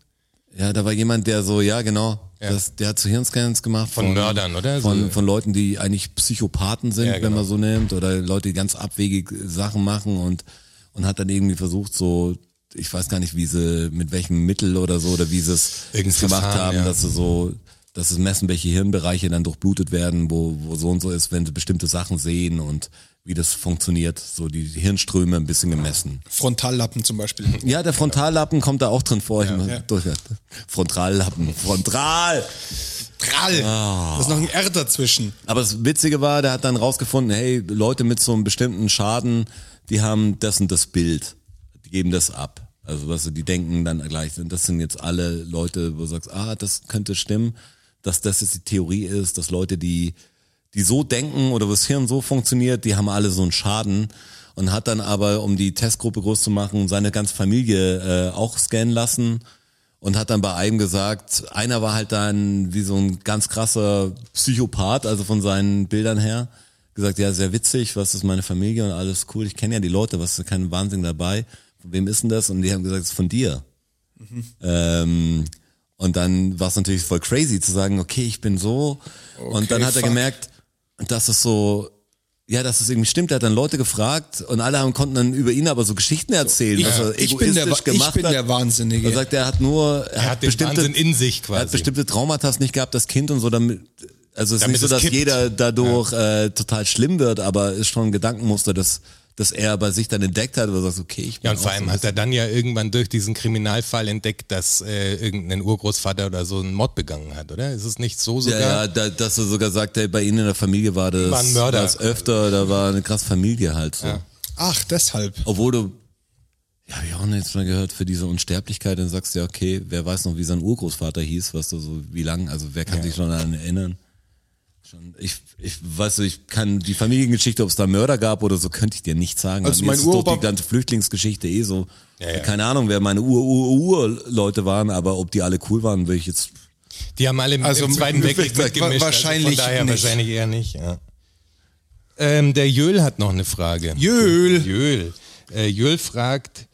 Speaker 3: Ja, da war jemand, der so, ja genau,
Speaker 4: Ja.
Speaker 3: Das, der hat so Hirnscans gemacht.
Speaker 4: Von Mördern, oder?
Speaker 3: Von,
Speaker 4: So.
Speaker 3: von Leuten, die eigentlich Psychopathen sind,
Speaker 4: Ja,
Speaker 3: wenn
Speaker 4: genau.
Speaker 3: man so nimmt, oder Leute, die ganz abwegig äh, Sachen machen und, und hat dann irgendwie versucht, so, ich weiß gar nicht, wie sie, mit welchem Mittel oder so, oder wie sie es
Speaker 4: Irgendein
Speaker 3: gemacht
Speaker 4: Verfahren,
Speaker 3: haben,
Speaker 4: ja.
Speaker 3: dass sie so, dass es messen, welche Hirnbereiche dann durchblutet werden, wo, wo so und so ist, wenn sie bestimmte Sachen sehen und wie das funktioniert, so die Hirnströme ein bisschen gemessen.
Speaker 2: Frontallappen zum Beispiel.
Speaker 3: Ja, der Frontallappen kommt da auch drin vor. Ich
Speaker 2: ja.
Speaker 3: ja. Durch. Frontallappen, frontal!
Speaker 2: Prall.
Speaker 3: Ah.
Speaker 2: Da ist noch ein R dazwischen.
Speaker 3: Aber das Witzige war, der hat dann rausgefunden, hey, Leute mit so einem bestimmten Schaden, die haben das und das Bild. Die geben das ab. Also was weißt du, die denken dann gleich sind, das sind jetzt alle Leute, wo du sagst, ah, das könnte stimmen, dass das jetzt die Theorie ist, dass Leute, die, die so denken oder wo das Hirn so funktioniert, die haben alle so einen Schaden. Und hat dann aber, um die Testgruppe groß zu machen, seine ganze Familie äh, auch scannen lassen und hat dann bei einem gesagt, einer war halt dann wie so ein ganz krasser Psychopath, also von seinen Bildern her, gesagt, ja, sehr witzig, was ist meine Familie und alles cool, ich kenne ja die Leute, was ist kein Wahnsinn dabei, von wem ist denn das? Und die haben gesagt, es ist von dir.
Speaker 2: Mhm.
Speaker 3: Ähm, und dann war es natürlich voll crazy zu sagen, okay, ich bin so. und dann hat er
Speaker 2: fuck.
Speaker 3: gemerkt, dass es so, ja, dass es irgendwie stimmt. Er hat dann Leute gefragt und alle haben, konnten dann über ihn aber so Geschichten erzählen, was er
Speaker 2: ich, bin der,
Speaker 3: egoistisch
Speaker 2: Wa- ich
Speaker 3: gemacht
Speaker 2: bin
Speaker 3: hat.
Speaker 2: der Wahnsinnige.
Speaker 3: Er sagt, er hat nur, er,
Speaker 4: Er
Speaker 3: hat,
Speaker 4: hat den
Speaker 3: bestimmte,
Speaker 4: Wahnsinn in sich
Speaker 3: er hat
Speaker 4: quasi.
Speaker 3: bestimmte Traumata nicht gehabt, das Kind und so, damit, also es ist nicht
Speaker 4: Damit
Speaker 3: so,
Speaker 4: es
Speaker 3: dass
Speaker 4: kippt.
Speaker 3: jeder dadurch äh, total schlimm wird, aber ist schon ein Gedankenmuster, dass, dass er bei sich dann entdeckt hat, wo er sagt, okay, ich bin
Speaker 4: Ja, und vor
Speaker 3: auch so
Speaker 4: allem
Speaker 3: ein
Speaker 4: hat er dann ja irgendwann durch diesen Kriminalfall entdeckt, dass äh, irgendein Urgroßvater oder so einen Mord begangen hat, oder? Ist es nicht so sogar?
Speaker 3: Ja, ja, da, dass er sogar sagt, ey, bei ihnen in der Familie war das,
Speaker 4: War ein Mörder.
Speaker 3: das öfter, da war eine krasse Familie halt so.
Speaker 2: Ach, deshalb.
Speaker 3: Obwohl du, ja, hab ich auch nichts mehr gehört für diese Unsterblichkeit, dann sagst du ja, okay, wer weiß noch, wie sein Urgroßvater hieß, was du so, wie lang, also wer kann sich schon daran erinnern? Schon, ich, ich weiß, du, ich kann die Familiengeschichte, ob es da Mörder gab oder so, könnte ich dir nicht sagen. Bei
Speaker 2: Also
Speaker 3: mir
Speaker 2: mein
Speaker 3: ist es doch
Speaker 2: Uropa-
Speaker 3: die ganze Flüchtlingsgeschichte eh so.
Speaker 4: Ja, ja.
Speaker 3: Keine Ahnung, wer meine Ur-Ur-Ur-Leute waren, aber ob die alle cool waren, will ich jetzt
Speaker 4: Die haben alle im,
Speaker 2: Also
Speaker 4: im
Speaker 2: mit-
Speaker 4: Zweiten
Speaker 2: mit-
Speaker 4: Weltkrieg
Speaker 2: wa-
Speaker 4: mitgemischt.
Speaker 2: wahrscheinlich
Speaker 4: also von daher
Speaker 2: nicht.
Speaker 4: wahrscheinlich eher nicht, ja. Ähm, der Jöhl hat noch eine Frage.
Speaker 2: Jöhl.
Speaker 4: Jöhl. Äh, Jöhl fragt,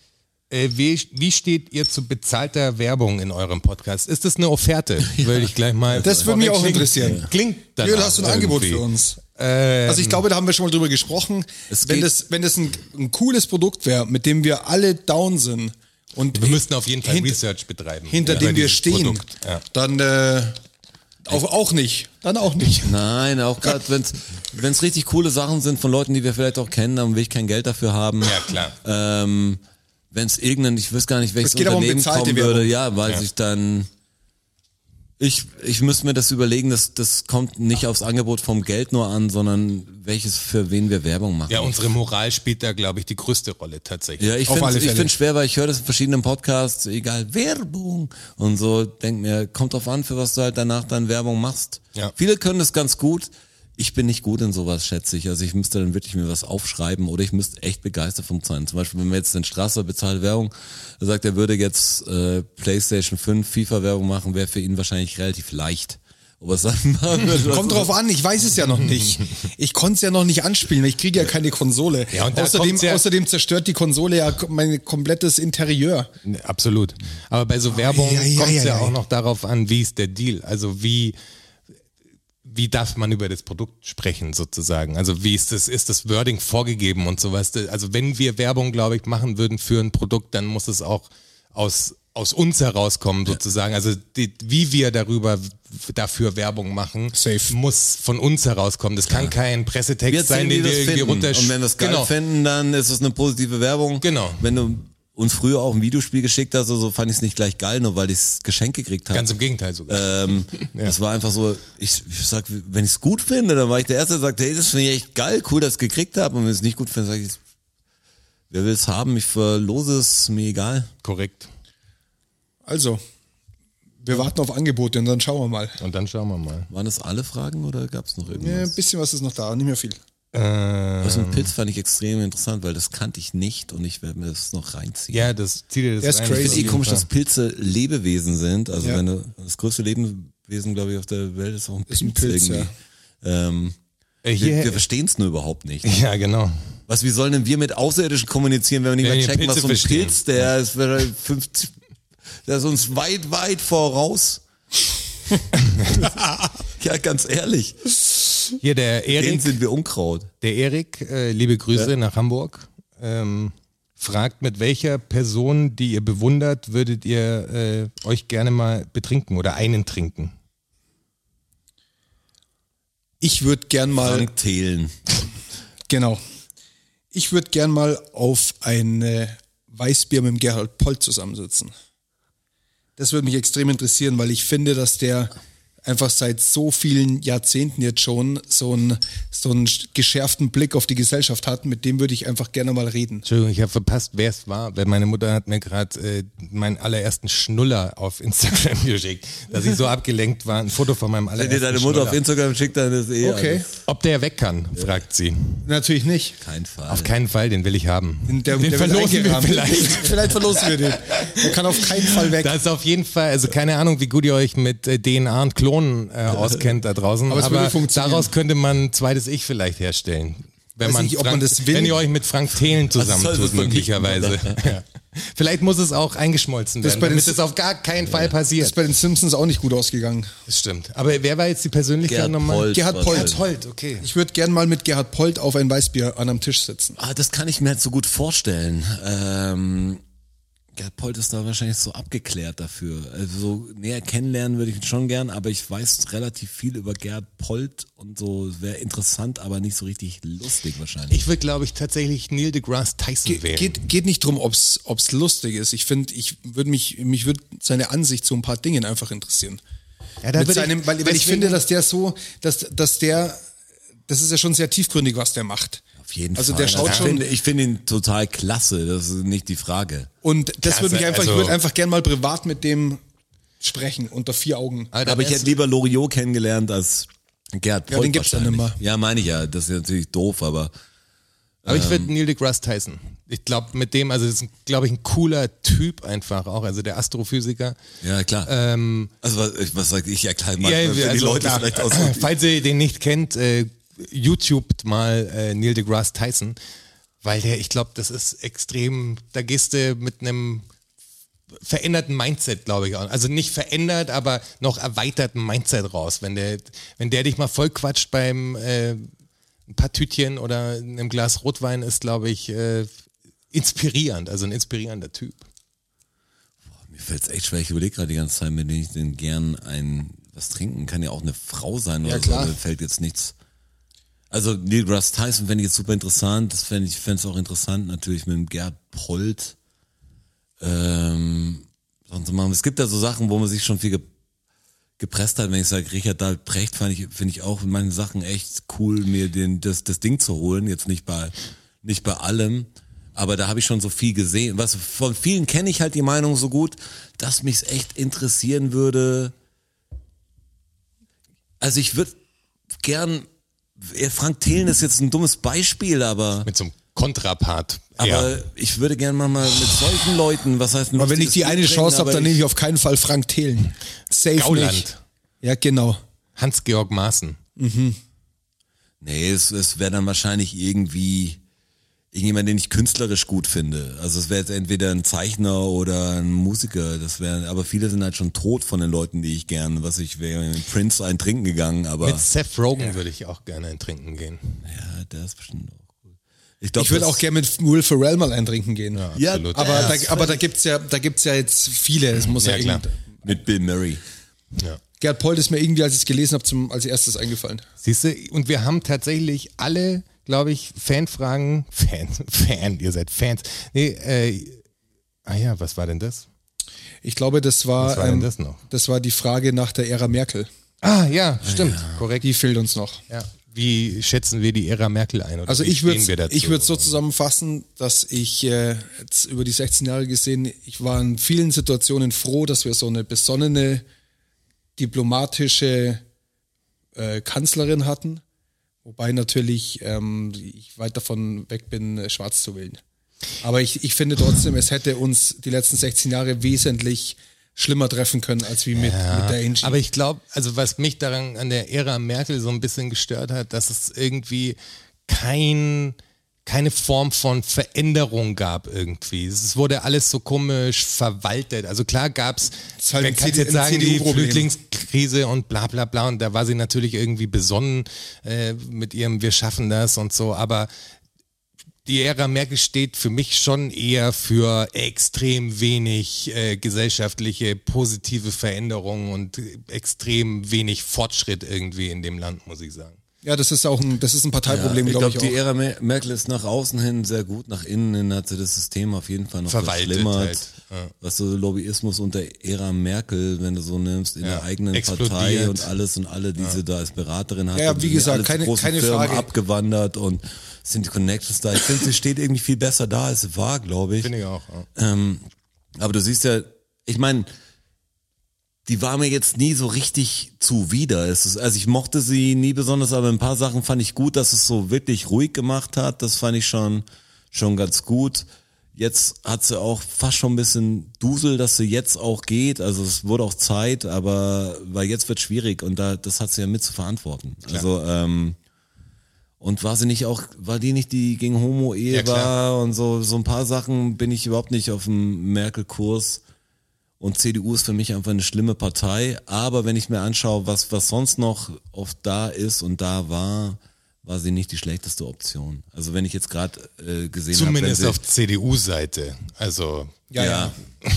Speaker 4: äh, wie, wie steht ihr zu bezahlter Werbung in eurem Podcast? Ist das eine
Speaker 2: [LAUGHS]
Speaker 4: Offerte? Würde ich gleich mal.
Speaker 2: Das würde mich auch
Speaker 4: Klingt-
Speaker 2: interessieren.
Speaker 4: Klingt dann. Ähm,
Speaker 2: Jürgen, hast du ein Angebot für uns? also ich glaube, da haben wir schon mal drüber gesprochen.
Speaker 3: Es
Speaker 2: Wenn
Speaker 3: geht-
Speaker 2: das, wenn das ein, ein cooles Produkt wäre, mit dem wir alle down sind und
Speaker 4: Wir müssten auf jeden Fall
Speaker 2: hinter,
Speaker 4: Research betreiben.
Speaker 2: hinter
Speaker 4: Ja.
Speaker 2: dem
Speaker 4: Über
Speaker 2: wir
Speaker 4: dieses
Speaker 2: stehen,
Speaker 4: Produkt, ja.
Speaker 2: dann äh, auch, auch nicht. Dann auch nicht.
Speaker 3: Nein, auch gerade wenn's wenn's richtig coole Sachen sind von Leuten, die wir vielleicht auch kennen, dann will ich kein Geld dafür haben.
Speaker 4: Ja, klar.
Speaker 3: Ähm, wenn's irgendein, ich weiß gar nicht, welches
Speaker 2: Es geht aber um
Speaker 3: Unternehmen
Speaker 2: bezahlte
Speaker 3: kommen würde,
Speaker 2: Werbung.
Speaker 3: ja, weil
Speaker 4: Ja.
Speaker 3: ich dann ich, ich müsste mir das überlegen, das, das kommt nicht aufs Angebot vom Geld nur an, sondern welches für wen wir Werbung machen.
Speaker 4: Ja, unsere Moral spielt da, glaube ich, die größte Rolle tatsächlich.
Speaker 3: Ja, ich
Speaker 2: Auf
Speaker 3: finde
Speaker 2: alle
Speaker 3: ich
Speaker 2: Fälle.
Speaker 3: find's schwer, weil ich höre das in verschiedenen Podcasts, egal, Werbung und so, denk mir, kommt drauf an, für was du halt danach dann Werbung machst.
Speaker 4: Ja.
Speaker 3: Viele können das ganz gut. Ich bin nicht gut in sowas, schätze ich. Also ich müsste dann wirklich mir was aufschreiben oder ich müsste echt begeistert vom sein. Zum Beispiel, wenn wir jetzt den Strasser bezahlt Werbung, er sagt, er würde jetzt äh, Playstation 5 FIFA-Werbung machen, wäre für ihn wahrscheinlich relativ leicht. Ob er's dann [LAUGHS] machen würde,
Speaker 2: [LAUGHS] Kommt
Speaker 3: was-
Speaker 2: drauf an, ich weiß es ja noch nicht. Ich konnte es ja noch nicht anspielen, weil ich kriege ja keine Konsole.
Speaker 4: Ja, und da
Speaker 2: außerdem,
Speaker 4: kommt's ja-
Speaker 2: außerdem zerstört die Konsole ja mein komplettes Interieur.
Speaker 4: Nee, Ne, Absolut. Aber bei so Werbung
Speaker 2: ja, ja,
Speaker 4: kommt
Speaker 2: ja,
Speaker 4: es ja,
Speaker 2: ja.
Speaker 4: auch noch darauf an, wie ist der Deal? Also wie, wie darf man über das Produkt sprechen sozusagen? Also wie ist das, ist das Wording vorgegeben und sowas? Also wenn wir Werbung, glaube ich, machen würden für ein Produkt, dann muss es auch aus, aus uns herauskommen sozusagen. Also die, wie wir darüber dafür Werbung machen,
Speaker 2: Safe.
Speaker 4: muss von uns herauskommen. Das kann kein Pressetext
Speaker 3: wir
Speaker 4: sein,
Speaker 3: sehen, wie
Speaker 4: den wir
Speaker 3: wir's
Speaker 4: irgendwie
Speaker 3: finden.
Speaker 4: runtersch-
Speaker 3: Und wenn wir es geil
Speaker 4: genau.
Speaker 3: finden, dann ist es eine positive Werbung.
Speaker 4: Genau.
Speaker 3: Wenn du uns früher auch ein Videospiel geschickt hast, also so fand ich es nicht gleich geil, nur weil ich es Geschenk gekriegt habe.
Speaker 4: Ganz im Gegenteil sogar.
Speaker 3: ähm, Das war einfach so, ich, ich sag, wenn ich es gut finde, dann war ich der Erste, der sagt, hey, das finde ich echt geil, cool, dass ich es gekriegt habe. Und wenn ich es nicht gut finde, sage ich, wer will es haben, ich verlose es, mir egal.
Speaker 4: Korrekt.
Speaker 2: Also, wir warten auf Angebote und dann schauen wir mal.
Speaker 4: Und dann schauen wir mal.
Speaker 3: Waren das alle Fragen oder gab es noch
Speaker 2: Ja,
Speaker 3: irgendwas?
Speaker 2: ein bisschen was ist noch da, nicht mehr viel.
Speaker 4: Äh,
Speaker 3: Das mit Pilz fand ich extrem interessant, weil das kannte ich nicht und ich werde mir das noch reinziehen.
Speaker 4: Ja, das zieht dir das
Speaker 2: Der ist
Speaker 4: rein.
Speaker 2: crazy.
Speaker 3: Es ist eh
Speaker 2: jeden
Speaker 3: komisch, dass Pilze Lebewesen sind. Also
Speaker 2: Ja.
Speaker 3: wenn du das größte Leben, Lebewesen, glaube ich, auf der Welt ist auch ein Pilz,
Speaker 2: Ist ein Pilz,
Speaker 3: irgendwie. Ähm,
Speaker 4: Äh,
Speaker 3: wir wir
Speaker 4: hier,
Speaker 3: verstehen es nur überhaupt nicht.
Speaker 4: [LAUGHS] ja, genau.
Speaker 3: Was, wie sollen denn wir mit Außerirdischen kommunizieren, wenn wir nicht
Speaker 4: Wenn
Speaker 3: mal
Speaker 4: die
Speaker 3: checken, was
Speaker 4: Pilze
Speaker 3: so ein
Speaker 4: verstehen.
Speaker 3: Pilz, der ist, der 50, der ist uns weit, weit
Speaker 2: [LAUGHS]
Speaker 3: voraus. ja, ganz ehrlich.
Speaker 4: Hier der
Speaker 3: Den
Speaker 4: Erik,
Speaker 3: sind wir Unkraut.
Speaker 4: der Erik äh, liebe Grüße nach Hamburg, ähm, fragt, mit welcher Person, die ihr bewundert, würdet ihr äh, euch gerne mal betrinken oder einen trinken?
Speaker 2: Ich würde gern mal,
Speaker 3: Frank Thelen.
Speaker 2: genau. Ich würde gern mal auf ein äh, Weißbier mit dem Gerhard Polt zusammensitzen. Das würde mich extrem interessieren, weil ich finde, dass der einfach seit so vielen Jahrzehnten jetzt schon so einen, so einen geschärften Blick auf die Gesellschaft hat. Mit dem würde ich einfach gerne mal reden.
Speaker 4: Entschuldigung, ich habe verpasst, wer es war, weil meine Mutter hat mir gerade äh, meinen allerersten Schnuller auf [LAUGHS] Instagram geschickt, dass ich so abgelenkt war. Ein Foto von meinem
Speaker 3: Wenn
Speaker 4: allerersten
Speaker 3: dir deine Mutter
Speaker 4: Schnuller.
Speaker 3: auf Instagram schickt, dann ist eh
Speaker 2: Okay.
Speaker 3: alles.
Speaker 4: Ob der weg kann, fragt sie.
Speaker 2: Natürlich nicht.
Speaker 3: Kein Fall.
Speaker 4: Auf keinen Fall, den will ich haben.
Speaker 2: Der,
Speaker 4: den
Speaker 2: der wird
Speaker 4: verlosen wir
Speaker 2: eingerahmt.
Speaker 4: vielleicht.
Speaker 2: vielleicht verlosen wir den. Der kann auf keinen Fall [LAUGHS] weg.
Speaker 4: Das ist auf jeden Fall, also keine Ahnung, wie gut ihr euch mit äh, DNA und Klonen äh, auskennt da draußen,
Speaker 2: Aber
Speaker 4: aber,
Speaker 2: es würde funktionieren.
Speaker 4: daraus könnte man ein zweites Ich vielleicht herstellen. Wenn,
Speaker 2: Weiß
Speaker 4: man
Speaker 2: nicht, ob
Speaker 4: Frank,
Speaker 2: man das will.
Speaker 4: wenn ihr euch mit Frank Thelen
Speaker 3: soll das
Speaker 4: zusammentut,
Speaker 3: denn
Speaker 4: möglicherweise. [LAUGHS] Ja. Vielleicht muss es auch eingeschmolzen
Speaker 2: Das
Speaker 4: werden,
Speaker 2: bei den
Speaker 4: damit
Speaker 2: S-
Speaker 4: es auf gar keinen Fall
Speaker 2: Das ist
Speaker 4: passiert.
Speaker 2: bei den Simpsons auch nicht gut ausgegangen.
Speaker 4: Das stimmt. Aber wer war jetzt die Persönlichkeit
Speaker 3: Gerhard
Speaker 4: nochmal?
Speaker 3: Polt.
Speaker 2: Gerhard
Speaker 3: was
Speaker 2: Polt.
Speaker 3: denn?
Speaker 4: Gerhard Holt, okay.
Speaker 2: Ich würde gern mal mit Gerhard Polt auf ein Weißbier an einem Tisch sitzen.
Speaker 3: Ah, das kann ich mir halt so gut vorstellen. Ähm, Gerd Polt ist da wahrscheinlich so abgeklärt dafür. Also so näher kennenlernen würde ich ihn schon gern, aber ich weiß relativ viel über Gerd Polt und so Es wäre interessant, aber nicht so richtig lustig wahrscheinlich.
Speaker 4: Ich würde, glaube ich, tatsächlich Neil deGrasse Tyson
Speaker 2: Ge
Speaker 4: wählen.
Speaker 2: geht, geht nicht drum, ob's ob's lustig ist. Ich finde, ich würde mich, mich würde seine Ansicht zu ein paar Dingen einfach interessieren.
Speaker 4: Ja, da
Speaker 2: mit
Speaker 4: würd ich-
Speaker 2: seinem, weil, weil ich
Speaker 4: deswegen-
Speaker 2: finde, dass der so, dass, dass der, das ist ja schon sehr tiefgründig, was der macht.
Speaker 3: Auf jeden
Speaker 2: also
Speaker 3: Fall.
Speaker 2: der schaut
Speaker 3: ich
Speaker 2: schon-
Speaker 3: Finde, ich finde ihn total klasse, das ist nicht die Frage.
Speaker 2: Und das würde mich
Speaker 4: Klasse,
Speaker 2: einfach, ich
Speaker 4: also-
Speaker 2: würde einfach gern mal privat mit dem sprechen, unter vier Augen.
Speaker 4: Alter,
Speaker 3: aber ich hätte lieber Loriot kennengelernt als Gerd Polt.
Speaker 2: den gibt's ja
Speaker 3: wahrscheinlich.
Speaker 2: nimmer.
Speaker 3: Ja, meine ich ja. Das ist natürlich doof, aber
Speaker 4: Aber ich würde Neil deGrasse Tyson. Ich glaube, mit dem, also das ist, glaube ich, ein cooler Typ einfach auch, also der Astrophysiker.
Speaker 3: ja, klar.
Speaker 4: Ähm,
Speaker 3: also was, was sag ich ja gleich mal
Speaker 4: ja,
Speaker 3: für die
Speaker 4: also,
Speaker 3: Leute
Speaker 4: klar,
Speaker 3: vielleicht aus.
Speaker 4: [CLEARS THROAT] [LAUGHS] Falls ihr den nicht kennt, äh, YouTubet mal äh, Neil deGrasse Tyson, weil der, ich glaube, das ist extrem, da gehst du mit einem veränderten Mindset, glaube ich auch. Also nicht verändert, aber noch erweiterten Mindset raus. Wenn der, wenn der dich mal voll quatscht beim äh, ein paar Tütchen oder einem Glas Rotwein, ist, glaube ich, äh, inspirierend, also ein inspirierender Typ.
Speaker 3: Mir fällt es echt schwer. Ich überlege gerade die ganze Zeit, mit dem ich denn gern ein was trinken kann. Ja auch eine Frau sein oder
Speaker 2: klar.
Speaker 3: so. Mir fällt jetzt nichts. Also Neil Grass Tyson fände ich jetzt super interessant. Das fände ich fände es auch interessant natürlich mit dem Gerd Polt. Ähm, sonst machen. Es gibt ja so Sachen, wo man sich schon viel ge gepresst hat. Wenn ich sage, Richard David Precht fand ich finde ich auch in manchen Sachen echt cool, mir den das das Ding zu holen. Jetzt nicht bei nicht bei allem. Aber da habe ich schon so viel gesehen. Was von vielen kenne ich halt die Meinung so gut, dass mich es echt interessieren würde. Also ich würde gern. Frank Thelen ist jetzt ein dummes Beispiel, aber
Speaker 4: Mit so einem Kontrapart.
Speaker 3: aber ich würde gerne mal, mal mit solchen Leuten, was heißt ein
Speaker 2: Aber wenn ich
Speaker 3: lustiges
Speaker 2: die eine
Speaker 3: Bier trinken,
Speaker 2: Chance habe,
Speaker 3: aber
Speaker 2: dann nehme ich auf keinen Fall Frank Thelen. Safe
Speaker 4: Gauland.
Speaker 2: nicht. Ja, genau.
Speaker 4: Hans-Georg Maaßen.
Speaker 3: Nee, es, es wäre dann wahrscheinlich irgendwie irgendjemand, den ich künstlerisch gut finde. Also es wäre jetzt entweder ein Zeichner oder ein Musiker. Das wäre, aber viele sind halt schon tot von den Leuten, die ich gern, was ich wäre mit Prince ein Trinken gegangen, aber
Speaker 4: Mit Seth Rogen würde ich auch gerne ein Trinken gehen.
Speaker 3: ja, der ist bestimmt auch cool. Ich, glaub,
Speaker 2: Ich würde
Speaker 3: das-
Speaker 2: auch gerne mit Will Ferrell mal eintrinken gehen.
Speaker 3: Ja,
Speaker 4: Absolut.
Speaker 2: Aber,
Speaker 3: Ja,
Speaker 2: da, aber da gibt's ja, da gibt's ja jetzt viele. Es muss ja,
Speaker 4: Ja, klar.
Speaker 2: irgend-
Speaker 3: mit Bill Murray.
Speaker 4: Ja.
Speaker 2: Gerd Pold ist mir irgendwie, als ich es gelesen habe, zum als erstes eingefallen.
Speaker 4: Siehst du, und wir haben tatsächlich alle, glaube ich, Fanfragen, [LAUGHS] Fan, Fan, ihr seid Fans. Nee, äh, ah ja, was war denn das?
Speaker 2: Ich glaube, das war,
Speaker 4: Was war denn das noch?
Speaker 2: das war die Frage nach der Ära Merkel.
Speaker 4: Ah ja, stimmt, korrekt.
Speaker 2: Die fehlt uns noch.
Speaker 4: ja. Wie schätzen wir die Ära Merkel ein? Oder
Speaker 2: Also
Speaker 4: wie
Speaker 2: ich
Speaker 4: stehen wir
Speaker 2: würde
Speaker 4: dazu?
Speaker 2: ich würde so zusammenfassen, dass ich äh, jetzt über die 16 Jahre gesehen, ich war in vielen Situationen froh, dass wir so eine besonnene diplomatische äh, Kanzlerin hatten, wobei natürlich ähm, ich weit davon weg bin, äh, schwarz zu wählen. Aber ich, ich finde trotzdem, es hätte uns die letzten 16 Jahre wesentlich schlimmer treffen können als wie mit, mit der Angie.
Speaker 4: Aber ich glaube, also was mich daran an der Ära Merkel so ein bisschen gestört hat, dass es irgendwie kein, keine Form von Veränderung gab irgendwie. Es wurde alles so komisch verwaltet. Also klar gab es,
Speaker 2: ist halt
Speaker 4: man
Speaker 2: ein
Speaker 4: kann
Speaker 2: CD
Speaker 4: jetzt sagen, die
Speaker 2: Problem.
Speaker 4: Flüchtlingskrise und bla bla bla und da war sie natürlich irgendwie besonnen äh, mit ihrem Wir schaffen das und so, aber die Ära Merkel steht für mich schon eher für extrem wenig äh, gesellschaftliche positive Veränderungen und extrem wenig Fortschritt irgendwie in dem Land, muss ich sagen.
Speaker 2: ja, das ist auch ein, das ist ein Parteiproblem,
Speaker 3: ich
Speaker 2: glaube
Speaker 3: glaube,
Speaker 2: ich,
Speaker 3: die
Speaker 2: auch.
Speaker 3: Ära Mer- Merkel ist nach außen hin sehr gut, nach innen hin hat sie das System auf jeden Fall noch
Speaker 4: Verwaltet
Speaker 3: verschlimmert.
Speaker 4: halt, ja.
Speaker 3: Was so Lobbyismus unter Ära Merkel, wenn du so nimmst, in
Speaker 4: Ja,
Speaker 3: der eigenen
Speaker 4: explodiert.
Speaker 3: Partei und alles und alle, die sie da als Beraterin hat.
Speaker 2: Ja,
Speaker 3: und
Speaker 2: wie
Speaker 3: sind
Speaker 2: gesagt,
Speaker 3: alle zu
Speaker 2: keine-
Speaker 3: großen
Speaker 2: keine
Speaker 3: Firmen
Speaker 2: Frage.
Speaker 3: abgewandert und sind die Connections da. Ich finde, sie steht irgendwie viel besser da, als sie war, glaube ich.
Speaker 4: Finde ich auch. Ja.
Speaker 3: Ähm, aber du siehst ja, ich meine, die war mir jetzt nie so richtig zuwider. Es ist, also ich mochte sie nie besonders, aber ein paar Sachen fand ich gut, dass es so wirklich ruhig gemacht hat. Das fand ich schon, schon ganz gut. Jetzt hat sie auch fast schon ein bisschen Dusel, dass sie jetzt auch geht. Also es wurde auch Zeit, aber weil jetzt wird schwierig und da das hat sie ja mit zu verantworten. Also ähm, und war sie nicht auch, war die nicht die gegen Homo-Ehe
Speaker 4: Ja, klar.
Speaker 3: war und so, so ein paar Sachen bin ich überhaupt nicht auf dem Merkel-Kurs. Und CDU ist für mich einfach eine schlimme Partei. Aber wenn ich mir anschaue, was, was sonst noch oft da ist und da war, war sie nicht die schlechteste Option. Also wenn ich jetzt gerade äh, gesehen habe. wenn
Speaker 4: Zumindest
Speaker 3: sie-
Speaker 4: auf CDU-Seite. Also
Speaker 2: Ja, ja. [LAUGHS]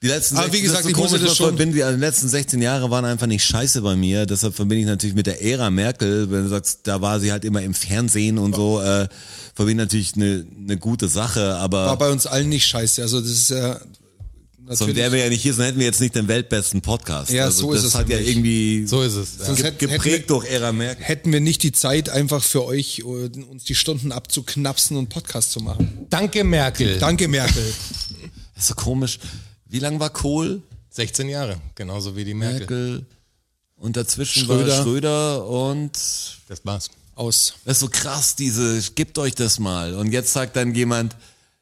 Speaker 3: Die letzten
Speaker 2: Aber wie
Speaker 3: sechzehn-
Speaker 2: gesagt,
Speaker 3: das ist
Speaker 2: ich
Speaker 3: komisch,
Speaker 2: musste das
Speaker 3: was
Speaker 2: schon-
Speaker 3: verbinde- die letzten 16 Jahre waren einfach nicht scheiße bei mir. Deshalb verbinde ich natürlich mit der Ära Merkel, wenn du sagst, da war sie halt immer im Fernsehen und so, äh, verbinde ich natürlich eine eine gute Sache,
Speaker 2: War
Speaker 3: aber
Speaker 2: bei uns allen nicht scheiße. Also das ist ja
Speaker 3: sonst
Speaker 2: natürlich.
Speaker 3: wären wir ja nicht hier, sonst hätten wir jetzt nicht den weltbesten Podcast.
Speaker 2: Ja,
Speaker 3: also
Speaker 2: so
Speaker 3: das
Speaker 2: ist es
Speaker 3: hat ja
Speaker 2: nämlich.
Speaker 3: irgendwie
Speaker 4: so ist es. Ja.
Speaker 2: Sonst
Speaker 3: ge
Speaker 2: hätten- hätten wir-
Speaker 3: geprägt durch Ära Merkel.
Speaker 2: hätten wir nicht die Zeit, einfach für euch äh, uns die Stunden abzuknapsen und Podcast zu machen.
Speaker 4: Danke Merkel.
Speaker 2: Danke,
Speaker 4: [LAUGHS]
Speaker 2: Merkel.
Speaker 3: Das ist so komisch. Wie lang war Kohl?
Speaker 4: 16 Jahre, genauso wie die Merkel.
Speaker 3: Merkel. Und dazwischen war
Speaker 2: Schröder.
Speaker 3: Schröder und
Speaker 4: Das war's.
Speaker 2: Aus.
Speaker 3: Das ist so krass, diese, gebt euch das mal. Und jetzt sagt dann jemand,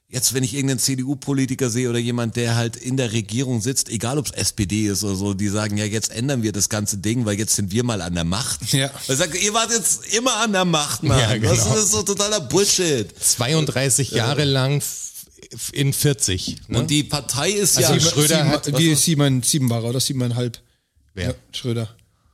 Speaker 3: jetzt wenn ich irgendeinen CDU-Politiker sehe oder jemand, der halt in der Regierung sitzt, egal ob es SPD ist oder so, die sagen, ja, jetzt ändern wir das ganze Ding, weil jetzt sind wir mal an der Macht.
Speaker 2: Ja.
Speaker 3: Er sagt, ihr wart jetzt immer an der Macht, Mann.
Speaker 4: Ja, genau.
Speaker 3: Das ist so totaler Bullshit.
Speaker 4: 32
Speaker 2: Äh,
Speaker 4: Jahre lang f- in 40. Ne?
Speaker 3: Und die Partei ist
Speaker 4: Also
Speaker 3: ja...
Speaker 4: ich- Schröder
Speaker 2: sieben,
Speaker 4: hat-
Speaker 2: wie sieben, sieben war er oder siebeneinhalb?
Speaker 4: Wer?
Speaker 2: Schröder.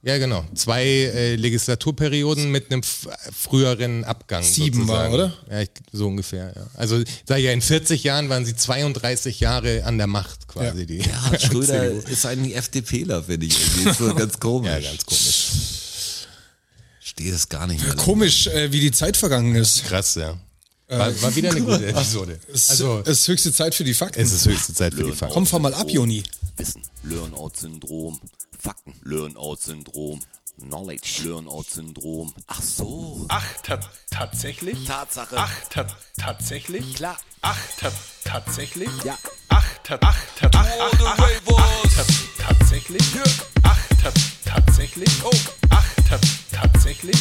Speaker 4: Ja, genau. Zwei äh, Legislaturperioden mit einem f- früheren Abgang.
Speaker 2: Sieben war,
Speaker 4: sozusagen.
Speaker 2: oder?
Speaker 4: Ja, ich, so ungefähr, ja. Also sag ich ja, in 40 Jahren waren sie 32 Jahre an der Macht quasi.
Speaker 2: Ja.
Speaker 4: Die
Speaker 3: ja, Schröder ist eigentlich FDPler, finde ich. irgendwie. Ist so ganz komisch.
Speaker 4: ja, ganz komisch.
Speaker 3: Steht das gar nicht mehr.
Speaker 2: Komisch, äh, wie die Zeit vergangen ist.
Speaker 4: [LAUGHS] Krass, ja. War, war wieder
Speaker 2: [LAUGHS]
Speaker 4: eine gute Episode. Also,
Speaker 2: Äh. es ist höchste Zeit für die Fakten.
Speaker 4: es ist höchste Zeit für die Fakten.
Speaker 2: Komm, fahr mal ab, Joni.
Speaker 5: Wissen, Learn-out-Syndrom, Fakten, Learn-out-Syndrom, Knowledge, Learn-out-Syndrom. Ach so.
Speaker 6: Ach, ta tatsächlich?
Speaker 5: Tatsache.
Speaker 6: Ach, ta tatsächlich?
Speaker 5: Klar.
Speaker 6: Ach, ta tatsächlich?
Speaker 5: Ja.
Speaker 6: Ach, ta ach, ta ach, ach, ach, ach, ta tatsächlich? Ach, ta tatsächlich? Oh. Ach, ta tatsächlich?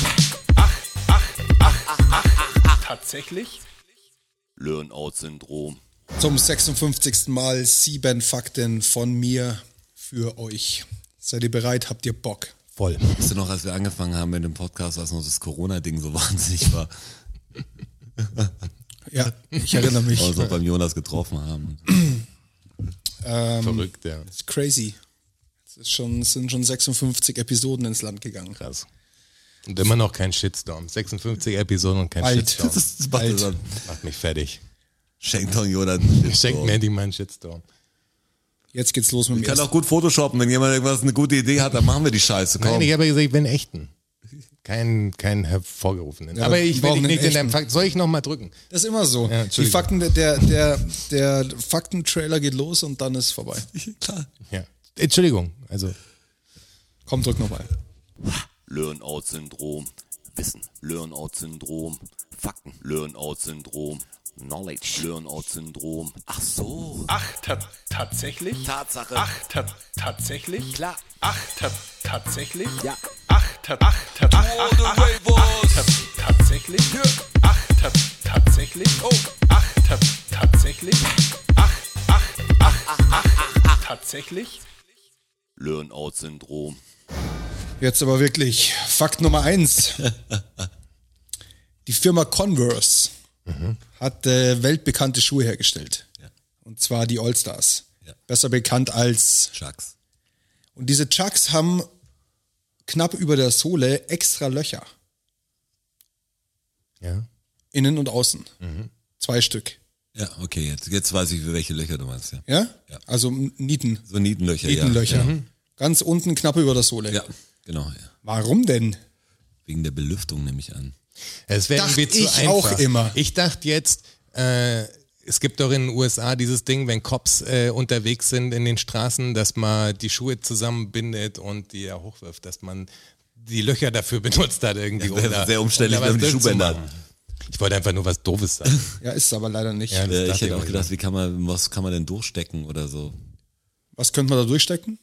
Speaker 6: Ach, ach, ach, ach, ach, ach, tatsächlich?
Speaker 5: Learn-out-Syndrom.
Speaker 2: Zum 56. Mal sieben Fakten von mir für euch. Seid ihr bereit? Habt ihr Bock?
Speaker 4: Voll.
Speaker 3: Weißt du noch, als wir angefangen haben mit dem Podcast, als noch das Corona-Ding so [LAUGHS] wahnsinnig war,
Speaker 2: Ja, ich erinnere mich.
Speaker 3: also beim Jonas getroffen haben.
Speaker 4: Verrückt, ja.
Speaker 2: Das ist crazy. Es ist schon, es sind schon 56 Episoden ins Land gegangen.
Speaker 4: Krass. Und immer noch kein Shitstorm. 56 Episoden und kein
Speaker 2: Alt.
Speaker 4: Shitstorm.
Speaker 3: Das macht
Speaker 2: Alt.
Speaker 3: dann-
Speaker 4: Macht mich fertig.
Speaker 3: Schenkt doch Jonas einen Shitstorm.
Speaker 4: Schenkt mir die mal einen Shitstorm.
Speaker 2: Jetzt geht's los mit dem
Speaker 3: Ich kann
Speaker 2: ersten.
Speaker 3: auch gut photoshoppen. Wenn jemand irgendwas eine gute Idee hat, dann machen wir die Scheiße. Komm.
Speaker 4: Nein, ich habe ja gesagt, ich will einen echten. Keinen, keinen hervorgerufenen.
Speaker 2: Ja,
Speaker 4: aber
Speaker 2: wir
Speaker 4: ich will
Speaker 2: brauchen
Speaker 4: dich
Speaker 2: einen
Speaker 4: nicht in
Speaker 2: echten.
Speaker 4: deinem Fakt. Soll ich nochmal drücken?
Speaker 2: Das ist immer so.
Speaker 4: Ja,
Speaker 2: die
Speaker 4: Entschuldigung.
Speaker 2: Fakten, der, der, der Faktentrailer geht los und dann ist vorbei.
Speaker 3: Klar.
Speaker 4: Ja. Entschuldigung. Also,
Speaker 2: Komm, drück nochmal.
Speaker 5: Learn-out-Syndrom. Wissen, Learn-out-Syndrom, Fakten, Learn-out-Syndrom, Knowledge, Learn-out-Syndrom. Ach so.
Speaker 6: Ach, ta tatsächlich?
Speaker 5: Tatsache.
Speaker 6: Ach, ta tatsächlich?
Speaker 5: Klar.
Speaker 6: Ach, ta tatsächlich?
Speaker 5: Ja.
Speaker 6: Ach, ta ach, ta ach, ach, ach, ach, ta tatsächlich? Ach, ta tatsächlich? Oh. Ach, ta tatsächlich? Ach, ach, ach, ach, ach, ach, tatsächlich?
Speaker 5: Learn-out-Syndrom.
Speaker 2: Jetzt aber wirklich Fakt
Speaker 3: [LAUGHS]
Speaker 2: Nummer eins. Die Firma Converse
Speaker 3: Mhm.
Speaker 2: hat äh, weltbekannte Schuhe hergestellt. Und zwar die Allstars.
Speaker 3: Ja.
Speaker 2: Besser bekannt als
Speaker 3: Chucks.
Speaker 2: Und diese Chucks haben knapp über der Sohle extra Löcher.
Speaker 4: Ja.
Speaker 2: Innen und außen.
Speaker 4: Mhm.
Speaker 2: Zwei Stück.
Speaker 3: Ja, okay, jetzt, jetzt weiß ich, welche Löcher du meinst, ja.
Speaker 2: Ja?
Speaker 3: Ja.
Speaker 2: Also Nieten.
Speaker 3: So Nietenlöcher,
Speaker 2: Nietenlöcher.
Speaker 3: ja.
Speaker 4: Mhm.
Speaker 2: Ganz unten knapp über der Sohle.
Speaker 3: Ja, genau, ja.
Speaker 2: Warum denn?
Speaker 3: Wegen der Belüftung nehme ich an.
Speaker 4: Es wäre
Speaker 2: Dacht
Speaker 4: irgendwie zu
Speaker 2: ich
Speaker 4: einfach.
Speaker 2: auch immer.
Speaker 4: Ich dachte jetzt, äh, es gibt doch in den USA dieses Ding, wenn Cops äh, unterwegs sind in den Straßen, dass man die Schuhe zusammenbindet und die ja hochwirft, dass man die Löcher dafür [LAUGHS] benutzt hat irgendwie.
Speaker 3: Ja, wär
Speaker 4: um da-
Speaker 3: sehr umständlich,
Speaker 4: um da
Speaker 3: wenn man die
Speaker 4: was drin zu
Speaker 3: Schuhbänder
Speaker 4: machen. Ich wollte einfach nur was Doofes sagen.
Speaker 2: Ja, ist es aber leider nicht.
Speaker 4: Ja, das
Speaker 3: Äh,
Speaker 4: dachte
Speaker 3: ich hätte auch
Speaker 4: mir.
Speaker 3: gedacht, wie kann man, was kann man denn durchstecken oder so?
Speaker 2: Was könnte man da durchstecken?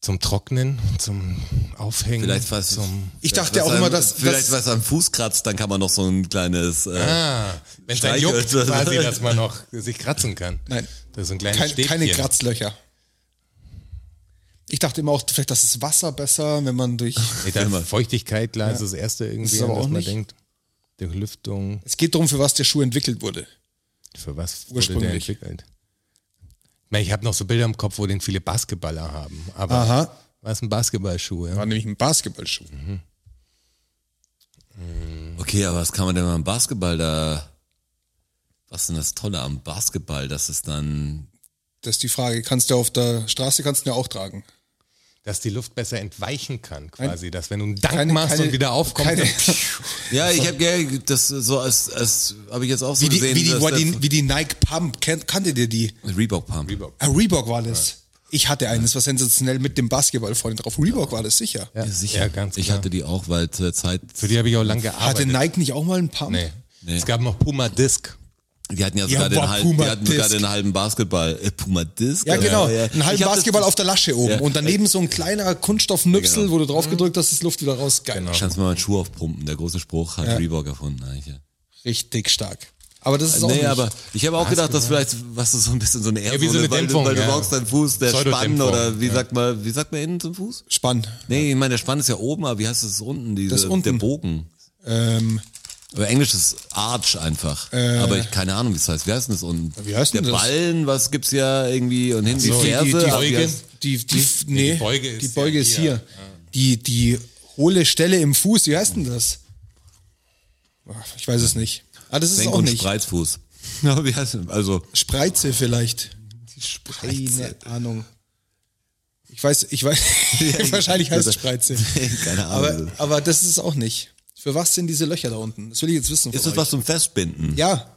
Speaker 4: Zum Trocknen, zum Aufhängen.
Speaker 3: Vielleicht was.
Speaker 4: zum.
Speaker 2: Ich
Speaker 3: vielleicht
Speaker 2: dachte
Speaker 3: was
Speaker 2: auch immer,
Speaker 3: am-
Speaker 2: dass-
Speaker 3: Vielleicht
Speaker 2: dass-
Speaker 3: was am Fuß kratzt, dann kann man noch so ein kleines. Äh,
Speaker 4: Ah, wenn es dann juckt,
Speaker 3: Streichelt.
Speaker 4: quasi, dass man noch sich kratzen kann.
Speaker 2: Nein.
Speaker 4: Das ist so ein kleines
Speaker 2: Kein,
Speaker 4: Stäbchen.
Speaker 2: keine Kratzlöcher. Ich dachte immer auch, vielleicht, dass das Wasser besser, wenn man
Speaker 4: [LAUGHS]
Speaker 2: durch.
Speaker 4: Ich dachte, Feuchtigkeit, klar, ist das erste irgendwie,
Speaker 2: Ist
Speaker 4: an
Speaker 2: aber
Speaker 4: das
Speaker 2: auch
Speaker 4: man
Speaker 2: nicht.
Speaker 4: denkt. Die Lüftung,
Speaker 2: Es geht darum, für was der Schuh entwickelt wurde.
Speaker 4: für was wurde der
Speaker 2: Ursprünglich.
Speaker 4: entwickelt? Ich, meine, ich habe noch so Bilder im Kopf, wo den viele Basketballer haben. Aber
Speaker 2: Aha.
Speaker 4: was ein Basketballschuh, ja?
Speaker 2: War nämlich ein Basketballschuh.
Speaker 4: Mhm.
Speaker 3: Okay, aber was kann man denn beim Basketball da. Was ist denn das Tolle am Basketball, dass es dann.
Speaker 2: Das ist die Frage. Kannst du auf der Straße kannst du ihn ja auch tragen.
Speaker 4: Dass die Luft besser entweichen kann, quasi. Dass wenn du einen Dank
Speaker 2: Keine-
Speaker 4: machst
Speaker 2: keine-
Speaker 4: und wieder aufkommst. [LAUGHS]
Speaker 2: keine-
Speaker 3: Ja, ich habe ja, das so als, als habe ich jetzt auch so
Speaker 2: Wie die,
Speaker 3: gesehen.
Speaker 2: wie die,
Speaker 3: dass
Speaker 2: boah,
Speaker 3: das-
Speaker 2: die, wie die Nike Pump. Kennt, kanntet ihr die?
Speaker 3: Reebok Pump.
Speaker 2: Ah, Reebok war das. Ich hatte eines, war sensationell mit dem Basketball vorne drauf. Reebok war das sicher.
Speaker 4: ja,
Speaker 3: Ja, sicher.
Speaker 4: Ja, ganz
Speaker 3: ich
Speaker 4: klar.
Speaker 3: hatte die auch, weil zur Zeit,
Speaker 4: Für die habe ich auch lange
Speaker 2: Hatte
Speaker 4: gearbeitet.
Speaker 2: Nike nicht auch mal einen Pump?
Speaker 4: nee.
Speaker 3: Nee.
Speaker 4: Es gab noch Puma Disc.
Speaker 3: die hatten ja
Speaker 2: Ja,
Speaker 3: sogar, den,
Speaker 2: boah,
Speaker 3: halben, die
Speaker 2: Puma
Speaker 3: hatten sogar
Speaker 2: Disc.
Speaker 3: den halben Basketball. Äh, Puma Disc?
Speaker 2: Ja, genau.
Speaker 3: ja.
Speaker 2: Einen halben
Speaker 3: Ich hab
Speaker 2: Basketball
Speaker 3: das,
Speaker 2: auf der Lasche oben
Speaker 3: Ja.
Speaker 2: und daneben so ein kleiner Kunststoffnüpsel,
Speaker 3: Genau.
Speaker 2: wo du drauf gedrückt hast, dass Luft wieder raus. Geil.
Speaker 3: Ich kann's mir mal einen Schuh aufpumpen. Der große Spruch hat Reebok erfunden eigentlich. Ja.
Speaker 2: Richtig stark. Aber das ist auch
Speaker 3: Nee,
Speaker 2: nicht.
Speaker 3: aber ich habe auch gedacht, dass vielleicht, was du so ein bisschen so eine Erdsohle,
Speaker 4: wie so eine
Speaker 3: weil,
Speaker 4: Dämpfung,
Speaker 3: du, weil du
Speaker 4: ja.
Speaker 3: brauchst deinen Fuß, der Spann
Speaker 4: Pseudodämpfung,
Speaker 3: oder wie sagt man, wie sagt man innen zum Fuß?
Speaker 2: Spann.
Speaker 3: Nee, ich meine, der Spann ist ja oben, aber wie heißt das unten? Diese,
Speaker 2: Das unten.
Speaker 3: Der Bogen.
Speaker 2: Ähm,
Speaker 3: Aber Englisch ist Arch einfach. aber ich keine Ahnung, wie es heißt. Wie heißt denn das unten?
Speaker 2: Äh. Wie heißt denn
Speaker 3: der
Speaker 2: das?
Speaker 3: Ballen, was gibt's ja irgendwie und hinten die Ferse.
Speaker 2: die, die,
Speaker 3: aber wie
Speaker 2: Beuge,
Speaker 3: heißt-
Speaker 2: die, die, nee, die Beuge ist,
Speaker 4: ja
Speaker 2: hier. Die, die hohle Stelle im Fuß, wie heißt denn das? Ach, Ich weiß es nicht. Ah, das ist
Speaker 3: Senk-
Speaker 2: auch
Speaker 3: und
Speaker 2: nicht. [LAUGHS]
Speaker 3: Spreizfuß. Ja, wie heißt denn? Also,
Speaker 2: Spreize vielleicht. Keine Ahnung. Ich weiß,
Speaker 3: [LAUGHS]
Speaker 2: ich weiß, [LAUGHS] wahrscheinlich heißt es Spreize.
Speaker 3: [LAUGHS] keine Ahnung.
Speaker 2: [LAUGHS] Aber, aber das ist es auch nicht. Für was sind diese Löcher da unten? Das will ich jetzt wissen. von
Speaker 3: ist das
Speaker 2: euch.
Speaker 3: was zum Festbinden?
Speaker 2: Ja,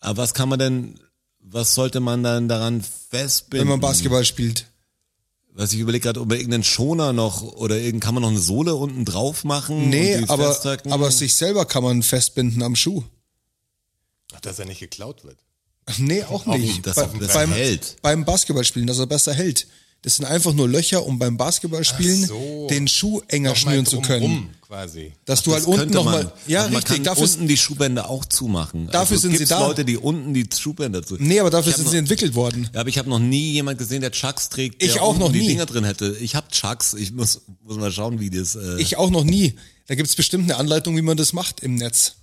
Speaker 3: Aber was kann man denn, was sollte man dann daran festbinden?
Speaker 2: wenn man Basketball spielt.
Speaker 3: Was ich überlege gerade, ob man irgendeinen Schoner noch oder irgend, kann man noch eine Sohle unten drauf machen? und
Speaker 2: Nee,
Speaker 3: die
Speaker 2: aber,
Speaker 3: festhaken?
Speaker 2: aber sich selber kann man festbinden am Schuh.
Speaker 4: Ach, dass er nicht geklaut wird.
Speaker 2: Nee, auch nicht.
Speaker 3: dass
Speaker 2: Bei-
Speaker 3: er besser
Speaker 2: beim,
Speaker 3: hält.
Speaker 2: beim Basketballspielen, dass er besser hält. Das sind einfach nur Löcher, um beim Basketballspielen
Speaker 4: Ach so.
Speaker 2: den Schuh enger
Speaker 4: Nochmal
Speaker 2: schnüren zu können.
Speaker 4: drumrum, quasi.
Speaker 2: Dass du halt
Speaker 3: Das
Speaker 2: unten
Speaker 3: könnte
Speaker 2: nochmal.
Speaker 3: man.
Speaker 2: Ja,
Speaker 3: Und man
Speaker 2: richtig.
Speaker 3: Kann
Speaker 2: Dafür ist,
Speaker 3: unten die Schuhbänder auch zumachen. Also
Speaker 2: Dafür sind sie
Speaker 3: gibt's
Speaker 2: da.
Speaker 3: Leute, die unten die Schuhbänder zu.
Speaker 2: nee, aber dafür
Speaker 3: Ich hab
Speaker 2: sind
Speaker 3: noch-
Speaker 2: sie entwickelt worden.
Speaker 3: Ja, aber ich habe noch nie jemand gesehen, der Chucks trägt, der
Speaker 2: Ich auch
Speaker 3: unten
Speaker 2: noch
Speaker 3: die
Speaker 2: nie.
Speaker 3: Dinger drin hätte. Ich habe Chucks. Ich muss, muss mal schauen, wie das. Äh,
Speaker 2: Ich auch noch nie. Da gibt's bestimmt eine Anleitung, wie man das macht im Netz.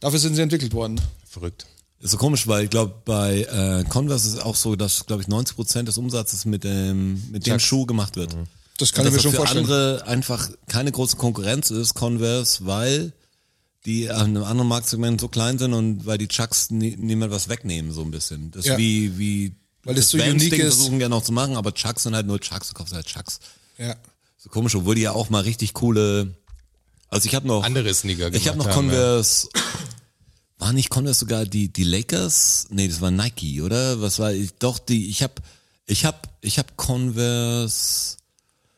Speaker 2: Dafür sind sie entwickelt worden.
Speaker 4: Verrückt.
Speaker 3: ist so komisch, weil ich glaube, bei äh, Converse ist es auch so, dass glaube ich 90 Prozent des Umsatzes mit dem mit dem Schuh gemacht wird.
Speaker 2: Das Mhm. kann
Speaker 3: dass
Speaker 2: ich mir
Speaker 3: das
Speaker 2: schon
Speaker 3: für
Speaker 2: vorstellen.
Speaker 3: andere einfach keine große Konkurrenz ist, Converse, weil die an einem anderen Marktsegment so klein sind und weil die Chucks nie, niemand was wegnehmen, so ein bisschen. Das
Speaker 2: Ja.
Speaker 3: ist wie, wie
Speaker 2: Weil das so
Speaker 3: Vans-Ding
Speaker 2: unique ist.
Speaker 3: versuchen ja noch zu machen, aber Chucks sind halt nur Chucks, du kaufst halt Chucks.
Speaker 2: Ja.
Speaker 3: So komisch, obwohl die ja auch mal richtig coole. Also ich habe noch.
Speaker 4: Andere Sneaker
Speaker 3: Ich habe noch
Speaker 4: gemacht haben,
Speaker 3: Converse. War nicht Converse sogar die, die Lakers? Nee, das war Nike, oder? Was war ich? Doch, die, ich habe ich habe ich habe Converse.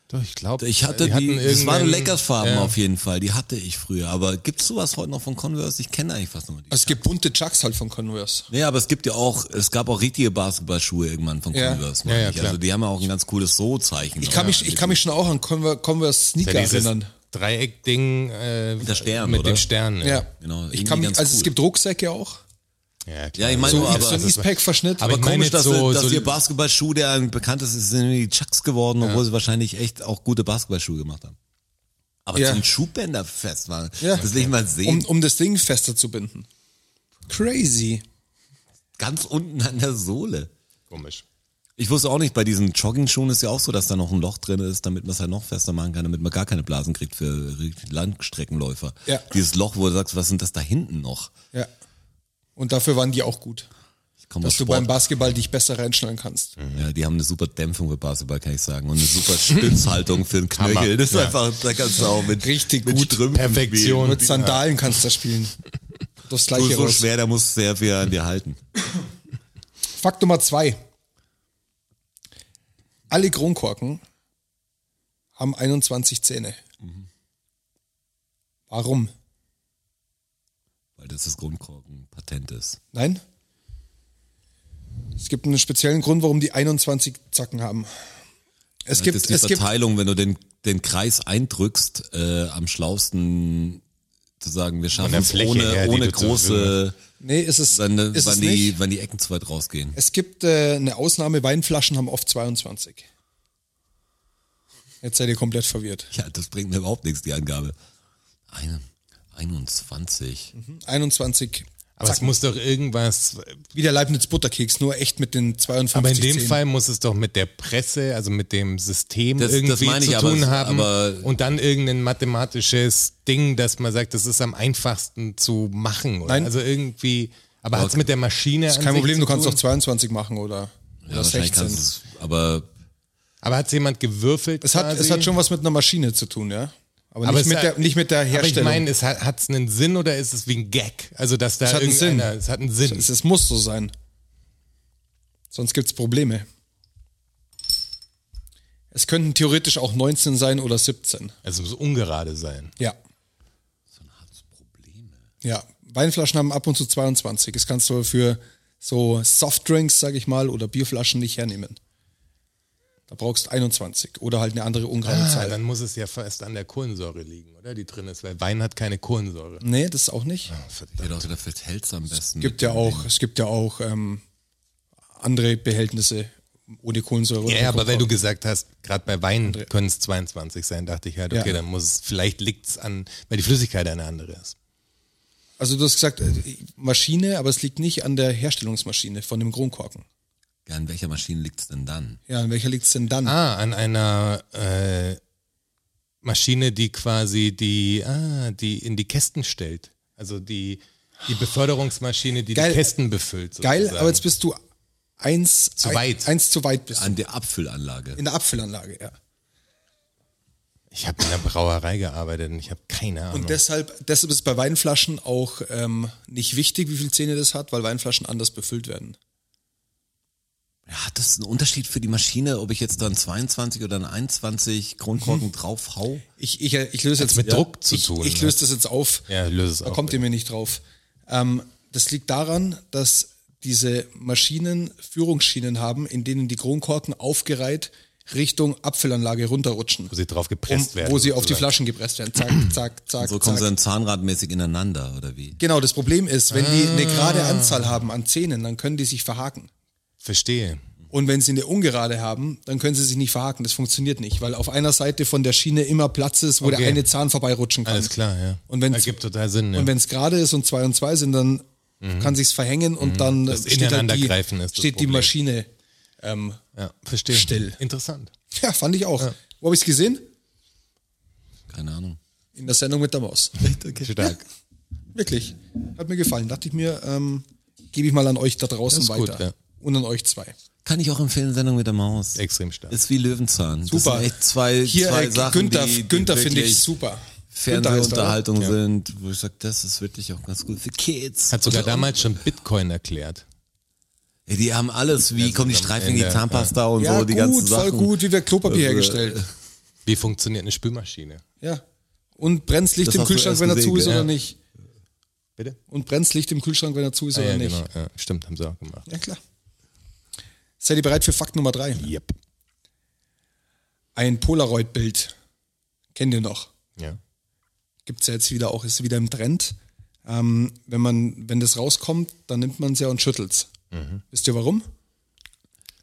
Speaker 4: Doch, ich glaube,
Speaker 3: Ich hatte die,
Speaker 4: hatten
Speaker 3: das waren
Speaker 4: irgendeinen-
Speaker 3: Lakers-Farben
Speaker 4: Ja.
Speaker 3: auf jeden Fall, die hatte ich früher. Aber gibt's sowas heute noch von Converse? Ich kenne eigentlich fast nur die.
Speaker 2: Also es gibt bunte Chucks halt von Converse.
Speaker 3: Nee, aber es gibt ja auch, es gab auch richtige Basketballschuhe irgendwann von
Speaker 2: Ja.
Speaker 3: Converse.
Speaker 4: Ja,
Speaker 3: meine
Speaker 4: ja,
Speaker 3: ich.
Speaker 4: klar.
Speaker 3: also die haben ja auch ein ganz cooles So-Zeichen.
Speaker 2: Ich kann, mich, ich kann mich schon auch an Conver- Converse
Speaker 4: Ja,
Speaker 2: Sneaker
Speaker 4: dieses
Speaker 2: erinnern.
Speaker 4: Dreieck-Ding äh,
Speaker 3: der Stern,
Speaker 4: mit
Speaker 3: oder?
Speaker 4: dem Stern.
Speaker 2: Ja.
Speaker 3: Genau,
Speaker 2: ich
Speaker 3: irgendwie
Speaker 2: kann mich,
Speaker 3: ganz
Speaker 2: also es
Speaker 3: cool.
Speaker 2: gibt Rucksäcke auch.
Speaker 4: Ja,
Speaker 3: Ja, ich meine
Speaker 2: So,
Speaker 3: nur, aber,
Speaker 2: so ein Eastpack-Verschnitt.
Speaker 3: aber
Speaker 4: ich meine
Speaker 3: komisch,
Speaker 4: jetzt
Speaker 3: dass,
Speaker 4: so-
Speaker 3: so, dass
Speaker 4: so-
Speaker 3: ihr Basketballschuh, der ein bekanntes ist, sind die Chucks geworden, obwohl sie wahrscheinlich echt auch gute Basketballschuhe gemacht haben. Aber
Speaker 2: Ja.
Speaker 3: zum Schuhbänderfest war
Speaker 2: Ja.
Speaker 3: das will ich mal sehen.
Speaker 2: um, um das Ding fester zu binden. Crazy.
Speaker 3: ganz unten an der Sohle.
Speaker 4: komisch.
Speaker 3: Ich wusste auch nicht, bei diesen Jogging-Schuhen ist ja auch so, dass da noch ein Loch drin ist, damit man es halt noch fester machen kann, damit man gar keine Blasen kriegt für Langstreckenläufer.
Speaker 2: Ja.
Speaker 3: Dieses Loch, wo du sagst, was sind das da hinten noch?
Speaker 2: Ja. Und dafür waren die auch gut.
Speaker 3: Ich komme aus
Speaker 2: Dass du
Speaker 3: Sport. Mhm.
Speaker 2: beim Basketball dich besser reinschneiden kannst.
Speaker 3: ja, die haben eine super Dämpfung für Basketball, kann ich sagen. Und eine super Stützhaltung für den Knöchel. Das ist einfach, da kannst du auch mit,
Speaker 2: Richtig
Speaker 3: mit
Speaker 2: gut.
Speaker 3: Strümpfen
Speaker 4: Perfektion.
Speaker 2: Mit Sandalen kannst du das
Speaker 3: [LAUGHS]
Speaker 2: spielen. Das
Speaker 3: Nur
Speaker 2: gleiche
Speaker 3: so
Speaker 2: raus.
Speaker 3: schwer, da musst du sehr viel an dir halten.
Speaker 2: Fakt Nummer zwei. Alle Kronkorken haben 21 Zähne.
Speaker 4: Mhm.
Speaker 2: Warum?
Speaker 3: Weil das das Grundkorken-Patent ist.
Speaker 2: Nein? Es gibt einen speziellen Grund, warum die 21 Zacken haben. Es
Speaker 3: Es
Speaker 2: gibt,
Speaker 3: die
Speaker 2: es gibt,
Speaker 3: Verteilung, wenn du den, den Kreis eindrückst, äh, am schlausten zu sagen, wir schaffen
Speaker 4: der
Speaker 3: es
Speaker 4: Fläche
Speaker 3: ohne,
Speaker 4: her, die
Speaker 3: ohne
Speaker 4: du zu
Speaker 3: große,
Speaker 2: nee, es ist,
Speaker 3: wenn,
Speaker 2: ist es
Speaker 3: wenn,
Speaker 2: nicht.
Speaker 3: die, wenn die Ecken zu weit rausgehen.
Speaker 2: Es gibt äh, eine Ausnahme, Weinflaschen haben oft 22. Jetzt seid ihr komplett verwirrt.
Speaker 3: Ja, das bringt mir überhaupt nichts, die Angabe. Eine, 21.
Speaker 2: Mhm. 21.
Speaker 4: Aber es muss doch irgendwas,
Speaker 2: Wie der Leibniz-Butterkeks, nur echt mit den 52
Speaker 4: aber in dem
Speaker 2: Zehen.
Speaker 4: Fall muss es doch mit der Presse, also mit dem System
Speaker 3: Das- das
Speaker 4: irgendwie
Speaker 3: meine ich,
Speaker 4: zu
Speaker 3: aber
Speaker 4: tun
Speaker 3: es-
Speaker 4: haben
Speaker 3: aber-
Speaker 4: und dann irgendein mathematisches Ding, dass man sagt, das ist am einfachsten zu machen. Oder?
Speaker 2: Nein.
Speaker 4: Also irgendwie, aber hat's mit der Maschine
Speaker 2: Ist kein Problem, du kannst
Speaker 4: doch
Speaker 2: auch 22 machen oder,
Speaker 3: Ja,
Speaker 2: oder
Speaker 3: wahrscheinlich
Speaker 2: 16.
Speaker 3: kannst du es, aber
Speaker 4: Aber hat's jemand gewürfelt?
Speaker 2: Es hat,
Speaker 4: quasi?
Speaker 2: es hat schon was mit einer Maschine zu tun, ja. Aber, nicht,
Speaker 4: es
Speaker 2: mit
Speaker 4: hat-
Speaker 2: der, nicht mit der Herstellung.
Speaker 4: Aber ich meine, es hat hat's einen Sinn oder ist es wie ein Gag? Also dass da
Speaker 2: Es hat einen Sinn.
Speaker 4: irgendeiner, es hat einen Sinn.
Speaker 2: es, es muss so sein. Sonst gibt's Probleme. Es könnten theoretisch auch 19 sein oder 17.
Speaker 4: Also es muss ungerade sein.
Speaker 2: Ja. Ja, Weinflaschen haben ab und zu 22. Das kannst du für so Softdrinks, sag ich mal, oder Bierflaschen nicht hernehmen. Da brauchst du 21 oder halt eine andere ungerade
Speaker 4: Ah,
Speaker 2: Zahl.
Speaker 4: dann muss es ja fast an der Kohlensäure liegen, oder? Die drin ist, weil Wein hat keine Kohlensäure.
Speaker 2: nee, das auch nicht.
Speaker 4: Ah,
Speaker 3: ja, doch, da verhältst du am besten.
Speaker 2: gibt ja auch, es gibt ja auch ähm, andere Behältnisse ohne Kohlensäure.
Speaker 4: Ja, aber weil du gesagt hast, gerade bei Wein können es 22 sein, dachte ich halt, okay,
Speaker 2: Ja.
Speaker 4: dann muss es, vielleicht liegt es an, weil die Flüssigkeit eine andere ist.
Speaker 2: Also du hast gesagt, äh, Maschine, aber es liegt nicht an der Herstellungsmaschine von dem Kronkorken.
Speaker 3: Ja, an welcher Maschine liegt's denn dann?
Speaker 2: Ja, an welcher liegt es denn dann?
Speaker 4: Ah, an einer äh, Maschine, die quasi die, ah, die in die Kästen stellt. Also die, die Beförderungsmaschine, die
Speaker 2: Geil.
Speaker 4: die Kästen befüllt.
Speaker 2: Geil,
Speaker 4: sozusagen.
Speaker 2: aber jetzt bist du eins
Speaker 4: also Zu
Speaker 2: ein-
Speaker 4: weit.
Speaker 2: Eins zu weit bist du.
Speaker 3: An der Abfüllanlage.
Speaker 2: In der Abfüllanlage, ja.
Speaker 4: Ich habe in der Brauerei gearbeitet und ich habe keine Ahnung.
Speaker 2: Und deshalb, deshalb ist bei Weinflaschen auch ähm, nicht wichtig, wie viele Zähne das hat, weil Weinflaschen anders befüllt werden.
Speaker 3: Ja, hat das einen Unterschied für die Maschine, ob ich jetzt dann 22 oder einen 21
Speaker 2: Mhm.
Speaker 3: Kronkorken drauf hau?
Speaker 2: Ich, ich, ich löse jetzt
Speaker 4: mit Druck zu
Speaker 2: ich,
Speaker 4: tun,
Speaker 2: Ich
Speaker 4: ne?
Speaker 2: löse das jetzt auf.
Speaker 4: ja, löse es
Speaker 2: Da
Speaker 4: auch.
Speaker 2: kommt ihr mir nicht drauf. Ähm, das liegt daran, dass diese Maschinen Führungsschienen haben, in denen die Kronkorken aufgereiht Richtung Abfüllanlage runterrutschen.
Speaker 4: wo sie drauf
Speaker 2: Um,
Speaker 4: gepresst werden.
Speaker 2: wo sie auf die
Speaker 4: sozusagen.
Speaker 2: Flaschen gepresst werden. Zack,
Speaker 4: [CLEARS THROAT]
Speaker 2: zack, zack.
Speaker 3: So kommen
Speaker 2: zack.
Speaker 3: sie dann zahnradmäßig ineinander, oder wie?
Speaker 2: Genau, das Problem ist, wenn die eine
Speaker 4: Ah.
Speaker 2: gerade Anzahl haben an Zähnen, dann können die sich verhaken.
Speaker 4: Verstehe.
Speaker 2: Und wenn sie eine ungerade haben, dann können sie sich nicht verhaken. Das funktioniert nicht, weil auf einer Seite von der Schiene immer Platz ist, wo
Speaker 4: Okay.
Speaker 2: der eine Zahn vorbeirutschen kann.
Speaker 4: Alles klar, ja.
Speaker 2: Und wenn's-
Speaker 4: Ergibt total Sinn. Ja. Mhm.
Speaker 2: Und wenn es gerade ist und zwei und zwei sind, dann kann sich's verhängen und dann äh, steht, halt die,
Speaker 4: Ineinandergreifen ist das
Speaker 2: steht die
Speaker 4: Problem.
Speaker 2: Maschine. Ähm,
Speaker 4: ja, [LAUGHS] verstehe.
Speaker 2: Still.
Speaker 4: [LAUGHS] Interessant.
Speaker 2: ja, fand ich auch. Wo habe ich's gesehen?
Speaker 3: Keine Ahnung.
Speaker 2: In der Sendung mit der Maus.
Speaker 4: Stark.
Speaker 2: Wirklich. Hat mir gefallen. Dachte ich mir, ähm, gebe ich mal an euch da draußen
Speaker 4: ist gut,
Speaker 2: weiter.
Speaker 4: ja.
Speaker 2: Und an euch zwei.
Speaker 3: Kann ich auch empfehlen, Sendung mit der Maus.
Speaker 4: Extrem stark.
Speaker 3: Ist wie Löwenzahn.
Speaker 2: Super.
Speaker 3: Das sind echt zwei,
Speaker 2: Hier,
Speaker 3: zwei
Speaker 2: äh,
Speaker 3: Sachen,
Speaker 2: Günther,
Speaker 3: die, die
Speaker 2: Günther finde ich
Speaker 3: wirklich
Speaker 2: super. Günther heißt er, oder?
Speaker 3: Fernsehunterhaltung sind, wo ich sage, das ist wirklich auch ganz gut für Kids.
Speaker 4: Hat sogar
Speaker 3: Und-
Speaker 4: damals schon Bitcoin erklärt.
Speaker 3: Ja, die haben alles, wie kommen die
Speaker 4: am
Speaker 3: Streifen, die
Speaker 4: Ende,
Speaker 3: Zahnpasta und
Speaker 2: Ja,
Speaker 3: so, die
Speaker 2: gut,
Speaker 3: ganzen
Speaker 2: voll
Speaker 3: Sachen.
Speaker 2: gut, wie wird Klopapier
Speaker 3: Also,
Speaker 2: hergestellt.
Speaker 4: Wie funktioniert eine Spülmaschine?
Speaker 2: Ja. Und brennt's Licht
Speaker 3: Das
Speaker 2: im
Speaker 3: hast du
Speaker 2: Kühlschrank,
Speaker 3: erst
Speaker 2: wenn er
Speaker 3: gesehen,
Speaker 2: zu ist
Speaker 3: gell?
Speaker 2: oder
Speaker 4: Ja.
Speaker 2: nicht?
Speaker 4: Bitte?
Speaker 2: Und brennt's Licht im Kühlschrank, wenn er zu ist oder
Speaker 4: ja,
Speaker 2: nicht?
Speaker 4: genau. Ja, stimmt, haben sie auch gemacht.
Speaker 2: Ja, klar. Seid ihr bereit für Fakt Nummer drei?
Speaker 4: Yep.
Speaker 2: Ein Polaroid-Bild. Kennt ihr noch?
Speaker 4: Ja.
Speaker 2: Gibt's ja jetzt wieder auch, ist wieder im Trend. Ähm, wenn man, wenn das rauskommt, dann nimmt man es ja und schüttelt's. Wisst ihr warum?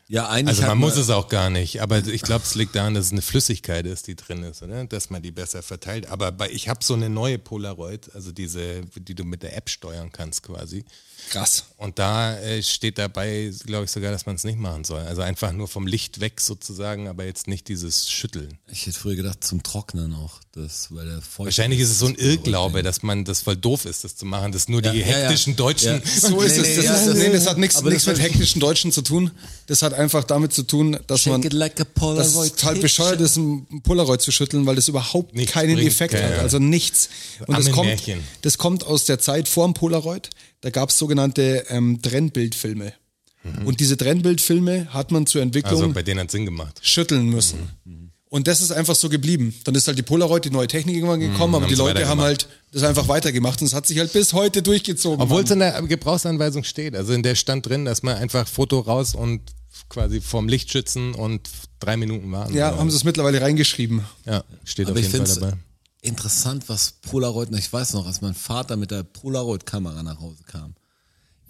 Speaker 3: Ja, eigentlich
Speaker 4: Also
Speaker 3: hat
Speaker 4: man muss es auch gar nicht, aber ich glaube, es liegt daran, dass es eine Flüssigkeit ist, die drin ist, oder? dass man die besser verteilt. Aber bei, ich habe so eine neue Polaroid, also diese, die du mit der App steuern kannst quasi.
Speaker 2: Krass.
Speaker 4: Und da äh, steht dabei, glaube ich sogar, dass man es nicht machen soll. Also einfach nur vom Licht weg sozusagen, aber jetzt nicht dieses Schütteln.
Speaker 3: Ich hätte früher gedacht, zum Trocknen auch. Das, weil der feucht
Speaker 4: Wahrscheinlich ist es so ein Irrglaube, dass man das voll doof ist, das zu machen, dass nur die
Speaker 3: Ja, ja, ja.
Speaker 4: hektischen Deutschen.
Speaker 3: Ja.
Speaker 2: So
Speaker 4: [LAUGHS]
Speaker 2: ist
Speaker 3: Nee,
Speaker 2: es.
Speaker 3: nee,
Speaker 2: Das,
Speaker 3: ja,
Speaker 2: ist,
Speaker 3: das-
Speaker 2: nee, das hat nichts
Speaker 3: aber
Speaker 2: nichts
Speaker 3: das-
Speaker 2: mit hektischen Deutschen zu tun. Das hat einfach damit zu tun, dass man
Speaker 3: Shake it like a Polaroid
Speaker 2: das ist total bescheuert
Speaker 3: picture.
Speaker 2: ist, ein Polaroid zu schütteln, weil das überhaupt
Speaker 4: Nichts
Speaker 2: keinen
Speaker 4: bringt,
Speaker 2: Effekt
Speaker 4: ja,
Speaker 2: hat.
Speaker 4: ja.
Speaker 2: Also nichts. Und das
Speaker 4: Amen
Speaker 2: kommt,
Speaker 4: Märchen.
Speaker 2: das kommt aus der Zeit vor dem Polaroid. Da gab es sogenannte ähm, Trennbildfilme. Und diese Trennbildfilme hat man zur Entwicklung
Speaker 4: Mhm. Also bei Mhm. denen hat Sinn gemacht.
Speaker 2: schütteln müssen. Und das ist einfach so geblieben. Dann ist halt die Polaroid, die neue Technik irgendwann gekommen, aber
Speaker 4: haben's
Speaker 2: die Leute
Speaker 4: weitergemacht.
Speaker 2: haben halt das einfach weitergemacht und es hat sich halt bis heute durchgezogen.
Speaker 4: Obwohl es in der Gebrauchsanweisung steht. Also in der stand drin, dass man einfach Foto raus und quasi vom Licht schützen und drei Minuten warten.
Speaker 2: ja,
Speaker 4: Oder-
Speaker 2: haben sie es mittlerweile reingeschrieben.
Speaker 4: ja steht
Speaker 3: Aber
Speaker 4: auf
Speaker 3: ich
Speaker 4: jeden
Speaker 3: finde
Speaker 4: Fall dabei.
Speaker 3: interessant, was Polaroid, noch- ich weiß noch, als mein Vater mit der Polaroid-Kamera nach Hause kam,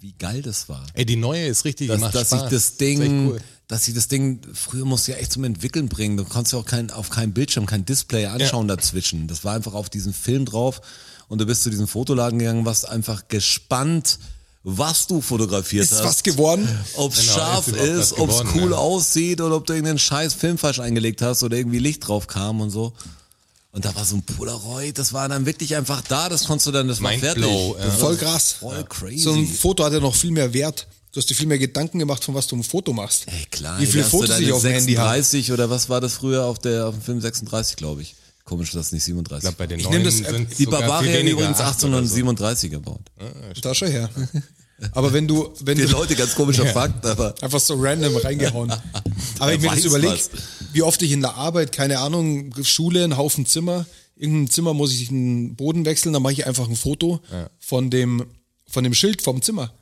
Speaker 3: wie geil das war.
Speaker 4: Ey, die neue ist richtig, die
Speaker 3: Dass,
Speaker 4: macht
Speaker 3: dass ich
Speaker 4: Spaß.
Speaker 3: das
Speaker 4: ist echt
Speaker 3: Ding,
Speaker 4: cool.
Speaker 3: dass ich das Ding, früher musste ich ja echt zum Entwickeln bringen. Du konntest ja auch kein, auf keinem Bildschirm, kein Display anschauen dazwischen. Das war einfach auf diesem Film drauf und du bist zu diesem Fotoladen gegangen, warst einfach gespannt, was du fotografiert
Speaker 2: Ist
Speaker 3: hast.
Speaker 2: was geworden?
Speaker 3: Ob
Speaker 4: Genau,
Speaker 3: scharf
Speaker 4: ist überhaupt was
Speaker 3: ist, ob es
Speaker 4: geworden,
Speaker 3: cool
Speaker 4: ja.
Speaker 3: aussieht oder ob du irgendeinen scheiß Film falsch eingelegt hast oder irgendwie Licht drauf kam und so. Und da war so ein Polaroid, das war dann wirklich einfach da, das konntest du dann, das war fertig.
Speaker 4: Mindblow, ja.
Speaker 3: Das war
Speaker 2: Voll krass.
Speaker 3: Voll crazy.
Speaker 2: So ein Foto hat ja noch viel mehr Wert. Du hast dir viel mehr Gedanken gemacht, von was du ein Foto machst.
Speaker 3: Ey, klar.
Speaker 2: Wie viele
Speaker 3: da hast du
Speaker 2: Fotos
Speaker 3: deine
Speaker 2: ich auf dem Handy habe.
Speaker 3: 36 oder was war das früher auf, der, auf dem Film 36, glaube ich. Komisch, dass nicht
Speaker 4: Ich
Speaker 3: 37.
Speaker 4: glaube, bei den
Speaker 2: Ich
Speaker 4: neuen
Speaker 2: nehm das-
Speaker 4: sind
Speaker 3: die
Speaker 4: sogar viel
Speaker 3: Bavaria
Speaker 4: weniger,
Speaker 3: übrigens
Speaker 4: acht oder so.
Speaker 3: 1837 gebaut.
Speaker 2: Da schon her. Aber wenn du, wenn
Speaker 3: Die
Speaker 2: du
Speaker 3: Leute, ganz
Speaker 2: [LAUGHS]
Speaker 3: komischer Fakt, aber
Speaker 2: einfach so
Speaker 3: [LAUGHS]
Speaker 2: random reingehauen. Aber wenn ich mir
Speaker 3: weiß
Speaker 2: das überlege,
Speaker 3: was.
Speaker 2: wie oft ich in der Arbeit, keine Ahnung, Schule, ein Haufen Zimmer, irgendein Zimmer muss ich einen Boden wechseln, dann mache ich einfach ein Foto von dem, von dem Schild vom Zimmer.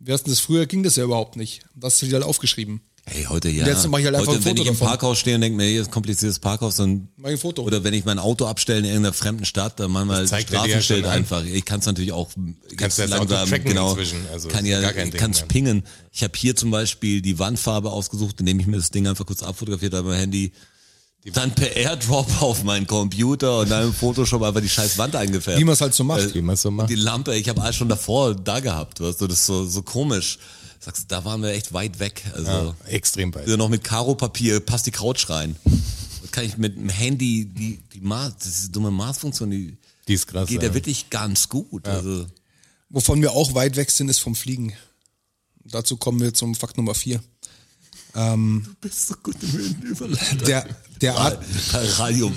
Speaker 2: Wie hast denn das früher ging das ja überhaupt nicht. Das ist halt aufgeschrieben.
Speaker 3: hey, heute ja.
Speaker 2: Jetzt mach ich halt einfach
Speaker 3: heute,
Speaker 2: ein
Speaker 3: wenn
Speaker 2: Foto
Speaker 3: ich im
Speaker 2: davon.
Speaker 3: Parkhaus stehe und denke mir, hier ist ein kompliziertes Parkhaus, dann
Speaker 2: Mach ich ein Foto.
Speaker 3: Oder wenn ich mein Auto abstelle in irgendeiner fremden Stadt, dann manchmal
Speaker 4: Das zeigt er dir ja
Speaker 3: Straßenschild
Speaker 4: schon an.
Speaker 3: einfach. Ich kann es natürlich auch
Speaker 4: Kannst du
Speaker 3: jetzt genau.
Speaker 4: das Auto tracken inzwischen, also
Speaker 3: kann
Speaker 4: ist
Speaker 3: ja,
Speaker 4: gar kein Ding
Speaker 3: kann es
Speaker 4: mehr.
Speaker 3: pingen. Ich habe hier zum Beispiel die Wandfarbe ausgesucht, indem ich mir das Ding einfach kurz abfotografiert habe mein Handy. Dann per Airdrop [LAUGHS] auf meinen Computer und dann im Photoshop einfach die scheiß Wand eingefärbt. Äh,
Speaker 2: Wie man es halt so macht.
Speaker 4: Wie man so
Speaker 3: Und
Speaker 4: macht.
Speaker 3: die Lampe, ich habe alles schon davor da gehabt, weißt du, das ist so, so komisch. Sagst, da waren wir echt weit weg. Also
Speaker 4: Ja, extrem weit.
Speaker 3: also noch mit Karo-Papier, passt die Couch rein. Das kann ich mit dem Handy, die, die Maß, das ist dumme Maßfunktion, die,
Speaker 4: Die ist krass.
Speaker 3: geht
Speaker 4: ja.
Speaker 3: ja wirklich ganz gut. Also,
Speaker 2: Wovon wir auch weit weg sind, ist vom Fliegen. Dazu kommen wir zum Fakt Nummer 4.
Speaker 3: du bist so gut im Überleiten.
Speaker 2: Der, der Art,
Speaker 3: [LAUGHS] Radio.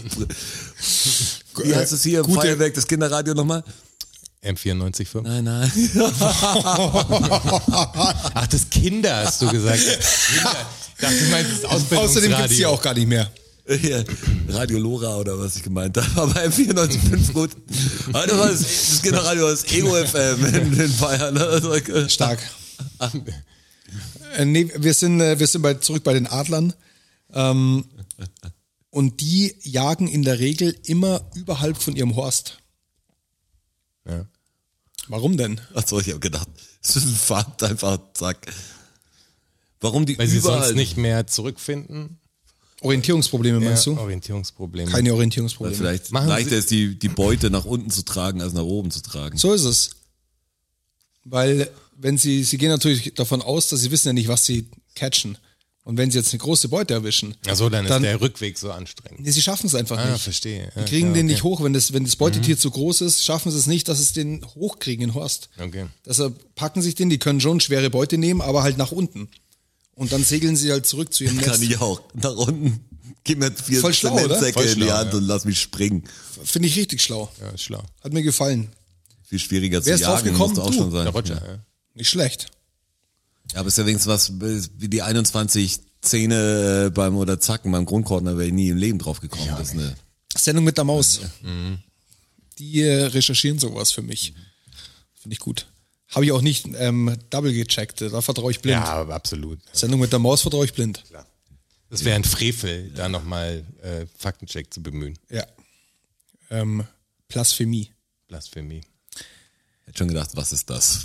Speaker 3: Wie heißt es hier?
Speaker 2: Gute-
Speaker 3: Feuerwerk, das Kinderradio nochmal?
Speaker 4: M94
Speaker 2: [LAUGHS]
Speaker 3: Nein, nein.
Speaker 4: Ach, das Kinder hast du gesagt. [LAUGHS] Kinder. Ich dachte, du meinst das Ausbildungsradio.
Speaker 2: außerdem gibt's die auch gar nicht mehr.
Speaker 3: Hier, Radio Lora oder was ich gemeint habe. Aber [LAUGHS] M94.5 gut. Heute war das, das Kinderradio, E das Ego FM in, in Bayern. Also, äh,
Speaker 2: Stark. äh, nee, wir sind, äh, wir sind bei, zurück bei den Adlern. Ähm, und die jagen in der Regel immer überhalb von ihrem Horst.
Speaker 4: Ja.
Speaker 2: Warum denn?
Speaker 3: Achso, ich habe gedacht, [LAUGHS] es ist ein Fakt, einfach zack. Warum die
Speaker 4: Weil sie
Speaker 3: überall
Speaker 4: sonst nicht mehr zurückfinden.
Speaker 2: Orientierungsprobleme meinst
Speaker 4: Ja,
Speaker 2: du?
Speaker 4: Orientierungsprobleme.
Speaker 2: Keine
Speaker 3: Weil
Speaker 2: Orientierungsprobleme.
Speaker 3: vielleicht
Speaker 4: Machen Sie-
Speaker 3: leichter ist die, die Beute nach unten zu tragen, als nach oben zu tragen.
Speaker 2: So ist es. Weil, wenn sie, sie gehen natürlich davon aus, dass sie wissen ja nicht, was sie catchen. Und wenn sie jetzt eine große Beute erwischen,
Speaker 4: Ach so, dann ist
Speaker 2: Dann-
Speaker 4: der Rückweg so anstrengend.
Speaker 2: nee, sie schaffen es einfach
Speaker 4: Ah,
Speaker 2: nicht.
Speaker 4: verstehe.
Speaker 2: Die
Speaker 4: Ja,
Speaker 2: kriegen
Speaker 4: ja,
Speaker 2: den
Speaker 4: okay. Mhm.
Speaker 2: nicht hoch. Wenn das, wenn das Beutetier zu groß ist, schaffen sie es nicht, dass es den hochkriegen, den Horst.
Speaker 4: Okay.
Speaker 2: Deshalb packen sich den, die können schon schwere Beute nehmen, aber halt nach unten. Und dann segeln sie halt zurück zu ihrem
Speaker 3: Kann
Speaker 2: Netz.
Speaker 3: ich auch. Nach unten. Gib mir vier
Speaker 2: Voll schlau, oder?
Speaker 3: Zementsäcke
Speaker 4: Voll
Speaker 3: in die
Speaker 4: schlau,
Speaker 3: Hand
Speaker 4: ja.
Speaker 3: und lass mich springen.
Speaker 2: Finde ich richtig schlau.
Speaker 4: Ja, schlau.
Speaker 2: Hat mir gefallen.
Speaker 3: Viel schwieriger
Speaker 2: Wer
Speaker 3: zu
Speaker 2: ist drauf
Speaker 3: jagen,
Speaker 2: gekommen?
Speaker 3: musst du auch
Speaker 2: Du.
Speaker 3: schon sein.
Speaker 4: Der Roger,
Speaker 3: Ja.
Speaker 4: ja.
Speaker 2: Nicht schlecht.
Speaker 3: Ja, aber ist ja wenigstens was, äh, wie die 21 Zähne äh, beim oder Zacken beim Grundkorner wäre ich nie im Leben drauf gekommen. das ist eine,
Speaker 2: Sendung mit der Maus.
Speaker 4: Mhm.
Speaker 2: Die äh, recherchieren sowas für mich. Finde ich gut. Habe ich auch nicht ähm, double gecheckt. Da vertraue ich blind.
Speaker 4: Ja, aber absolut.
Speaker 2: Sendung mit der Maus vertraue ich blind.
Speaker 4: Das wäre ein Frevel, da nochmal äh, Faktencheck zu bemühen.
Speaker 2: Ja. Ähm, Blasphemie.
Speaker 4: Blasphemie.
Speaker 3: Hätte schon gedacht, was ist das?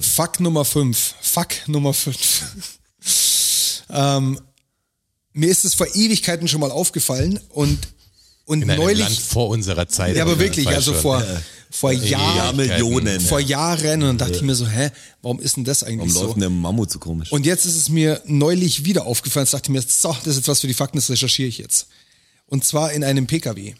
Speaker 2: Fuck Nummer 5. Fuck Nummer 5. [LAUGHS] ähm, mir ist es vor Ewigkeiten schon mal aufgefallen und, und
Speaker 4: In einem Land
Speaker 2: neulich.
Speaker 4: vor unserer Zeit.
Speaker 2: Ja, aber
Speaker 4: oder?
Speaker 2: wirklich,
Speaker 4: Weiß
Speaker 2: also
Speaker 4: schon.
Speaker 2: vor, vor
Speaker 3: ja,
Speaker 2: Jahren.
Speaker 3: Millionen.
Speaker 2: Vor Jahren. Und dann dachte ich mir so, hä, warum ist denn das
Speaker 3: Warum
Speaker 2: eigentlich so?
Speaker 3: läuft denn der Mammut so komisch?
Speaker 2: Und jetzt ist es mir neulich wieder aufgefallen. Ich dachte mir, so, das ist jetzt was für die Fakten, das recherchiere ich jetzt. Und zwar in einem PKW.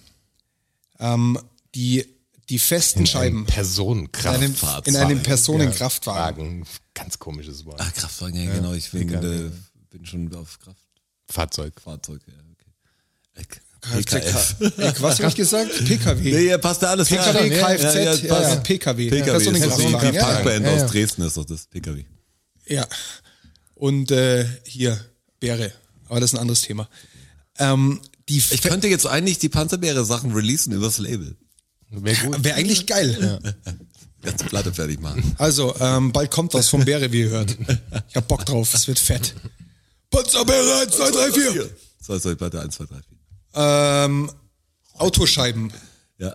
Speaker 2: Ähm, die, die festen
Speaker 4: In einem
Speaker 2: Scheiben. In einem,
Speaker 4: Personenkraftfahrzeug.
Speaker 2: in einem Personenkraftwagen.
Speaker 4: Wagen. Ganz komisches Wort.
Speaker 3: Ah, Kraftwagen, ja, genau. Ich bin, äh, bin schon auf Kraftfahrzeug.
Speaker 4: Fahrzeug.
Speaker 3: Ja, okay.
Speaker 2: PKF. Äh, Was habe ich gesagt? PKW.
Speaker 3: [LAUGHS] Nee, ja, passt da alles
Speaker 2: PKW,
Speaker 4: ne?
Speaker 3: rein.
Speaker 2: Kfz,
Speaker 3: ja,
Speaker 2: ja,
Speaker 3: passt.
Speaker 2: ja, PKW.
Speaker 3: PKW.
Speaker 2: Das ist so eine
Speaker 3: das ist
Speaker 2: Kraftwagen,
Speaker 3: die
Speaker 2: ja,
Speaker 3: Parkband
Speaker 4: ja, ja.
Speaker 3: aus Dresden, ist doch das PKW.
Speaker 2: Ja. Und äh, hier, Bäre. Aber das ist ein anderes Thema. Ähm, die
Speaker 3: Ich könnte jetzt eigentlich die Panzerbeere-Sachen releasen übers Label.
Speaker 4: Wär
Speaker 2: [LAUGHS]
Speaker 4: gut.
Speaker 2: wäre eigentlich geil.
Speaker 3: Ganze Platte fertig
Speaker 4: [LAUGHS]
Speaker 3: machen.
Speaker 2: Also, ähm, bald kommt was vom Bäre, wie ihr hört. Ich hab Bock drauf, es wird fett. Panzerbäre 1, 2, 3, 4.
Speaker 3: So, so, Platte 1, 2, 3, 4.
Speaker 2: Ähm, Autoscheiben.
Speaker 3: Ja,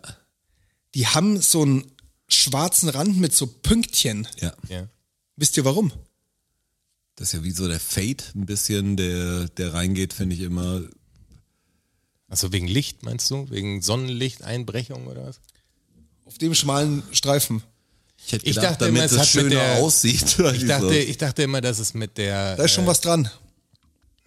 Speaker 2: Die haben so einen schwarzen Rand mit so Pünktchen.
Speaker 3: ja.
Speaker 4: Ja.
Speaker 2: Wisst ihr warum?
Speaker 3: Das ist ja wie so der Fade ein bisschen, der, der reingeht, finde ich immer.
Speaker 4: Also wegen Licht, meinst du? Wegen Sonnenlichteinbrechung oder was?
Speaker 2: Auf dem schmalen Streifen.
Speaker 3: Ich hätte
Speaker 4: Ich
Speaker 3: gedacht,
Speaker 4: dachte immer,
Speaker 3: damit
Speaker 4: es
Speaker 3: es
Speaker 4: hat mit
Speaker 3: schöner
Speaker 4: der-
Speaker 3: aussieht. [LAUGHS]
Speaker 4: Ich dachte, ich dachte immer, dass es mit der.
Speaker 2: Da ist schon was dran.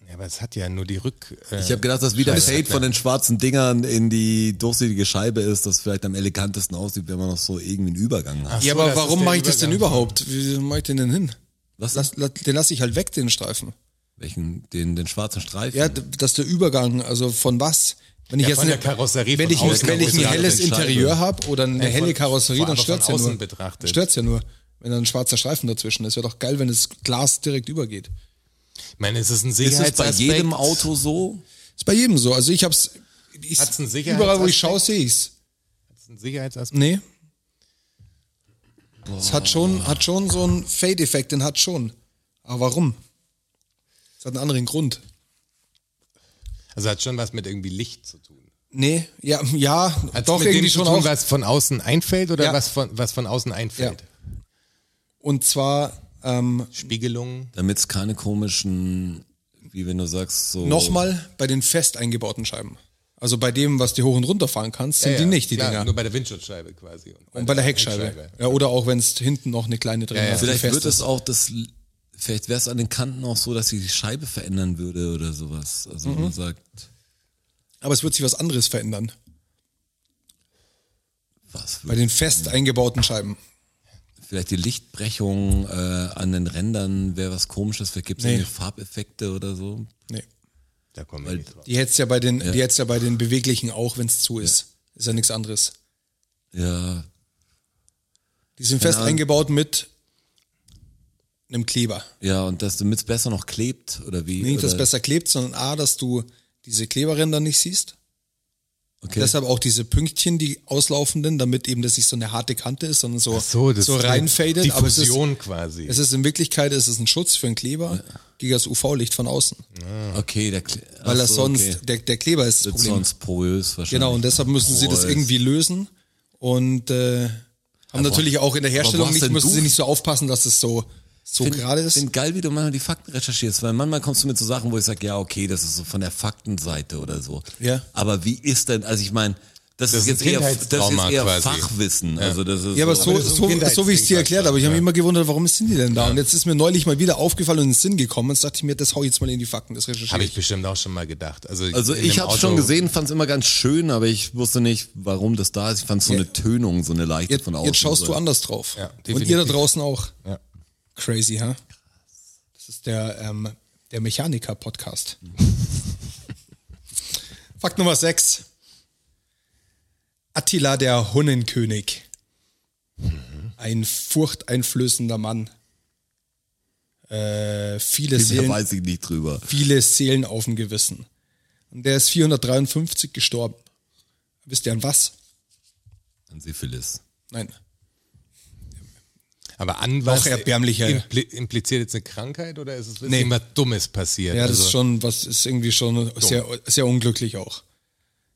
Speaker 4: Äh, ja, aber es hat ja nur die Rück. Äh,
Speaker 3: Ich habe gedacht, dass wie der
Speaker 4: Scheiße.
Speaker 3: Fade von den schwarzen Dingern in die durchsichtige Scheibe ist, das vielleicht am elegantesten aussieht, wenn man noch so irgendwie einen Übergang hat.
Speaker 4: Ach so,
Speaker 2: ja, aber
Speaker 4: das ist
Speaker 2: warum
Speaker 4: der
Speaker 2: mache ich das denn
Speaker 4: Übergang.
Speaker 2: überhaupt? Wie mache ich den denn hin?
Speaker 3: Was?
Speaker 2: Lass, la- den lasse ich halt weg, den Streifen.
Speaker 3: Welchen? Den, den schwarzen Streifen?
Speaker 2: Ja, d- dass der Übergang, also von was? Wenn ich
Speaker 4: Ja,
Speaker 2: jetzt
Speaker 4: von
Speaker 2: eine-
Speaker 4: der Karosserie,
Speaker 2: wenn
Speaker 4: von
Speaker 2: ich, ein-
Speaker 4: außen
Speaker 2: wenn ich ein
Speaker 4: betrachtet.
Speaker 2: helles
Speaker 3: Scheibe.
Speaker 2: Interieur habe oder eine
Speaker 4: Nein, von-
Speaker 2: helle Karosserie,
Speaker 4: von-
Speaker 2: dann
Speaker 4: aber
Speaker 2: stört's
Speaker 4: von
Speaker 2: ja nur.
Speaker 4: außen betrachtet.
Speaker 2: Stört's ja nur, wenn da ein schwarzer Streifen dazwischen ist. Wäre doch geil, wenn das Glas direkt übergeht.
Speaker 4: Ich meine, es ist ein
Speaker 3: ist es
Speaker 4: Sicherheitsaspekt.
Speaker 3: bei jedem Auto so?
Speaker 2: Ist bei jedem so. Also ich hab's. Ich,
Speaker 4: Hat's einen Sicherheitsaspekt?
Speaker 2: überall, wo ich schaue, sehe ich's.
Speaker 4: Ist ein Sicherheitsaspekt.
Speaker 2: Nee. Es hat schon, hat schon so einen Fade-Effekt, den hat schon. Aber warum? Es hat einen anderen Grund.
Speaker 4: Also hat schon was mit irgendwie Licht zu tun.
Speaker 2: Nee, ja, ja,
Speaker 4: Hat's
Speaker 2: doch
Speaker 4: mit dem
Speaker 2: irgendwie
Speaker 4: zu
Speaker 2: schon
Speaker 4: tun,
Speaker 2: auch.
Speaker 4: was von außen einfällt oder
Speaker 2: Ja.
Speaker 4: was, von, was von außen einfällt?
Speaker 2: Und zwar ähm,
Speaker 4: Spiegelung.
Speaker 3: Damit es keine komischen, wie wenn du sagst,
Speaker 4: Oh.
Speaker 3: so.
Speaker 2: nochmal bei den fest eingebauten Scheiben. Also bei dem, was du hoch und runter fahren kannst, sind
Speaker 4: Ja,
Speaker 2: die
Speaker 4: ja,
Speaker 2: nicht, die
Speaker 4: klar,
Speaker 2: Dinger.
Speaker 4: Nur bei der Windschutzscheibe quasi.
Speaker 2: Und bei der Heckscheibe. Ja, oder auch wenn es hinten noch eine kleine drin
Speaker 4: Ja, ja.
Speaker 2: ist. die
Speaker 3: Vielleicht
Speaker 2: fest
Speaker 3: wird
Speaker 2: ist.
Speaker 3: es auch das, vielleicht wäre es an den Kanten auch so, dass sie die Scheibe verändern würde oder sowas. Also man
Speaker 2: Mhm.
Speaker 3: sagt,
Speaker 2: Aber es wird sich was anderes verändern.
Speaker 3: was
Speaker 2: Bei
Speaker 3: würde
Speaker 2: den fest eingebauten Scheiben.
Speaker 3: Vielleicht die Lichtbrechung äh, an den Rändern wäre was komisches, vielleicht gibt es
Speaker 2: Nee.
Speaker 3: Farbeffekte oder so.
Speaker 2: Nee.
Speaker 4: Da kommen wir nicht drauf.
Speaker 2: Die hättest ja bei den, die hättest ja bei den beweglichen auch, wenn es zu ist. Ist ja nichts anderes.
Speaker 3: Ja,
Speaker 2: Die sind fest
Speaker 3: Ahnung.
Speaker 2: eingebaut mit einem Kleber.
Speaker 3: ja, und dass damit es besser noch klebt oder wie.
Speaker 2: Nicht,
Speaker 3: oder,
Speaker 2: dass es besser klebt, sondern A, dass du diese Kleberränder nicht siehst.
Speaker 3: Okay.
Speaker 2: Deshalb auch diese Pünktchen, die auslaufenden, damit eben das nicht so eine harte Kante ist, sondern so,
Speaker 4: Ach so, das
Speaker 2: so
Speaker 4: ist eine
Speaker 2: reinfadet. Aber es ist,
Speaker 4: Diffusion quasi.
Speaker 2: es ist in Wirklichkeit es ist ein Schutz für einen Kleber gegen das UV-Licht von außen.
Speaker 3: okay, der Kle
Speaker 2: Weil das
Speaker 3: Ach so,
Speaker 2: sonst,
Speaker 3: okay.
Speaker 2: der, der Kleber ist das
Speaker 3: wird
Speaker 2: Problem.
Speaker 3: sonst porös wahrscheinlich.
Speaker 2: Genau, und deshalb müssen sie das
Speaker 3: Porös.
Speaker 2: irgendwie lösen und äh, haben natürlich auch in der
Speaker 3: wo
Speaker 2: Herstellung
Speaker 3: hast
Speaker 2: nicht,
Speaker 3: denn
Speaker 2: müssen
Speaker 3: du-
Speaker 2: sie nicht so aufpassen, dass es so, so
Speaker 3: Find-
Speaker 2: gerade ist.
Speaker 3: Find geil, wie du manchmal die Fakten recherchierst, weil manchmal kommst du mit so Sachen, wo ich sage, ja, okay, das ist so von der Faktenseite oder so.
Speaker 2: Ja.
Speaker 3: Aber wie ist denn, also ich meine, das,
Speaker 4: Das
Speaker 3: ist jetzt
Speaker 4: ist ein
Speaker 3: eher, das ist jetzt
Speaker 4: Kindheitstrauma
Speaker 3: eher
Speaker 4: quasi.
Speaker 3: Fachwissen. Also das ist
Speaker 2: Ja, aber
Speaker 4: Aber
Speaker 2: so,
Speaker 4: das ist ein
Speaker 2: so, so wie ich es dir
Speaker 4: Kindheitsding,
Speaker 2: erklärt habe. Ich habe
Speaker 4: ja.
Speaker 2: mich immer gewundert, warum sind die denn da? Und jetzt ist mir neulich mal wieder aufgefallen und in den Sinn gekommen. Und jetzt dachte ich mir, das hau ich jetzt mal in die Fakten, das recherchiere
Speaker 4: Habe ich bestimmt auch schon mal gedacht. Also,
Speaker 3: Also
Speaker 4: in
Speaker 3: ich
Speaker 4: einem
Speaker 3: habe
Speaker 4: Auto-
Speaker 3: schon gesehen, fand es immer ganz schön, aber ich wusste nicht, warum das da ist. Ich fand so eine Tönung, so eine leichte
Speaker 2: Jetzt,
Speaker 3: von außen.
Speaker 2: jetzt schaust
Speaker 3: so.
Speaker 2: du anders drauf.
Speaker 4: Ja,
Speaker 2: und
Speaker 4: definitiv.
Speaker 2: ihr da draußen auch.
Speaker 4: Ja.
Speaker 2: Crazy, ha? Das ist der, ähm,
Speaker 3: [LAUGHS]
Speaker 2: der Mechaniker-Podcast. Fakt Nummer 6. Attila der Hunnenkönig.
Speaker 3: Mhm.
Speaker 2: Ein furchteinflößender Mann. Äh, viele
Speaker 3: Da
Speaker 2: Seelen
Speaker 3: weiß ich nicht drüber.
Speaker 2: viele Seelen auf dem Gewissen. Und der ist 453 gestorben. Wisst ihr an was?
Speaker 3: An Syphilis.
Speaker 2: Nein.
Speaker 4: Aber an was?
Speaker 2: Noch erbärmlicher, ja.
Speaker 4: Impli impliziert jetzt eine Krankheit oder ist es ist
Speaker 2: Nee.
Speaker 4: irgendwas Dummes passiert?
Speaker 2: Ja, das
Speaker 4: also,
Speaker 2: ist schon, was ist irgendwie schon sehr, sehr unglücklich auch.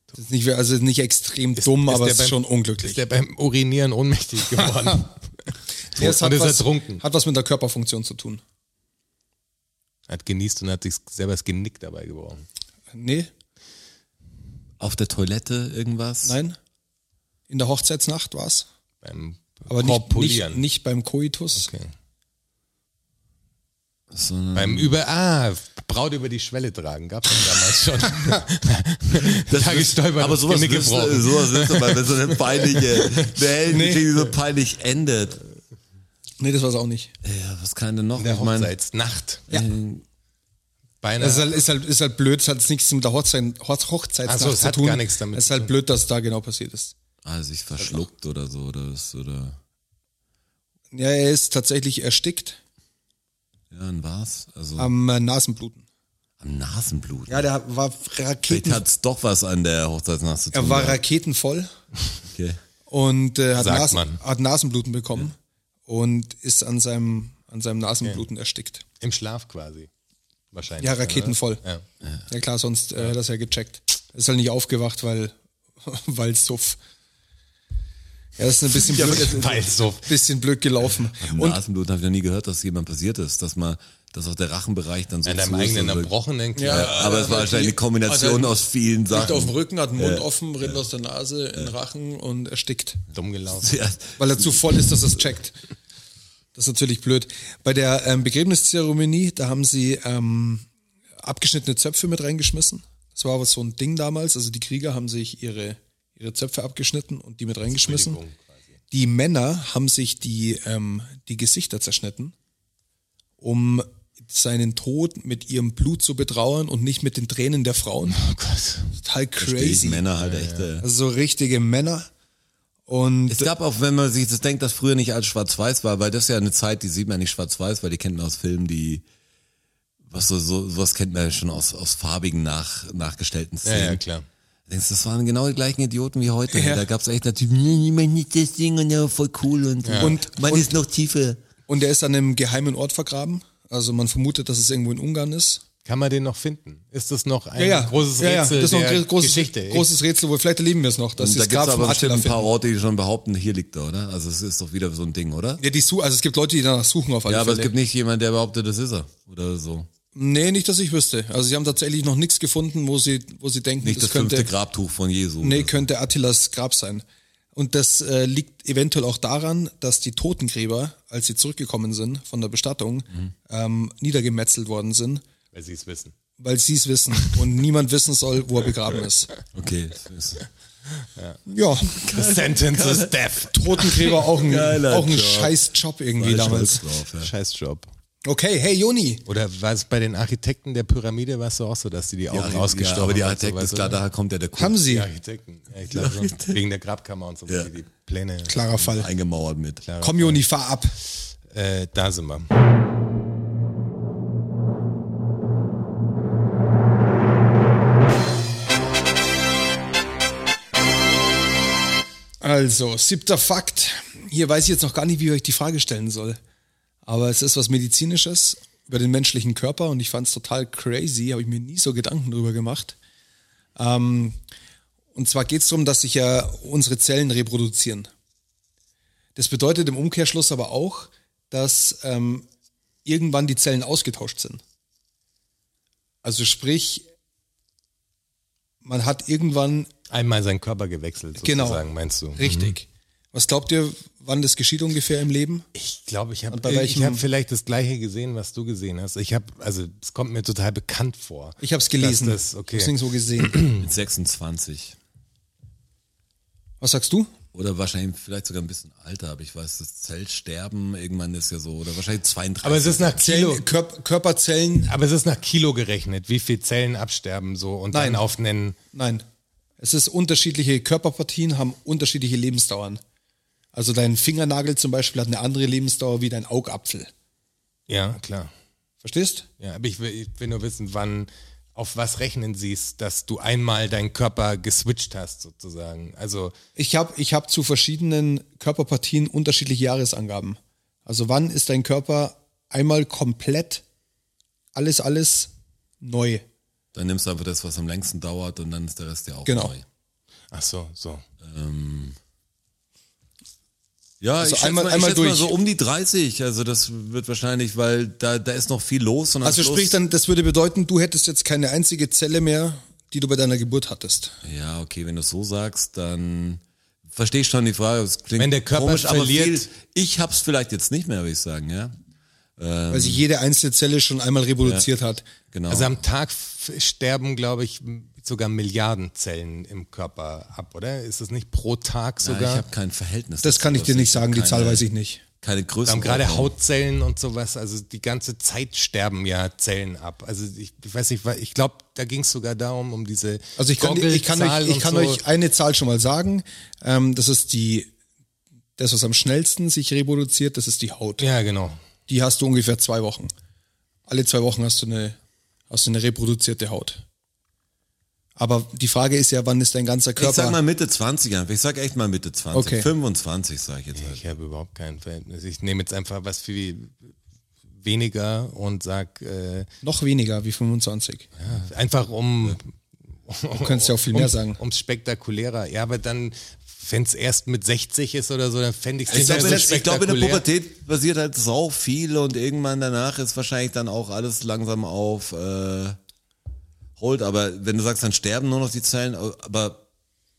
Speaker 2: Das ist nicht, also nicht extrem dumm,
Speaker 4: ist
Speaker 2: aber
Speaker 4: der
Speaker 2: es
Speaker 4: beim-
Speaker 2: ist schon
Speaker 4: Ist
Speaker 2: unglücklich. [LAUGHS]
Speaker 4: der beim Urinieren ohnmächtig geworden?
Speaker 2: Nee, es
Speaker 4: und ist
Speaker 2: was,
Speaker 4: ertrunken.
Speaker 2: hat was mit der Körperfunktion zu tun.
Speaker 4: Hat genießt und hat sich selber das Genick dabei gebrochen.
Speaker 2: Nee,
Speaker 3: Auf der Toilette irgendwas?
Speaker 2: nein. In der Hochzeitsnacht war's.
Speaker 4: Beim
Speaker 2: Aber nicht, nicht,
Speaker 4: Korpulieren.
Speaker 2: nicht beim Koitus.
Speaker 4: Okay.
Speaker 3: Sondern
Speaker 4: Beim über ah, Braut über die Schwelle tragen gab's ja damals schon.
Speaker 2: [LAUGHS]
Speaker 4: [LAUGHS]
Speaker 3: Das
Speaker 4: Da
Speaker 3: ist-
Speaker 4: gestolpert
Speaker 3: aber
Speaker 4: und
Speaker 3: sowas
Speaker 4: Genick
Speaker 3: wirst du,
Speaker 4: gebrochen.
Speaker 3: sowas wirst du, weil wenn so eine peinliche, eine Heldengeschichte, die so peinlich endet.
Speaker 2: Nee, das war's auch nicht.
Speaker 3: Ja, was kann denn noch?
Speaker 4: Der
Speaker 3: Ich meine,
Speaker 4: Hochzeitsnacht.
Speaker 2: äh, Ja.
Speaker 4: Beinahe.
Speaker 2: Das ist halt, ist halt, ist halt blöd, es hat nichts mit der Hochzeit, Hoch- Hochzeitsnacht
Speaker 4: Ach so, es
Speaker 2: zu
Speaker 4: hat
Speaker 2: tun.
Speaker 4: gar nichts damit
Speaker 2: Es ist
Speaker 4: zu
Speaker 2: halt
Speaker 4: tun.
Speaker 2: blöd, dass da genau passiert ist.
Speaker 3: ah, sich verschluckt oder so, oder ist, oder,
Speaker 2: Ja, er ist tatsächlich erstickt
Speaker 3: ja, dann war's. Also, am,
Speaker 2: am äh, Nasenbluten.
Speaker 3: Nasenblut.
Speaker 2: Ja, der war
Speaker 3: Vielleicht
Speaker 2: Raketen.
Speaker 3: hat's doch was an der Hochzeitsnacht zu tun.
Speaker 2: Er war
Speaker 3: gehabt.
Speaker 2: raketenvoll
Speaker 3: okay.
Speaker 2: und äh, hat,
Speaker 4: Sagt
Speaker 2: Nasen,
Speaker 4: man.
Speaker 2: hat Nasenbluten bekommen und ist an seinem, an seinem Nasenbluten erstickt.
Speaker 4: Im Schlaf quasi. Wahrscheinlich.
Speaker 2: Ja, raketenvoll.
Speaker 4: Ja. [LAUGHS]
Speaker 2: Ja klar, sonst äh, hat das ja gecheckt. Ist halt nicht aufgewacht, weil [LAUGHS] weil Suff. Ja, das ist ein bisschen blöd,
Speaker 4: Weil so.
Speaker 2: bisschen blöd gelaufen. Und
Speaker 3: Nasenblut habe ich noch nie gehört, dass jemand passiert ist, dass man, dass auch der Rachenbereich dann so
Speaker 4: An
Speaker 3: zu
Speaker 4: deinem
Speaker 3: ist
Speaker 4: eigenen
Speaker 3: und so-
Speaker 4: erbrochenen
Speaker 3: Ja,
Speaker 4: Knie.
Speaker 3: aber es war wahrscheinlich eine Kombination aus vielen
Speaker 2: liegt Also, auf dem
Speaker 3: Sachen.
Speaker 2: Rücken, hat den Mund offen, rennt aus der Nase, in den Rachen und erstickt.
Speaker 4: Dumm gelaufen.
Speaker 3: [LAUGHS] Ja,
Speaker 2: Weil er zu voll ist, dass er es checkt. Das ist natürlich blöd. Bei der ähm, Begräbniszeremonie, da haben sie ähm, abgeschnittene Zöpfe mit reingeschmissen. Das war aber so ein Ding damals. Also die Krieger haben sich ihre, ihre Zöpfe abgeschnitten und die mit reingeschmissen. Die Männer haben sich die, ähm, die Gesichter zerschnitten, um seinen Tod mit ihrem Blut zu betrauern und nicht mit den Tränen der Frauen.
Speaker 4: Oh Gott.
Speaker 2: Total
Speaker 3: crazy.
Speaker 2: crazy.
Speaker 3: Männer halt echt. äh,
Speaker 2: Also so richtige Männer. Und
Speaker 3: Es gab auch, wenn man sich das denkt, dass früher nicht alles schwarz-weiß war, weil das ist ja eine Zeit, die sieht man nicht schwarz-weiß, weil die kennt man aus Filmen, die was so, so sowas kennt man ja schon aus, aus farbigen nach, nachgestellten
Speaker 4: Ja,
Speaker 3: Szenen.
Speaker 4: ja, klar.
Speaker 3: Du Denkst, das waren genau die gleichen Idioten wie heute.
Speaker 2: Ja.
Speaker 3: Da gab's echt natürlich, nee, niemand nicht das Ding und ja, voll cool und,
Speaker 2: Und-
Speaker 3: man
Speaker 2: und-
Speaker 3: ist noch tiefer.
Speaker 2: Und er ist an einem geheimen Ort vergraben. Also man vermutet, dass es irgendwo in Ungarn ist.
Speaker 4: Kann man den noch finden? Ist das noch ein großes
Speaker 2: Ja, ja.
Speaker 4: Rätsel
Speaker 2: Das ist noch ein
Speaker 4: der
Speaker 2: gro- großes,
Speaker 4: Geschichte?
Speaker 2: großes Rätsel, wo vielleicht erleben wir es noch. Dass
Speaker 3: Und
Speaker 2: sie
Speaker 3: da
Speaker 2: es
Speaker 3: gibt's
Speaker 2: Grab vom
Speaker 3: aber bestimmt
Speaker 2: Attila
Speaker 3: ein paar
Speaker 2: finden.
Speaker 3: Orte, die schon behaupten, hier liegt er, oder? Also es ist doch wieder so ein Ding, oder?
Speaker 2: Ja, die su also es gibt Leute, die danach suchen auf alle
Speaker 3: Ja, aber es
Speaker 2: Fälle.
Speaker 3: gibt nicht jemanden, der behauptet, das ist er. Oder so.
Speaker 2: nee, nicht, dass ich wüsste. Also sie haben tatsächlich noch nichts gefunden, wo sie, wo sie denken,
Speaker 3: Nicht das,
Speaker 2: das, könnte,
Speaker 3: fünfte Grabtuch von Jesu.
Speaker 2: nee,
Speaker 3: oder so.
Speaker 2: könnte Attilas Grab sein. Und das äh, liegt eventuell auch daran, dass die Totengräber, als sie zurückgekommen sind von der Bestattung,
Speaker 3: Mhm.
Speaker 2: ähm, niedergemetzelt worden sind,
Speaker 4: Weil sie es wissen.
Speaker 2: weil sie es wissen und niemand wissen soll, wo er begraben ist.
Speaker 3: Okay. das ist-
Speaker 2: Ja,
Speaker 4: The sentence is death.
Speaker 2: Totengräber auch ein,
Speaker 3: Geiler
Speaker 2: auch ein
Speaker 3: Job.
Speaker 2: scheiß Job irgendwie
Speaker 3: War ich
Speaker 2: damals.
Speaker 3: stolz drauf, ja.
Speaker 4: Scheißjob.
Speaker 2: Okay, hey Joni.
Speaker 4: Oder war es bei den Architekten der Pyramide, war es doch auch so, dass die die Augen
Speaker 3: Ja,
Speaker 4: ausgestorben
Speaker 3: ja, aber die
Speaker 4: haben und
Speaker 3: Architekten ist
Speaker 4: so
Speaker 3: klar,
Speaker 4: weiter, ne? oder?
Speaker 3: daher kommt ja der Kuh.
Speaker 2: Haben sie.
Speaker 4: Die Architekten, ja, ich glaube schon. Wegen der Grabkammer und so,
Speaker 3: Ja.
Speaker 4: ja. die Pläne.
Speaker 2: Klarer Fall.
Speaker 3: eingemauert mit.
Speaker 2: Komm Joni, fahr ab.
Speaker 4: Äh, da sind wir.
Speaker 2: Also, siebter Fakt. Hier weiß ich jetzt noch gar nicht, wie ich euch die Frage stellen soll. Aber es ist was Medizinisches über den menschlichen Körper und ich fand es total crazy, habe ich mir nie so Gedanken drüber gemacht. Ähm, und zwar geht es darum, dass sich ja unsere Zellen reproduzieren. Das bedeutet im Umkehrschluss aber auch, dass ähm, irgendwann die Zellen ausgetauscht sind. Also sprich, man hat irgendwann
Speaker 4: Einmal seinen Körper gewechselt,
Speaker 2: Genau.
Speaker 4: sozusagen, meinst du?
Speaker 2: Richtig. Was glaubt ihr, wann das geschieht ungefähr im Leben?
Speaker 4: Ich glaube, ich habe
Speaker 2: Und bei
Speaker 4: ich
Speaker 2: welchem-
Speaker 4: hab vielleicht das gleiche gesehen, was du gesehen hast. Ich habe, also es kommt mir total bekannt vor.
Speaker 2: Ich habe es gelesen.
Speaker 4: Das, das, okay.
Speaker 2: Ich habe es so gesehen. [CLEARS THROAT]
Speaker 3: Mit 26.
Speaker 2: Was sagst du?
Speaker 3: Oder wahrscheinlich vielleicht sogar ein bisschen älter, aber ich weiß, das Zellsterben irgendwann ist ja so. Oder wahrscheinlich 32.
Speaker 4: Aber es ist nach Kilo.
Speaker 2: Zellen, Körp Körperzellen?
Speaker 4: Aber es ist nach Kilo gerechnet, wie viel Zellen absterben so und
Speaker 2: Nein.
Speaker 4: dann aufnennen.
Speaker 2: Nein. Es ist unterschiedliche Körperpartien haben unterschiedliche Lebensdauern. Also dein Fingernagel zum Beispiel hat eine andere Lebensdauer wie dein Augapfel.
Speaker 4: Ja, klar.
Speaker 2: Verstehst?
Speaker 4: Ja, aber ich will, ich will nur wissen, wann, auf was rechnen sie es, dass du einmal deinen Körper geswitcht hast, sozusagen. Also,
Speaker 2: Ich habe ich hab zu verschiedenen Körperpartien unterschiedliche Jahresangaben. Also wann ist dein Körper einmal komplett alles, alles neu?
Speaker 3: Dann nimmst du einfach das, was am längsten dauert und dann ist der Rest ja auch
Speaker 2: Genau.
Speaker 3: neu.
Speaker 4: ach so, so.
Speaker 3: Ja,
Speaker 2: Also
Speaker 3: ich schätze
Speaker 2: einmal-
Speaker 3: mal,
Speaker 2: einmal
Speaker 3: ich schätze mal
Speaker 2: durch.
Speaker 3: so um die 30. Also das wird wahrscheinlich, weil da, da ist noch viel los. Und am
Speaker 2: Also
Speaker 3: Schluss-
Speaker 2: sprich dann, das würde bedeuten, du hättest jetzt keine einzige Zelle mehr, die du bei deiner Geburt hattest.
Speaker 3: Ja, okay, wenn du es so sagst, dann verstehe ich schon die Frage. Es klingt
Speaker 4: Wenn der Körper
Speaker 3: komisch, aber
Speaker 4: verliert-
Speaker 3: viel, ich hab's vielleicht jetzt nicht mehr, würde ich sagen, ja.
Speaker 2: Weil sich jede einzelne Zelle schon einmal reproduziert hat.
Speaker 3: Ähm. Genau.
Speaker 4: Also am Tag f- sterben, glaube ich, m- sogar Milliarden Zellen im Körper ab, oder? Ist es nicht pro Tag
Speaker 3: ja,
Speaker 4: sogar?
Speaker 3: ich habe kein Verhältnis.
Speaker 2: Das
Speaker 3: dazu,
Speaker 2: kann ich
Speaker 3: dass
Speaker 2: dir nicht
Speaker 3: hab
Speaker 2: sagen, die
Speaker 3: keine-
Speaker 2: Zahl weiß ich nicht.
Speaker 3: Keine Größe.
Speaker 4: Wir haben gerade Hautzellen und sowas, also die ganze Zeit sterben ja Zellen ab. Also ich, ich weiß nicht, weil ich glaube, da ging es sogar darum, um diese
Speaker 2: Also ich kann, dir- ich kann,
Speaker 4: Goggle-Zahl
Speaker 2: euch, ich
Speaker 4: und
Speaker 2: kann
Speaker 4: so.
Speaker 2: euch eine Zahl schon mal sagen. Ähm, das ist die, das, was am schnellsten sich reproduziert, das ist die Haut.
Speaker 4: Ja, genau.
Speaker 2: Die hast du ungefähr zwei Wochen. Alle zwei Wochen hast du eine, hast du eine reproduzierte Haut. Aber die Frage ist ja, wann ist dein ganzer Körper.
Speaker 3: Ich sag mal Mitte 20 einfach. Ich sag echt mal Mitte 20.
Speaker 2: Okay.
Speaker 3: 25 sag ich jetzt halt.
Speaker 4: Ich habe überhaupt kein Verhältnis. Ich nehme jetzt einfach was viel weniger und sag äh,
Speaker 2: noch weniger wie 25.
Speaker 4: einfach um. Du
Speaker 2: könntest ja auch viel mehr sagen.
Speaker 4: Um spektakulärer. Ja, aber dann, wenn es erst mit 60 ist oder so, dann fände ich es
Speaker 3: Ich
Speaker 4: nicht
Speaker 3: glaube,
Speaker 4: mehr
Speaker 3: in
Speaker 4: so
Speaker 3: der- ich glaube, in der
Speaker 4: spektakulär.
Speaker 3: Pubertät passiert halt sau viel und irgendwann danach ist wahrscheinlich dann auch alles langsam auf äh, Hold. Aber wenn du sagst, dann sterben nur noch die Zellen, aber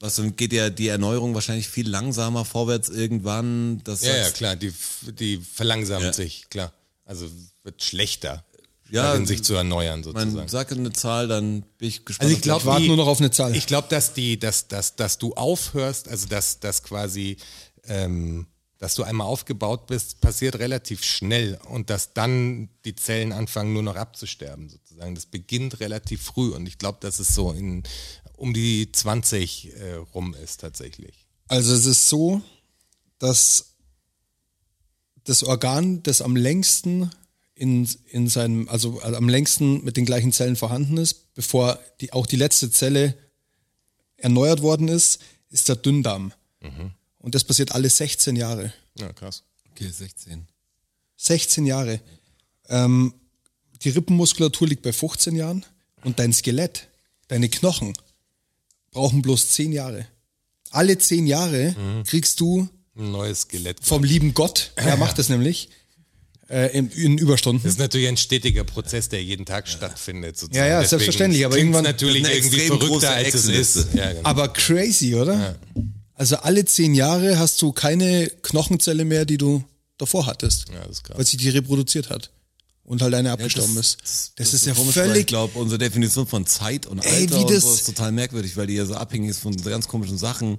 Speaker 3: was dann geht ja die Erneuerung wahrscheinlich viel langsamer vorwärts irgendwann. Das
Speaker 4: Ja, ja, klar, die, die verlangsamt
Speaker 3: Ja.
Speaker 4: sich, klar. Also wird schlechter,
Speaker 3: Ja,
Speaker 4: darin sich zu erneuern sozusagen.
Speaker 3: Man sagt eine Zahl, dann bin ich gespannt.
Speaker 4: Also ich
Speaker 3: auf
Speaker 4: glaube,
Speaker 2: Ich warte
Speaker 4: die-
Speaker 2: nur noch auf eine Zahl.
Speaker 4: Ich glaube, dass die, dass, dass, dass du aufhörst, also dass, dass quasi, ähm, dass du einmal aufgebaut bist, passiert relativ schnell und dass dann die Zellen anfangen nur noch abzusterben sozusagen. Das beginnt relativ früh und ich glaube, dass es so in um die 20 äh, rum ist tatsächlich.
Speaker 2: Also es ist so, dass das Organ, das am längsten in, in seinem, also am längsten mit den gleichen Zellen vorhanden ist, bevor die, auch die letzte Zelle erneuert worden ist, ist der Dünndarm. Und das passiert alle 16 Jahre.
Speaker 4: Ja, krass.
Speaker 3: Okay, 16.
Speaker 2: 16 Jahre. Ähm, die Rippenmuskulatur liegt bei 15 Jahren und dein Skelett, deine Knochen brauchen bloß 10 Jahre. Alle 10 Jahre kriegst du
Speaker 4: Ein neues Skelett.
Speaker 2: vom lieben Gott, er macht das nämlich, äh, in, in Überstunden.
Speaker 4: Das ist natürlich ein stetiger Prozess, der jeden Tag stattfindet. Sozusagen.
Speaker 2: Ja, ja, selbstverständlich, aber
Speaker 4: klingt's
Speaker 2: irgendwann-
Speaker 4: natürlich
Speaker 3: Das ist eine
Speaker 4: irgendwie
Speaker 3: extrem große
Speaker 4: verrückter, als es
Speaker 3: Excel-Liste.
Speaker 4: ist. Ja, genau.
Speaker 2: Aber crazy, oder? Also alle 10 Jahre hast du keine Knochenzelle mehr, die du davor hattest,
Speaker 4: das ist krass.
Speaker 2: weil sich die reproduziert hat und halt eine abgestorben ist. Das, ist ja
Speaker 3: komisch, weil Ich
Speaker 2: völlig
Speaker 3: glaube, unsere Definition von Zeit und Alter
Speaker 2: Ey, wie
Speaker 3: und so
Speaker 2: das-
Speaker 3: ist total merkwürdig, weil die ja so abhängig ist von so ganz komischen Sachen.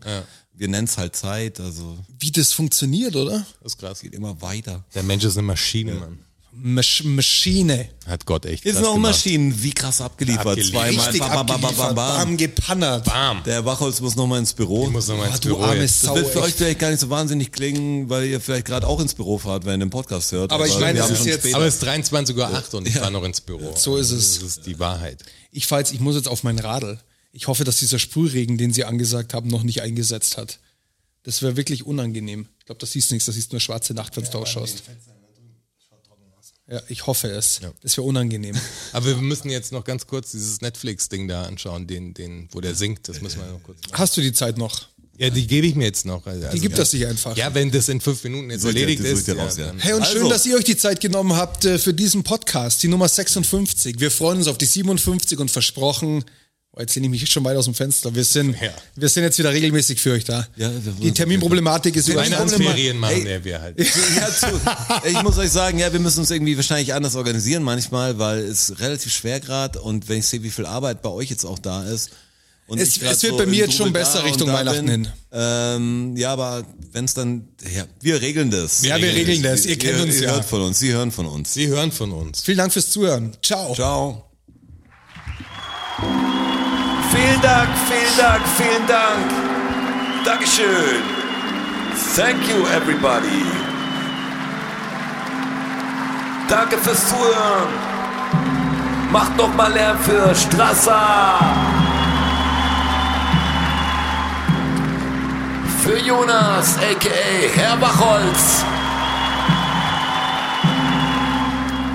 Speaker 3: Wir nennen es halt Zeit, also
Speaker 2: wie das funktioniert, oder?
Speaker 4: Das ist krass.
Speaker 3: geht immer weiter.
Speaker 4: Der Mensch ist eine Maschine, Mann.
Speaker 2: Masch Maschine.
Speaker 4: Hat Gott echt
Speaker 3: Ist
Speaker 4: krass
Speaker 3: noch
Speaker 4: gemacht.
Speaker 3: Maschinen, wie krass abgeliefert.
Speaker 4: Abgeliefert.
Speaker 3: Zweimal.
Speaker 2: Richtig
Speaker 3: bam, bam, bam,
Speaker 2: abgeliefert,
Speaker 3: bam, bam.
Speaker 2: bam, gepannert.
Speaker 4: Bam.
Speaker 3: Der Wachholz muss nochmal ins Büro.
Speaker 4: Ich muss noch mal
Speaker 2: Ah,
Speaker 4: ins
Speaker 2: du
Speaker 4: Büro
Speaker 2: armes
Speaker 4: jetzt.
Speaker 2: Sau.
Speaker 3: das wird für euch
Speaker 2: Echt.
Speaker 3: vielleicht gar nicht so wahnsinnig klingen, weil ihr vielleicht gerade auch ins Büro fahrt, wenn ihr den Podcast hört.
Speaker 2: Aber ich
Speaker 3: wir
Speaker 2: meine, das
Speaker 3: haben
Speaker 2: ist
Speaker 3: schon
Speaker 2: jetzt-
Speaker 3: später-
Speaker 4: Aber es ist 23.08 Uhr und ich war noch ins Büro.
Speaker 2: So ist es.
Speaker 4: Das ist die Wahrheit.
Speaker 2: Ich fahr jetzt, ich muss jetzt auf mein Radl. Ich hoffe, dass dieser Sprühregen, den sie angesagt haben, noch nicht eingesetzt hat. Das wäre wirklich unangenehm. Ich glaube, das siehst nichts, das siehst nur schwarze Nacht, wenn du ausschaust. Ja, ich hoffe es. Das wäre [LAUGHS] unangenehm.
Speaker 4: Aber wir müssen jetzt noch ganz kurz dieses Netflix-Ding da anschauen, den, den, wo der singt. Das müssen wir noch kurz machen.
Speaker 2: Hast du die Zeit noch?
Speaker 4: Ja, die gebe ich mir jetzt noch. Also,
Speaker 2: Die gibt
Speaker 4: ja.
Speaker 2: das sich einfach.
Speaker 4: Ja, wenn das in fünf Minuten jetzt
Speaker 3: Sucht ihr-
Speaker 4: erledigt
Speaker 3: die sucht
Speaker 4: ist.
Speaker 3: ihr raus, ja.
Speaker 4: dann-
Speaker 2: Hey, und schön,
Speaker 3: Also.
Speaker 2: dass ihr euch die Zeit genommen habt äh, für diesen Podcast, die Nummer 56. Wir freuen uns auf die 57 und versprochen, oh, jetzt lehne ich mich schon weit aus dem Fenster, wir sind,
Speaker 4: Ja.
Speaker 2: wir sind jetzt wieder regelmäßig für euch da.
Speaker 3: Ja, wir-
Speaker 2: die Terminproblematik ist über
Speaker 4: Weihnachtsferien machen
Speaker 3: Ey.
Speaker 4: wir wir
Speaker 3: [LAUGHS]
Speaker 4: halt.
Speaker 3: ja, zu, ich muss euch sagen, ja, wir müssen uns irgendwie wahrscheinlich anders organisieren manchmal, weil es relativ schwer gerade und wenn ich sehe, wie viel Arbeit bei euch jetzt auch da ist. Und
Speaker 2: Es-
Speaker 3: ich grad
Speaker 2: es wird bei mir
Speaker 3: im
Speaker 2: jetzt schon
Speaker 3: Trubel
Speaker 2: besser
Speaker 3: da
Speaker 2: Richtung
Speaker 3: und da
Speaker 2: Weihnachten
Speaker 3: bin,
Speaker 2: hin.
Speaker 3: Ähm, ja, aber wenn es dann, ja, wir regeln das.
Speaker 2: Ja, wir regeln das. Ihr kennt uns
Speaker 3: ihr
Speaker 2: ja.
Speaker 3: Hört von uns, Sie hören von uns.
Speaker 4: Sie hören von uns.
Speaker 2: Vielen Dank fürs Zuhören. Ciao.
Speaker 3: Ciao.
Speaker 5: Vielen Dank, vielen Dank, vielen Dank. Dankeschön. Thank you, everybody. Danke fürs Zuhören. Macht noch mal Lärm für Strasser. Für Jonas, a.k.a. Herr Wachholz.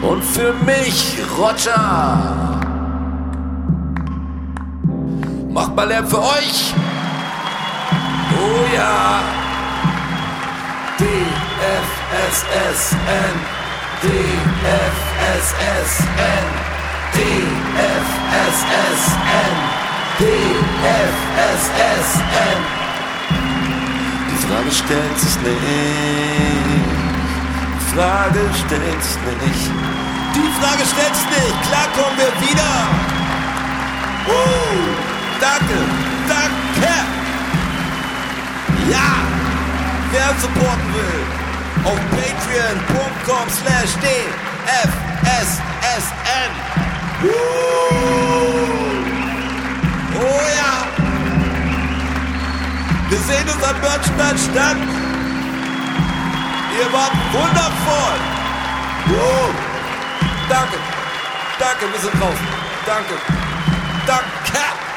Speaker 5: Und für mich, Roger. Macht mal Lärm für euch! Oh ja! DFSSN. DFSSN. DFSSN. DFSSN. Die Frage stellt sich nicht. Die Frage stellt sich nicht. Die Frage stellt sich nicht. Klar kommen wir wieder. Uh, danke, danke. Ja, wer supporten will, auf patreon.com slash dfssn. Uh. Oh ja, wir sehen uns am Börnstein statt. Ihr wart wundervoll. Uh. Danke, danke, wir sind draußen. Danke, danke.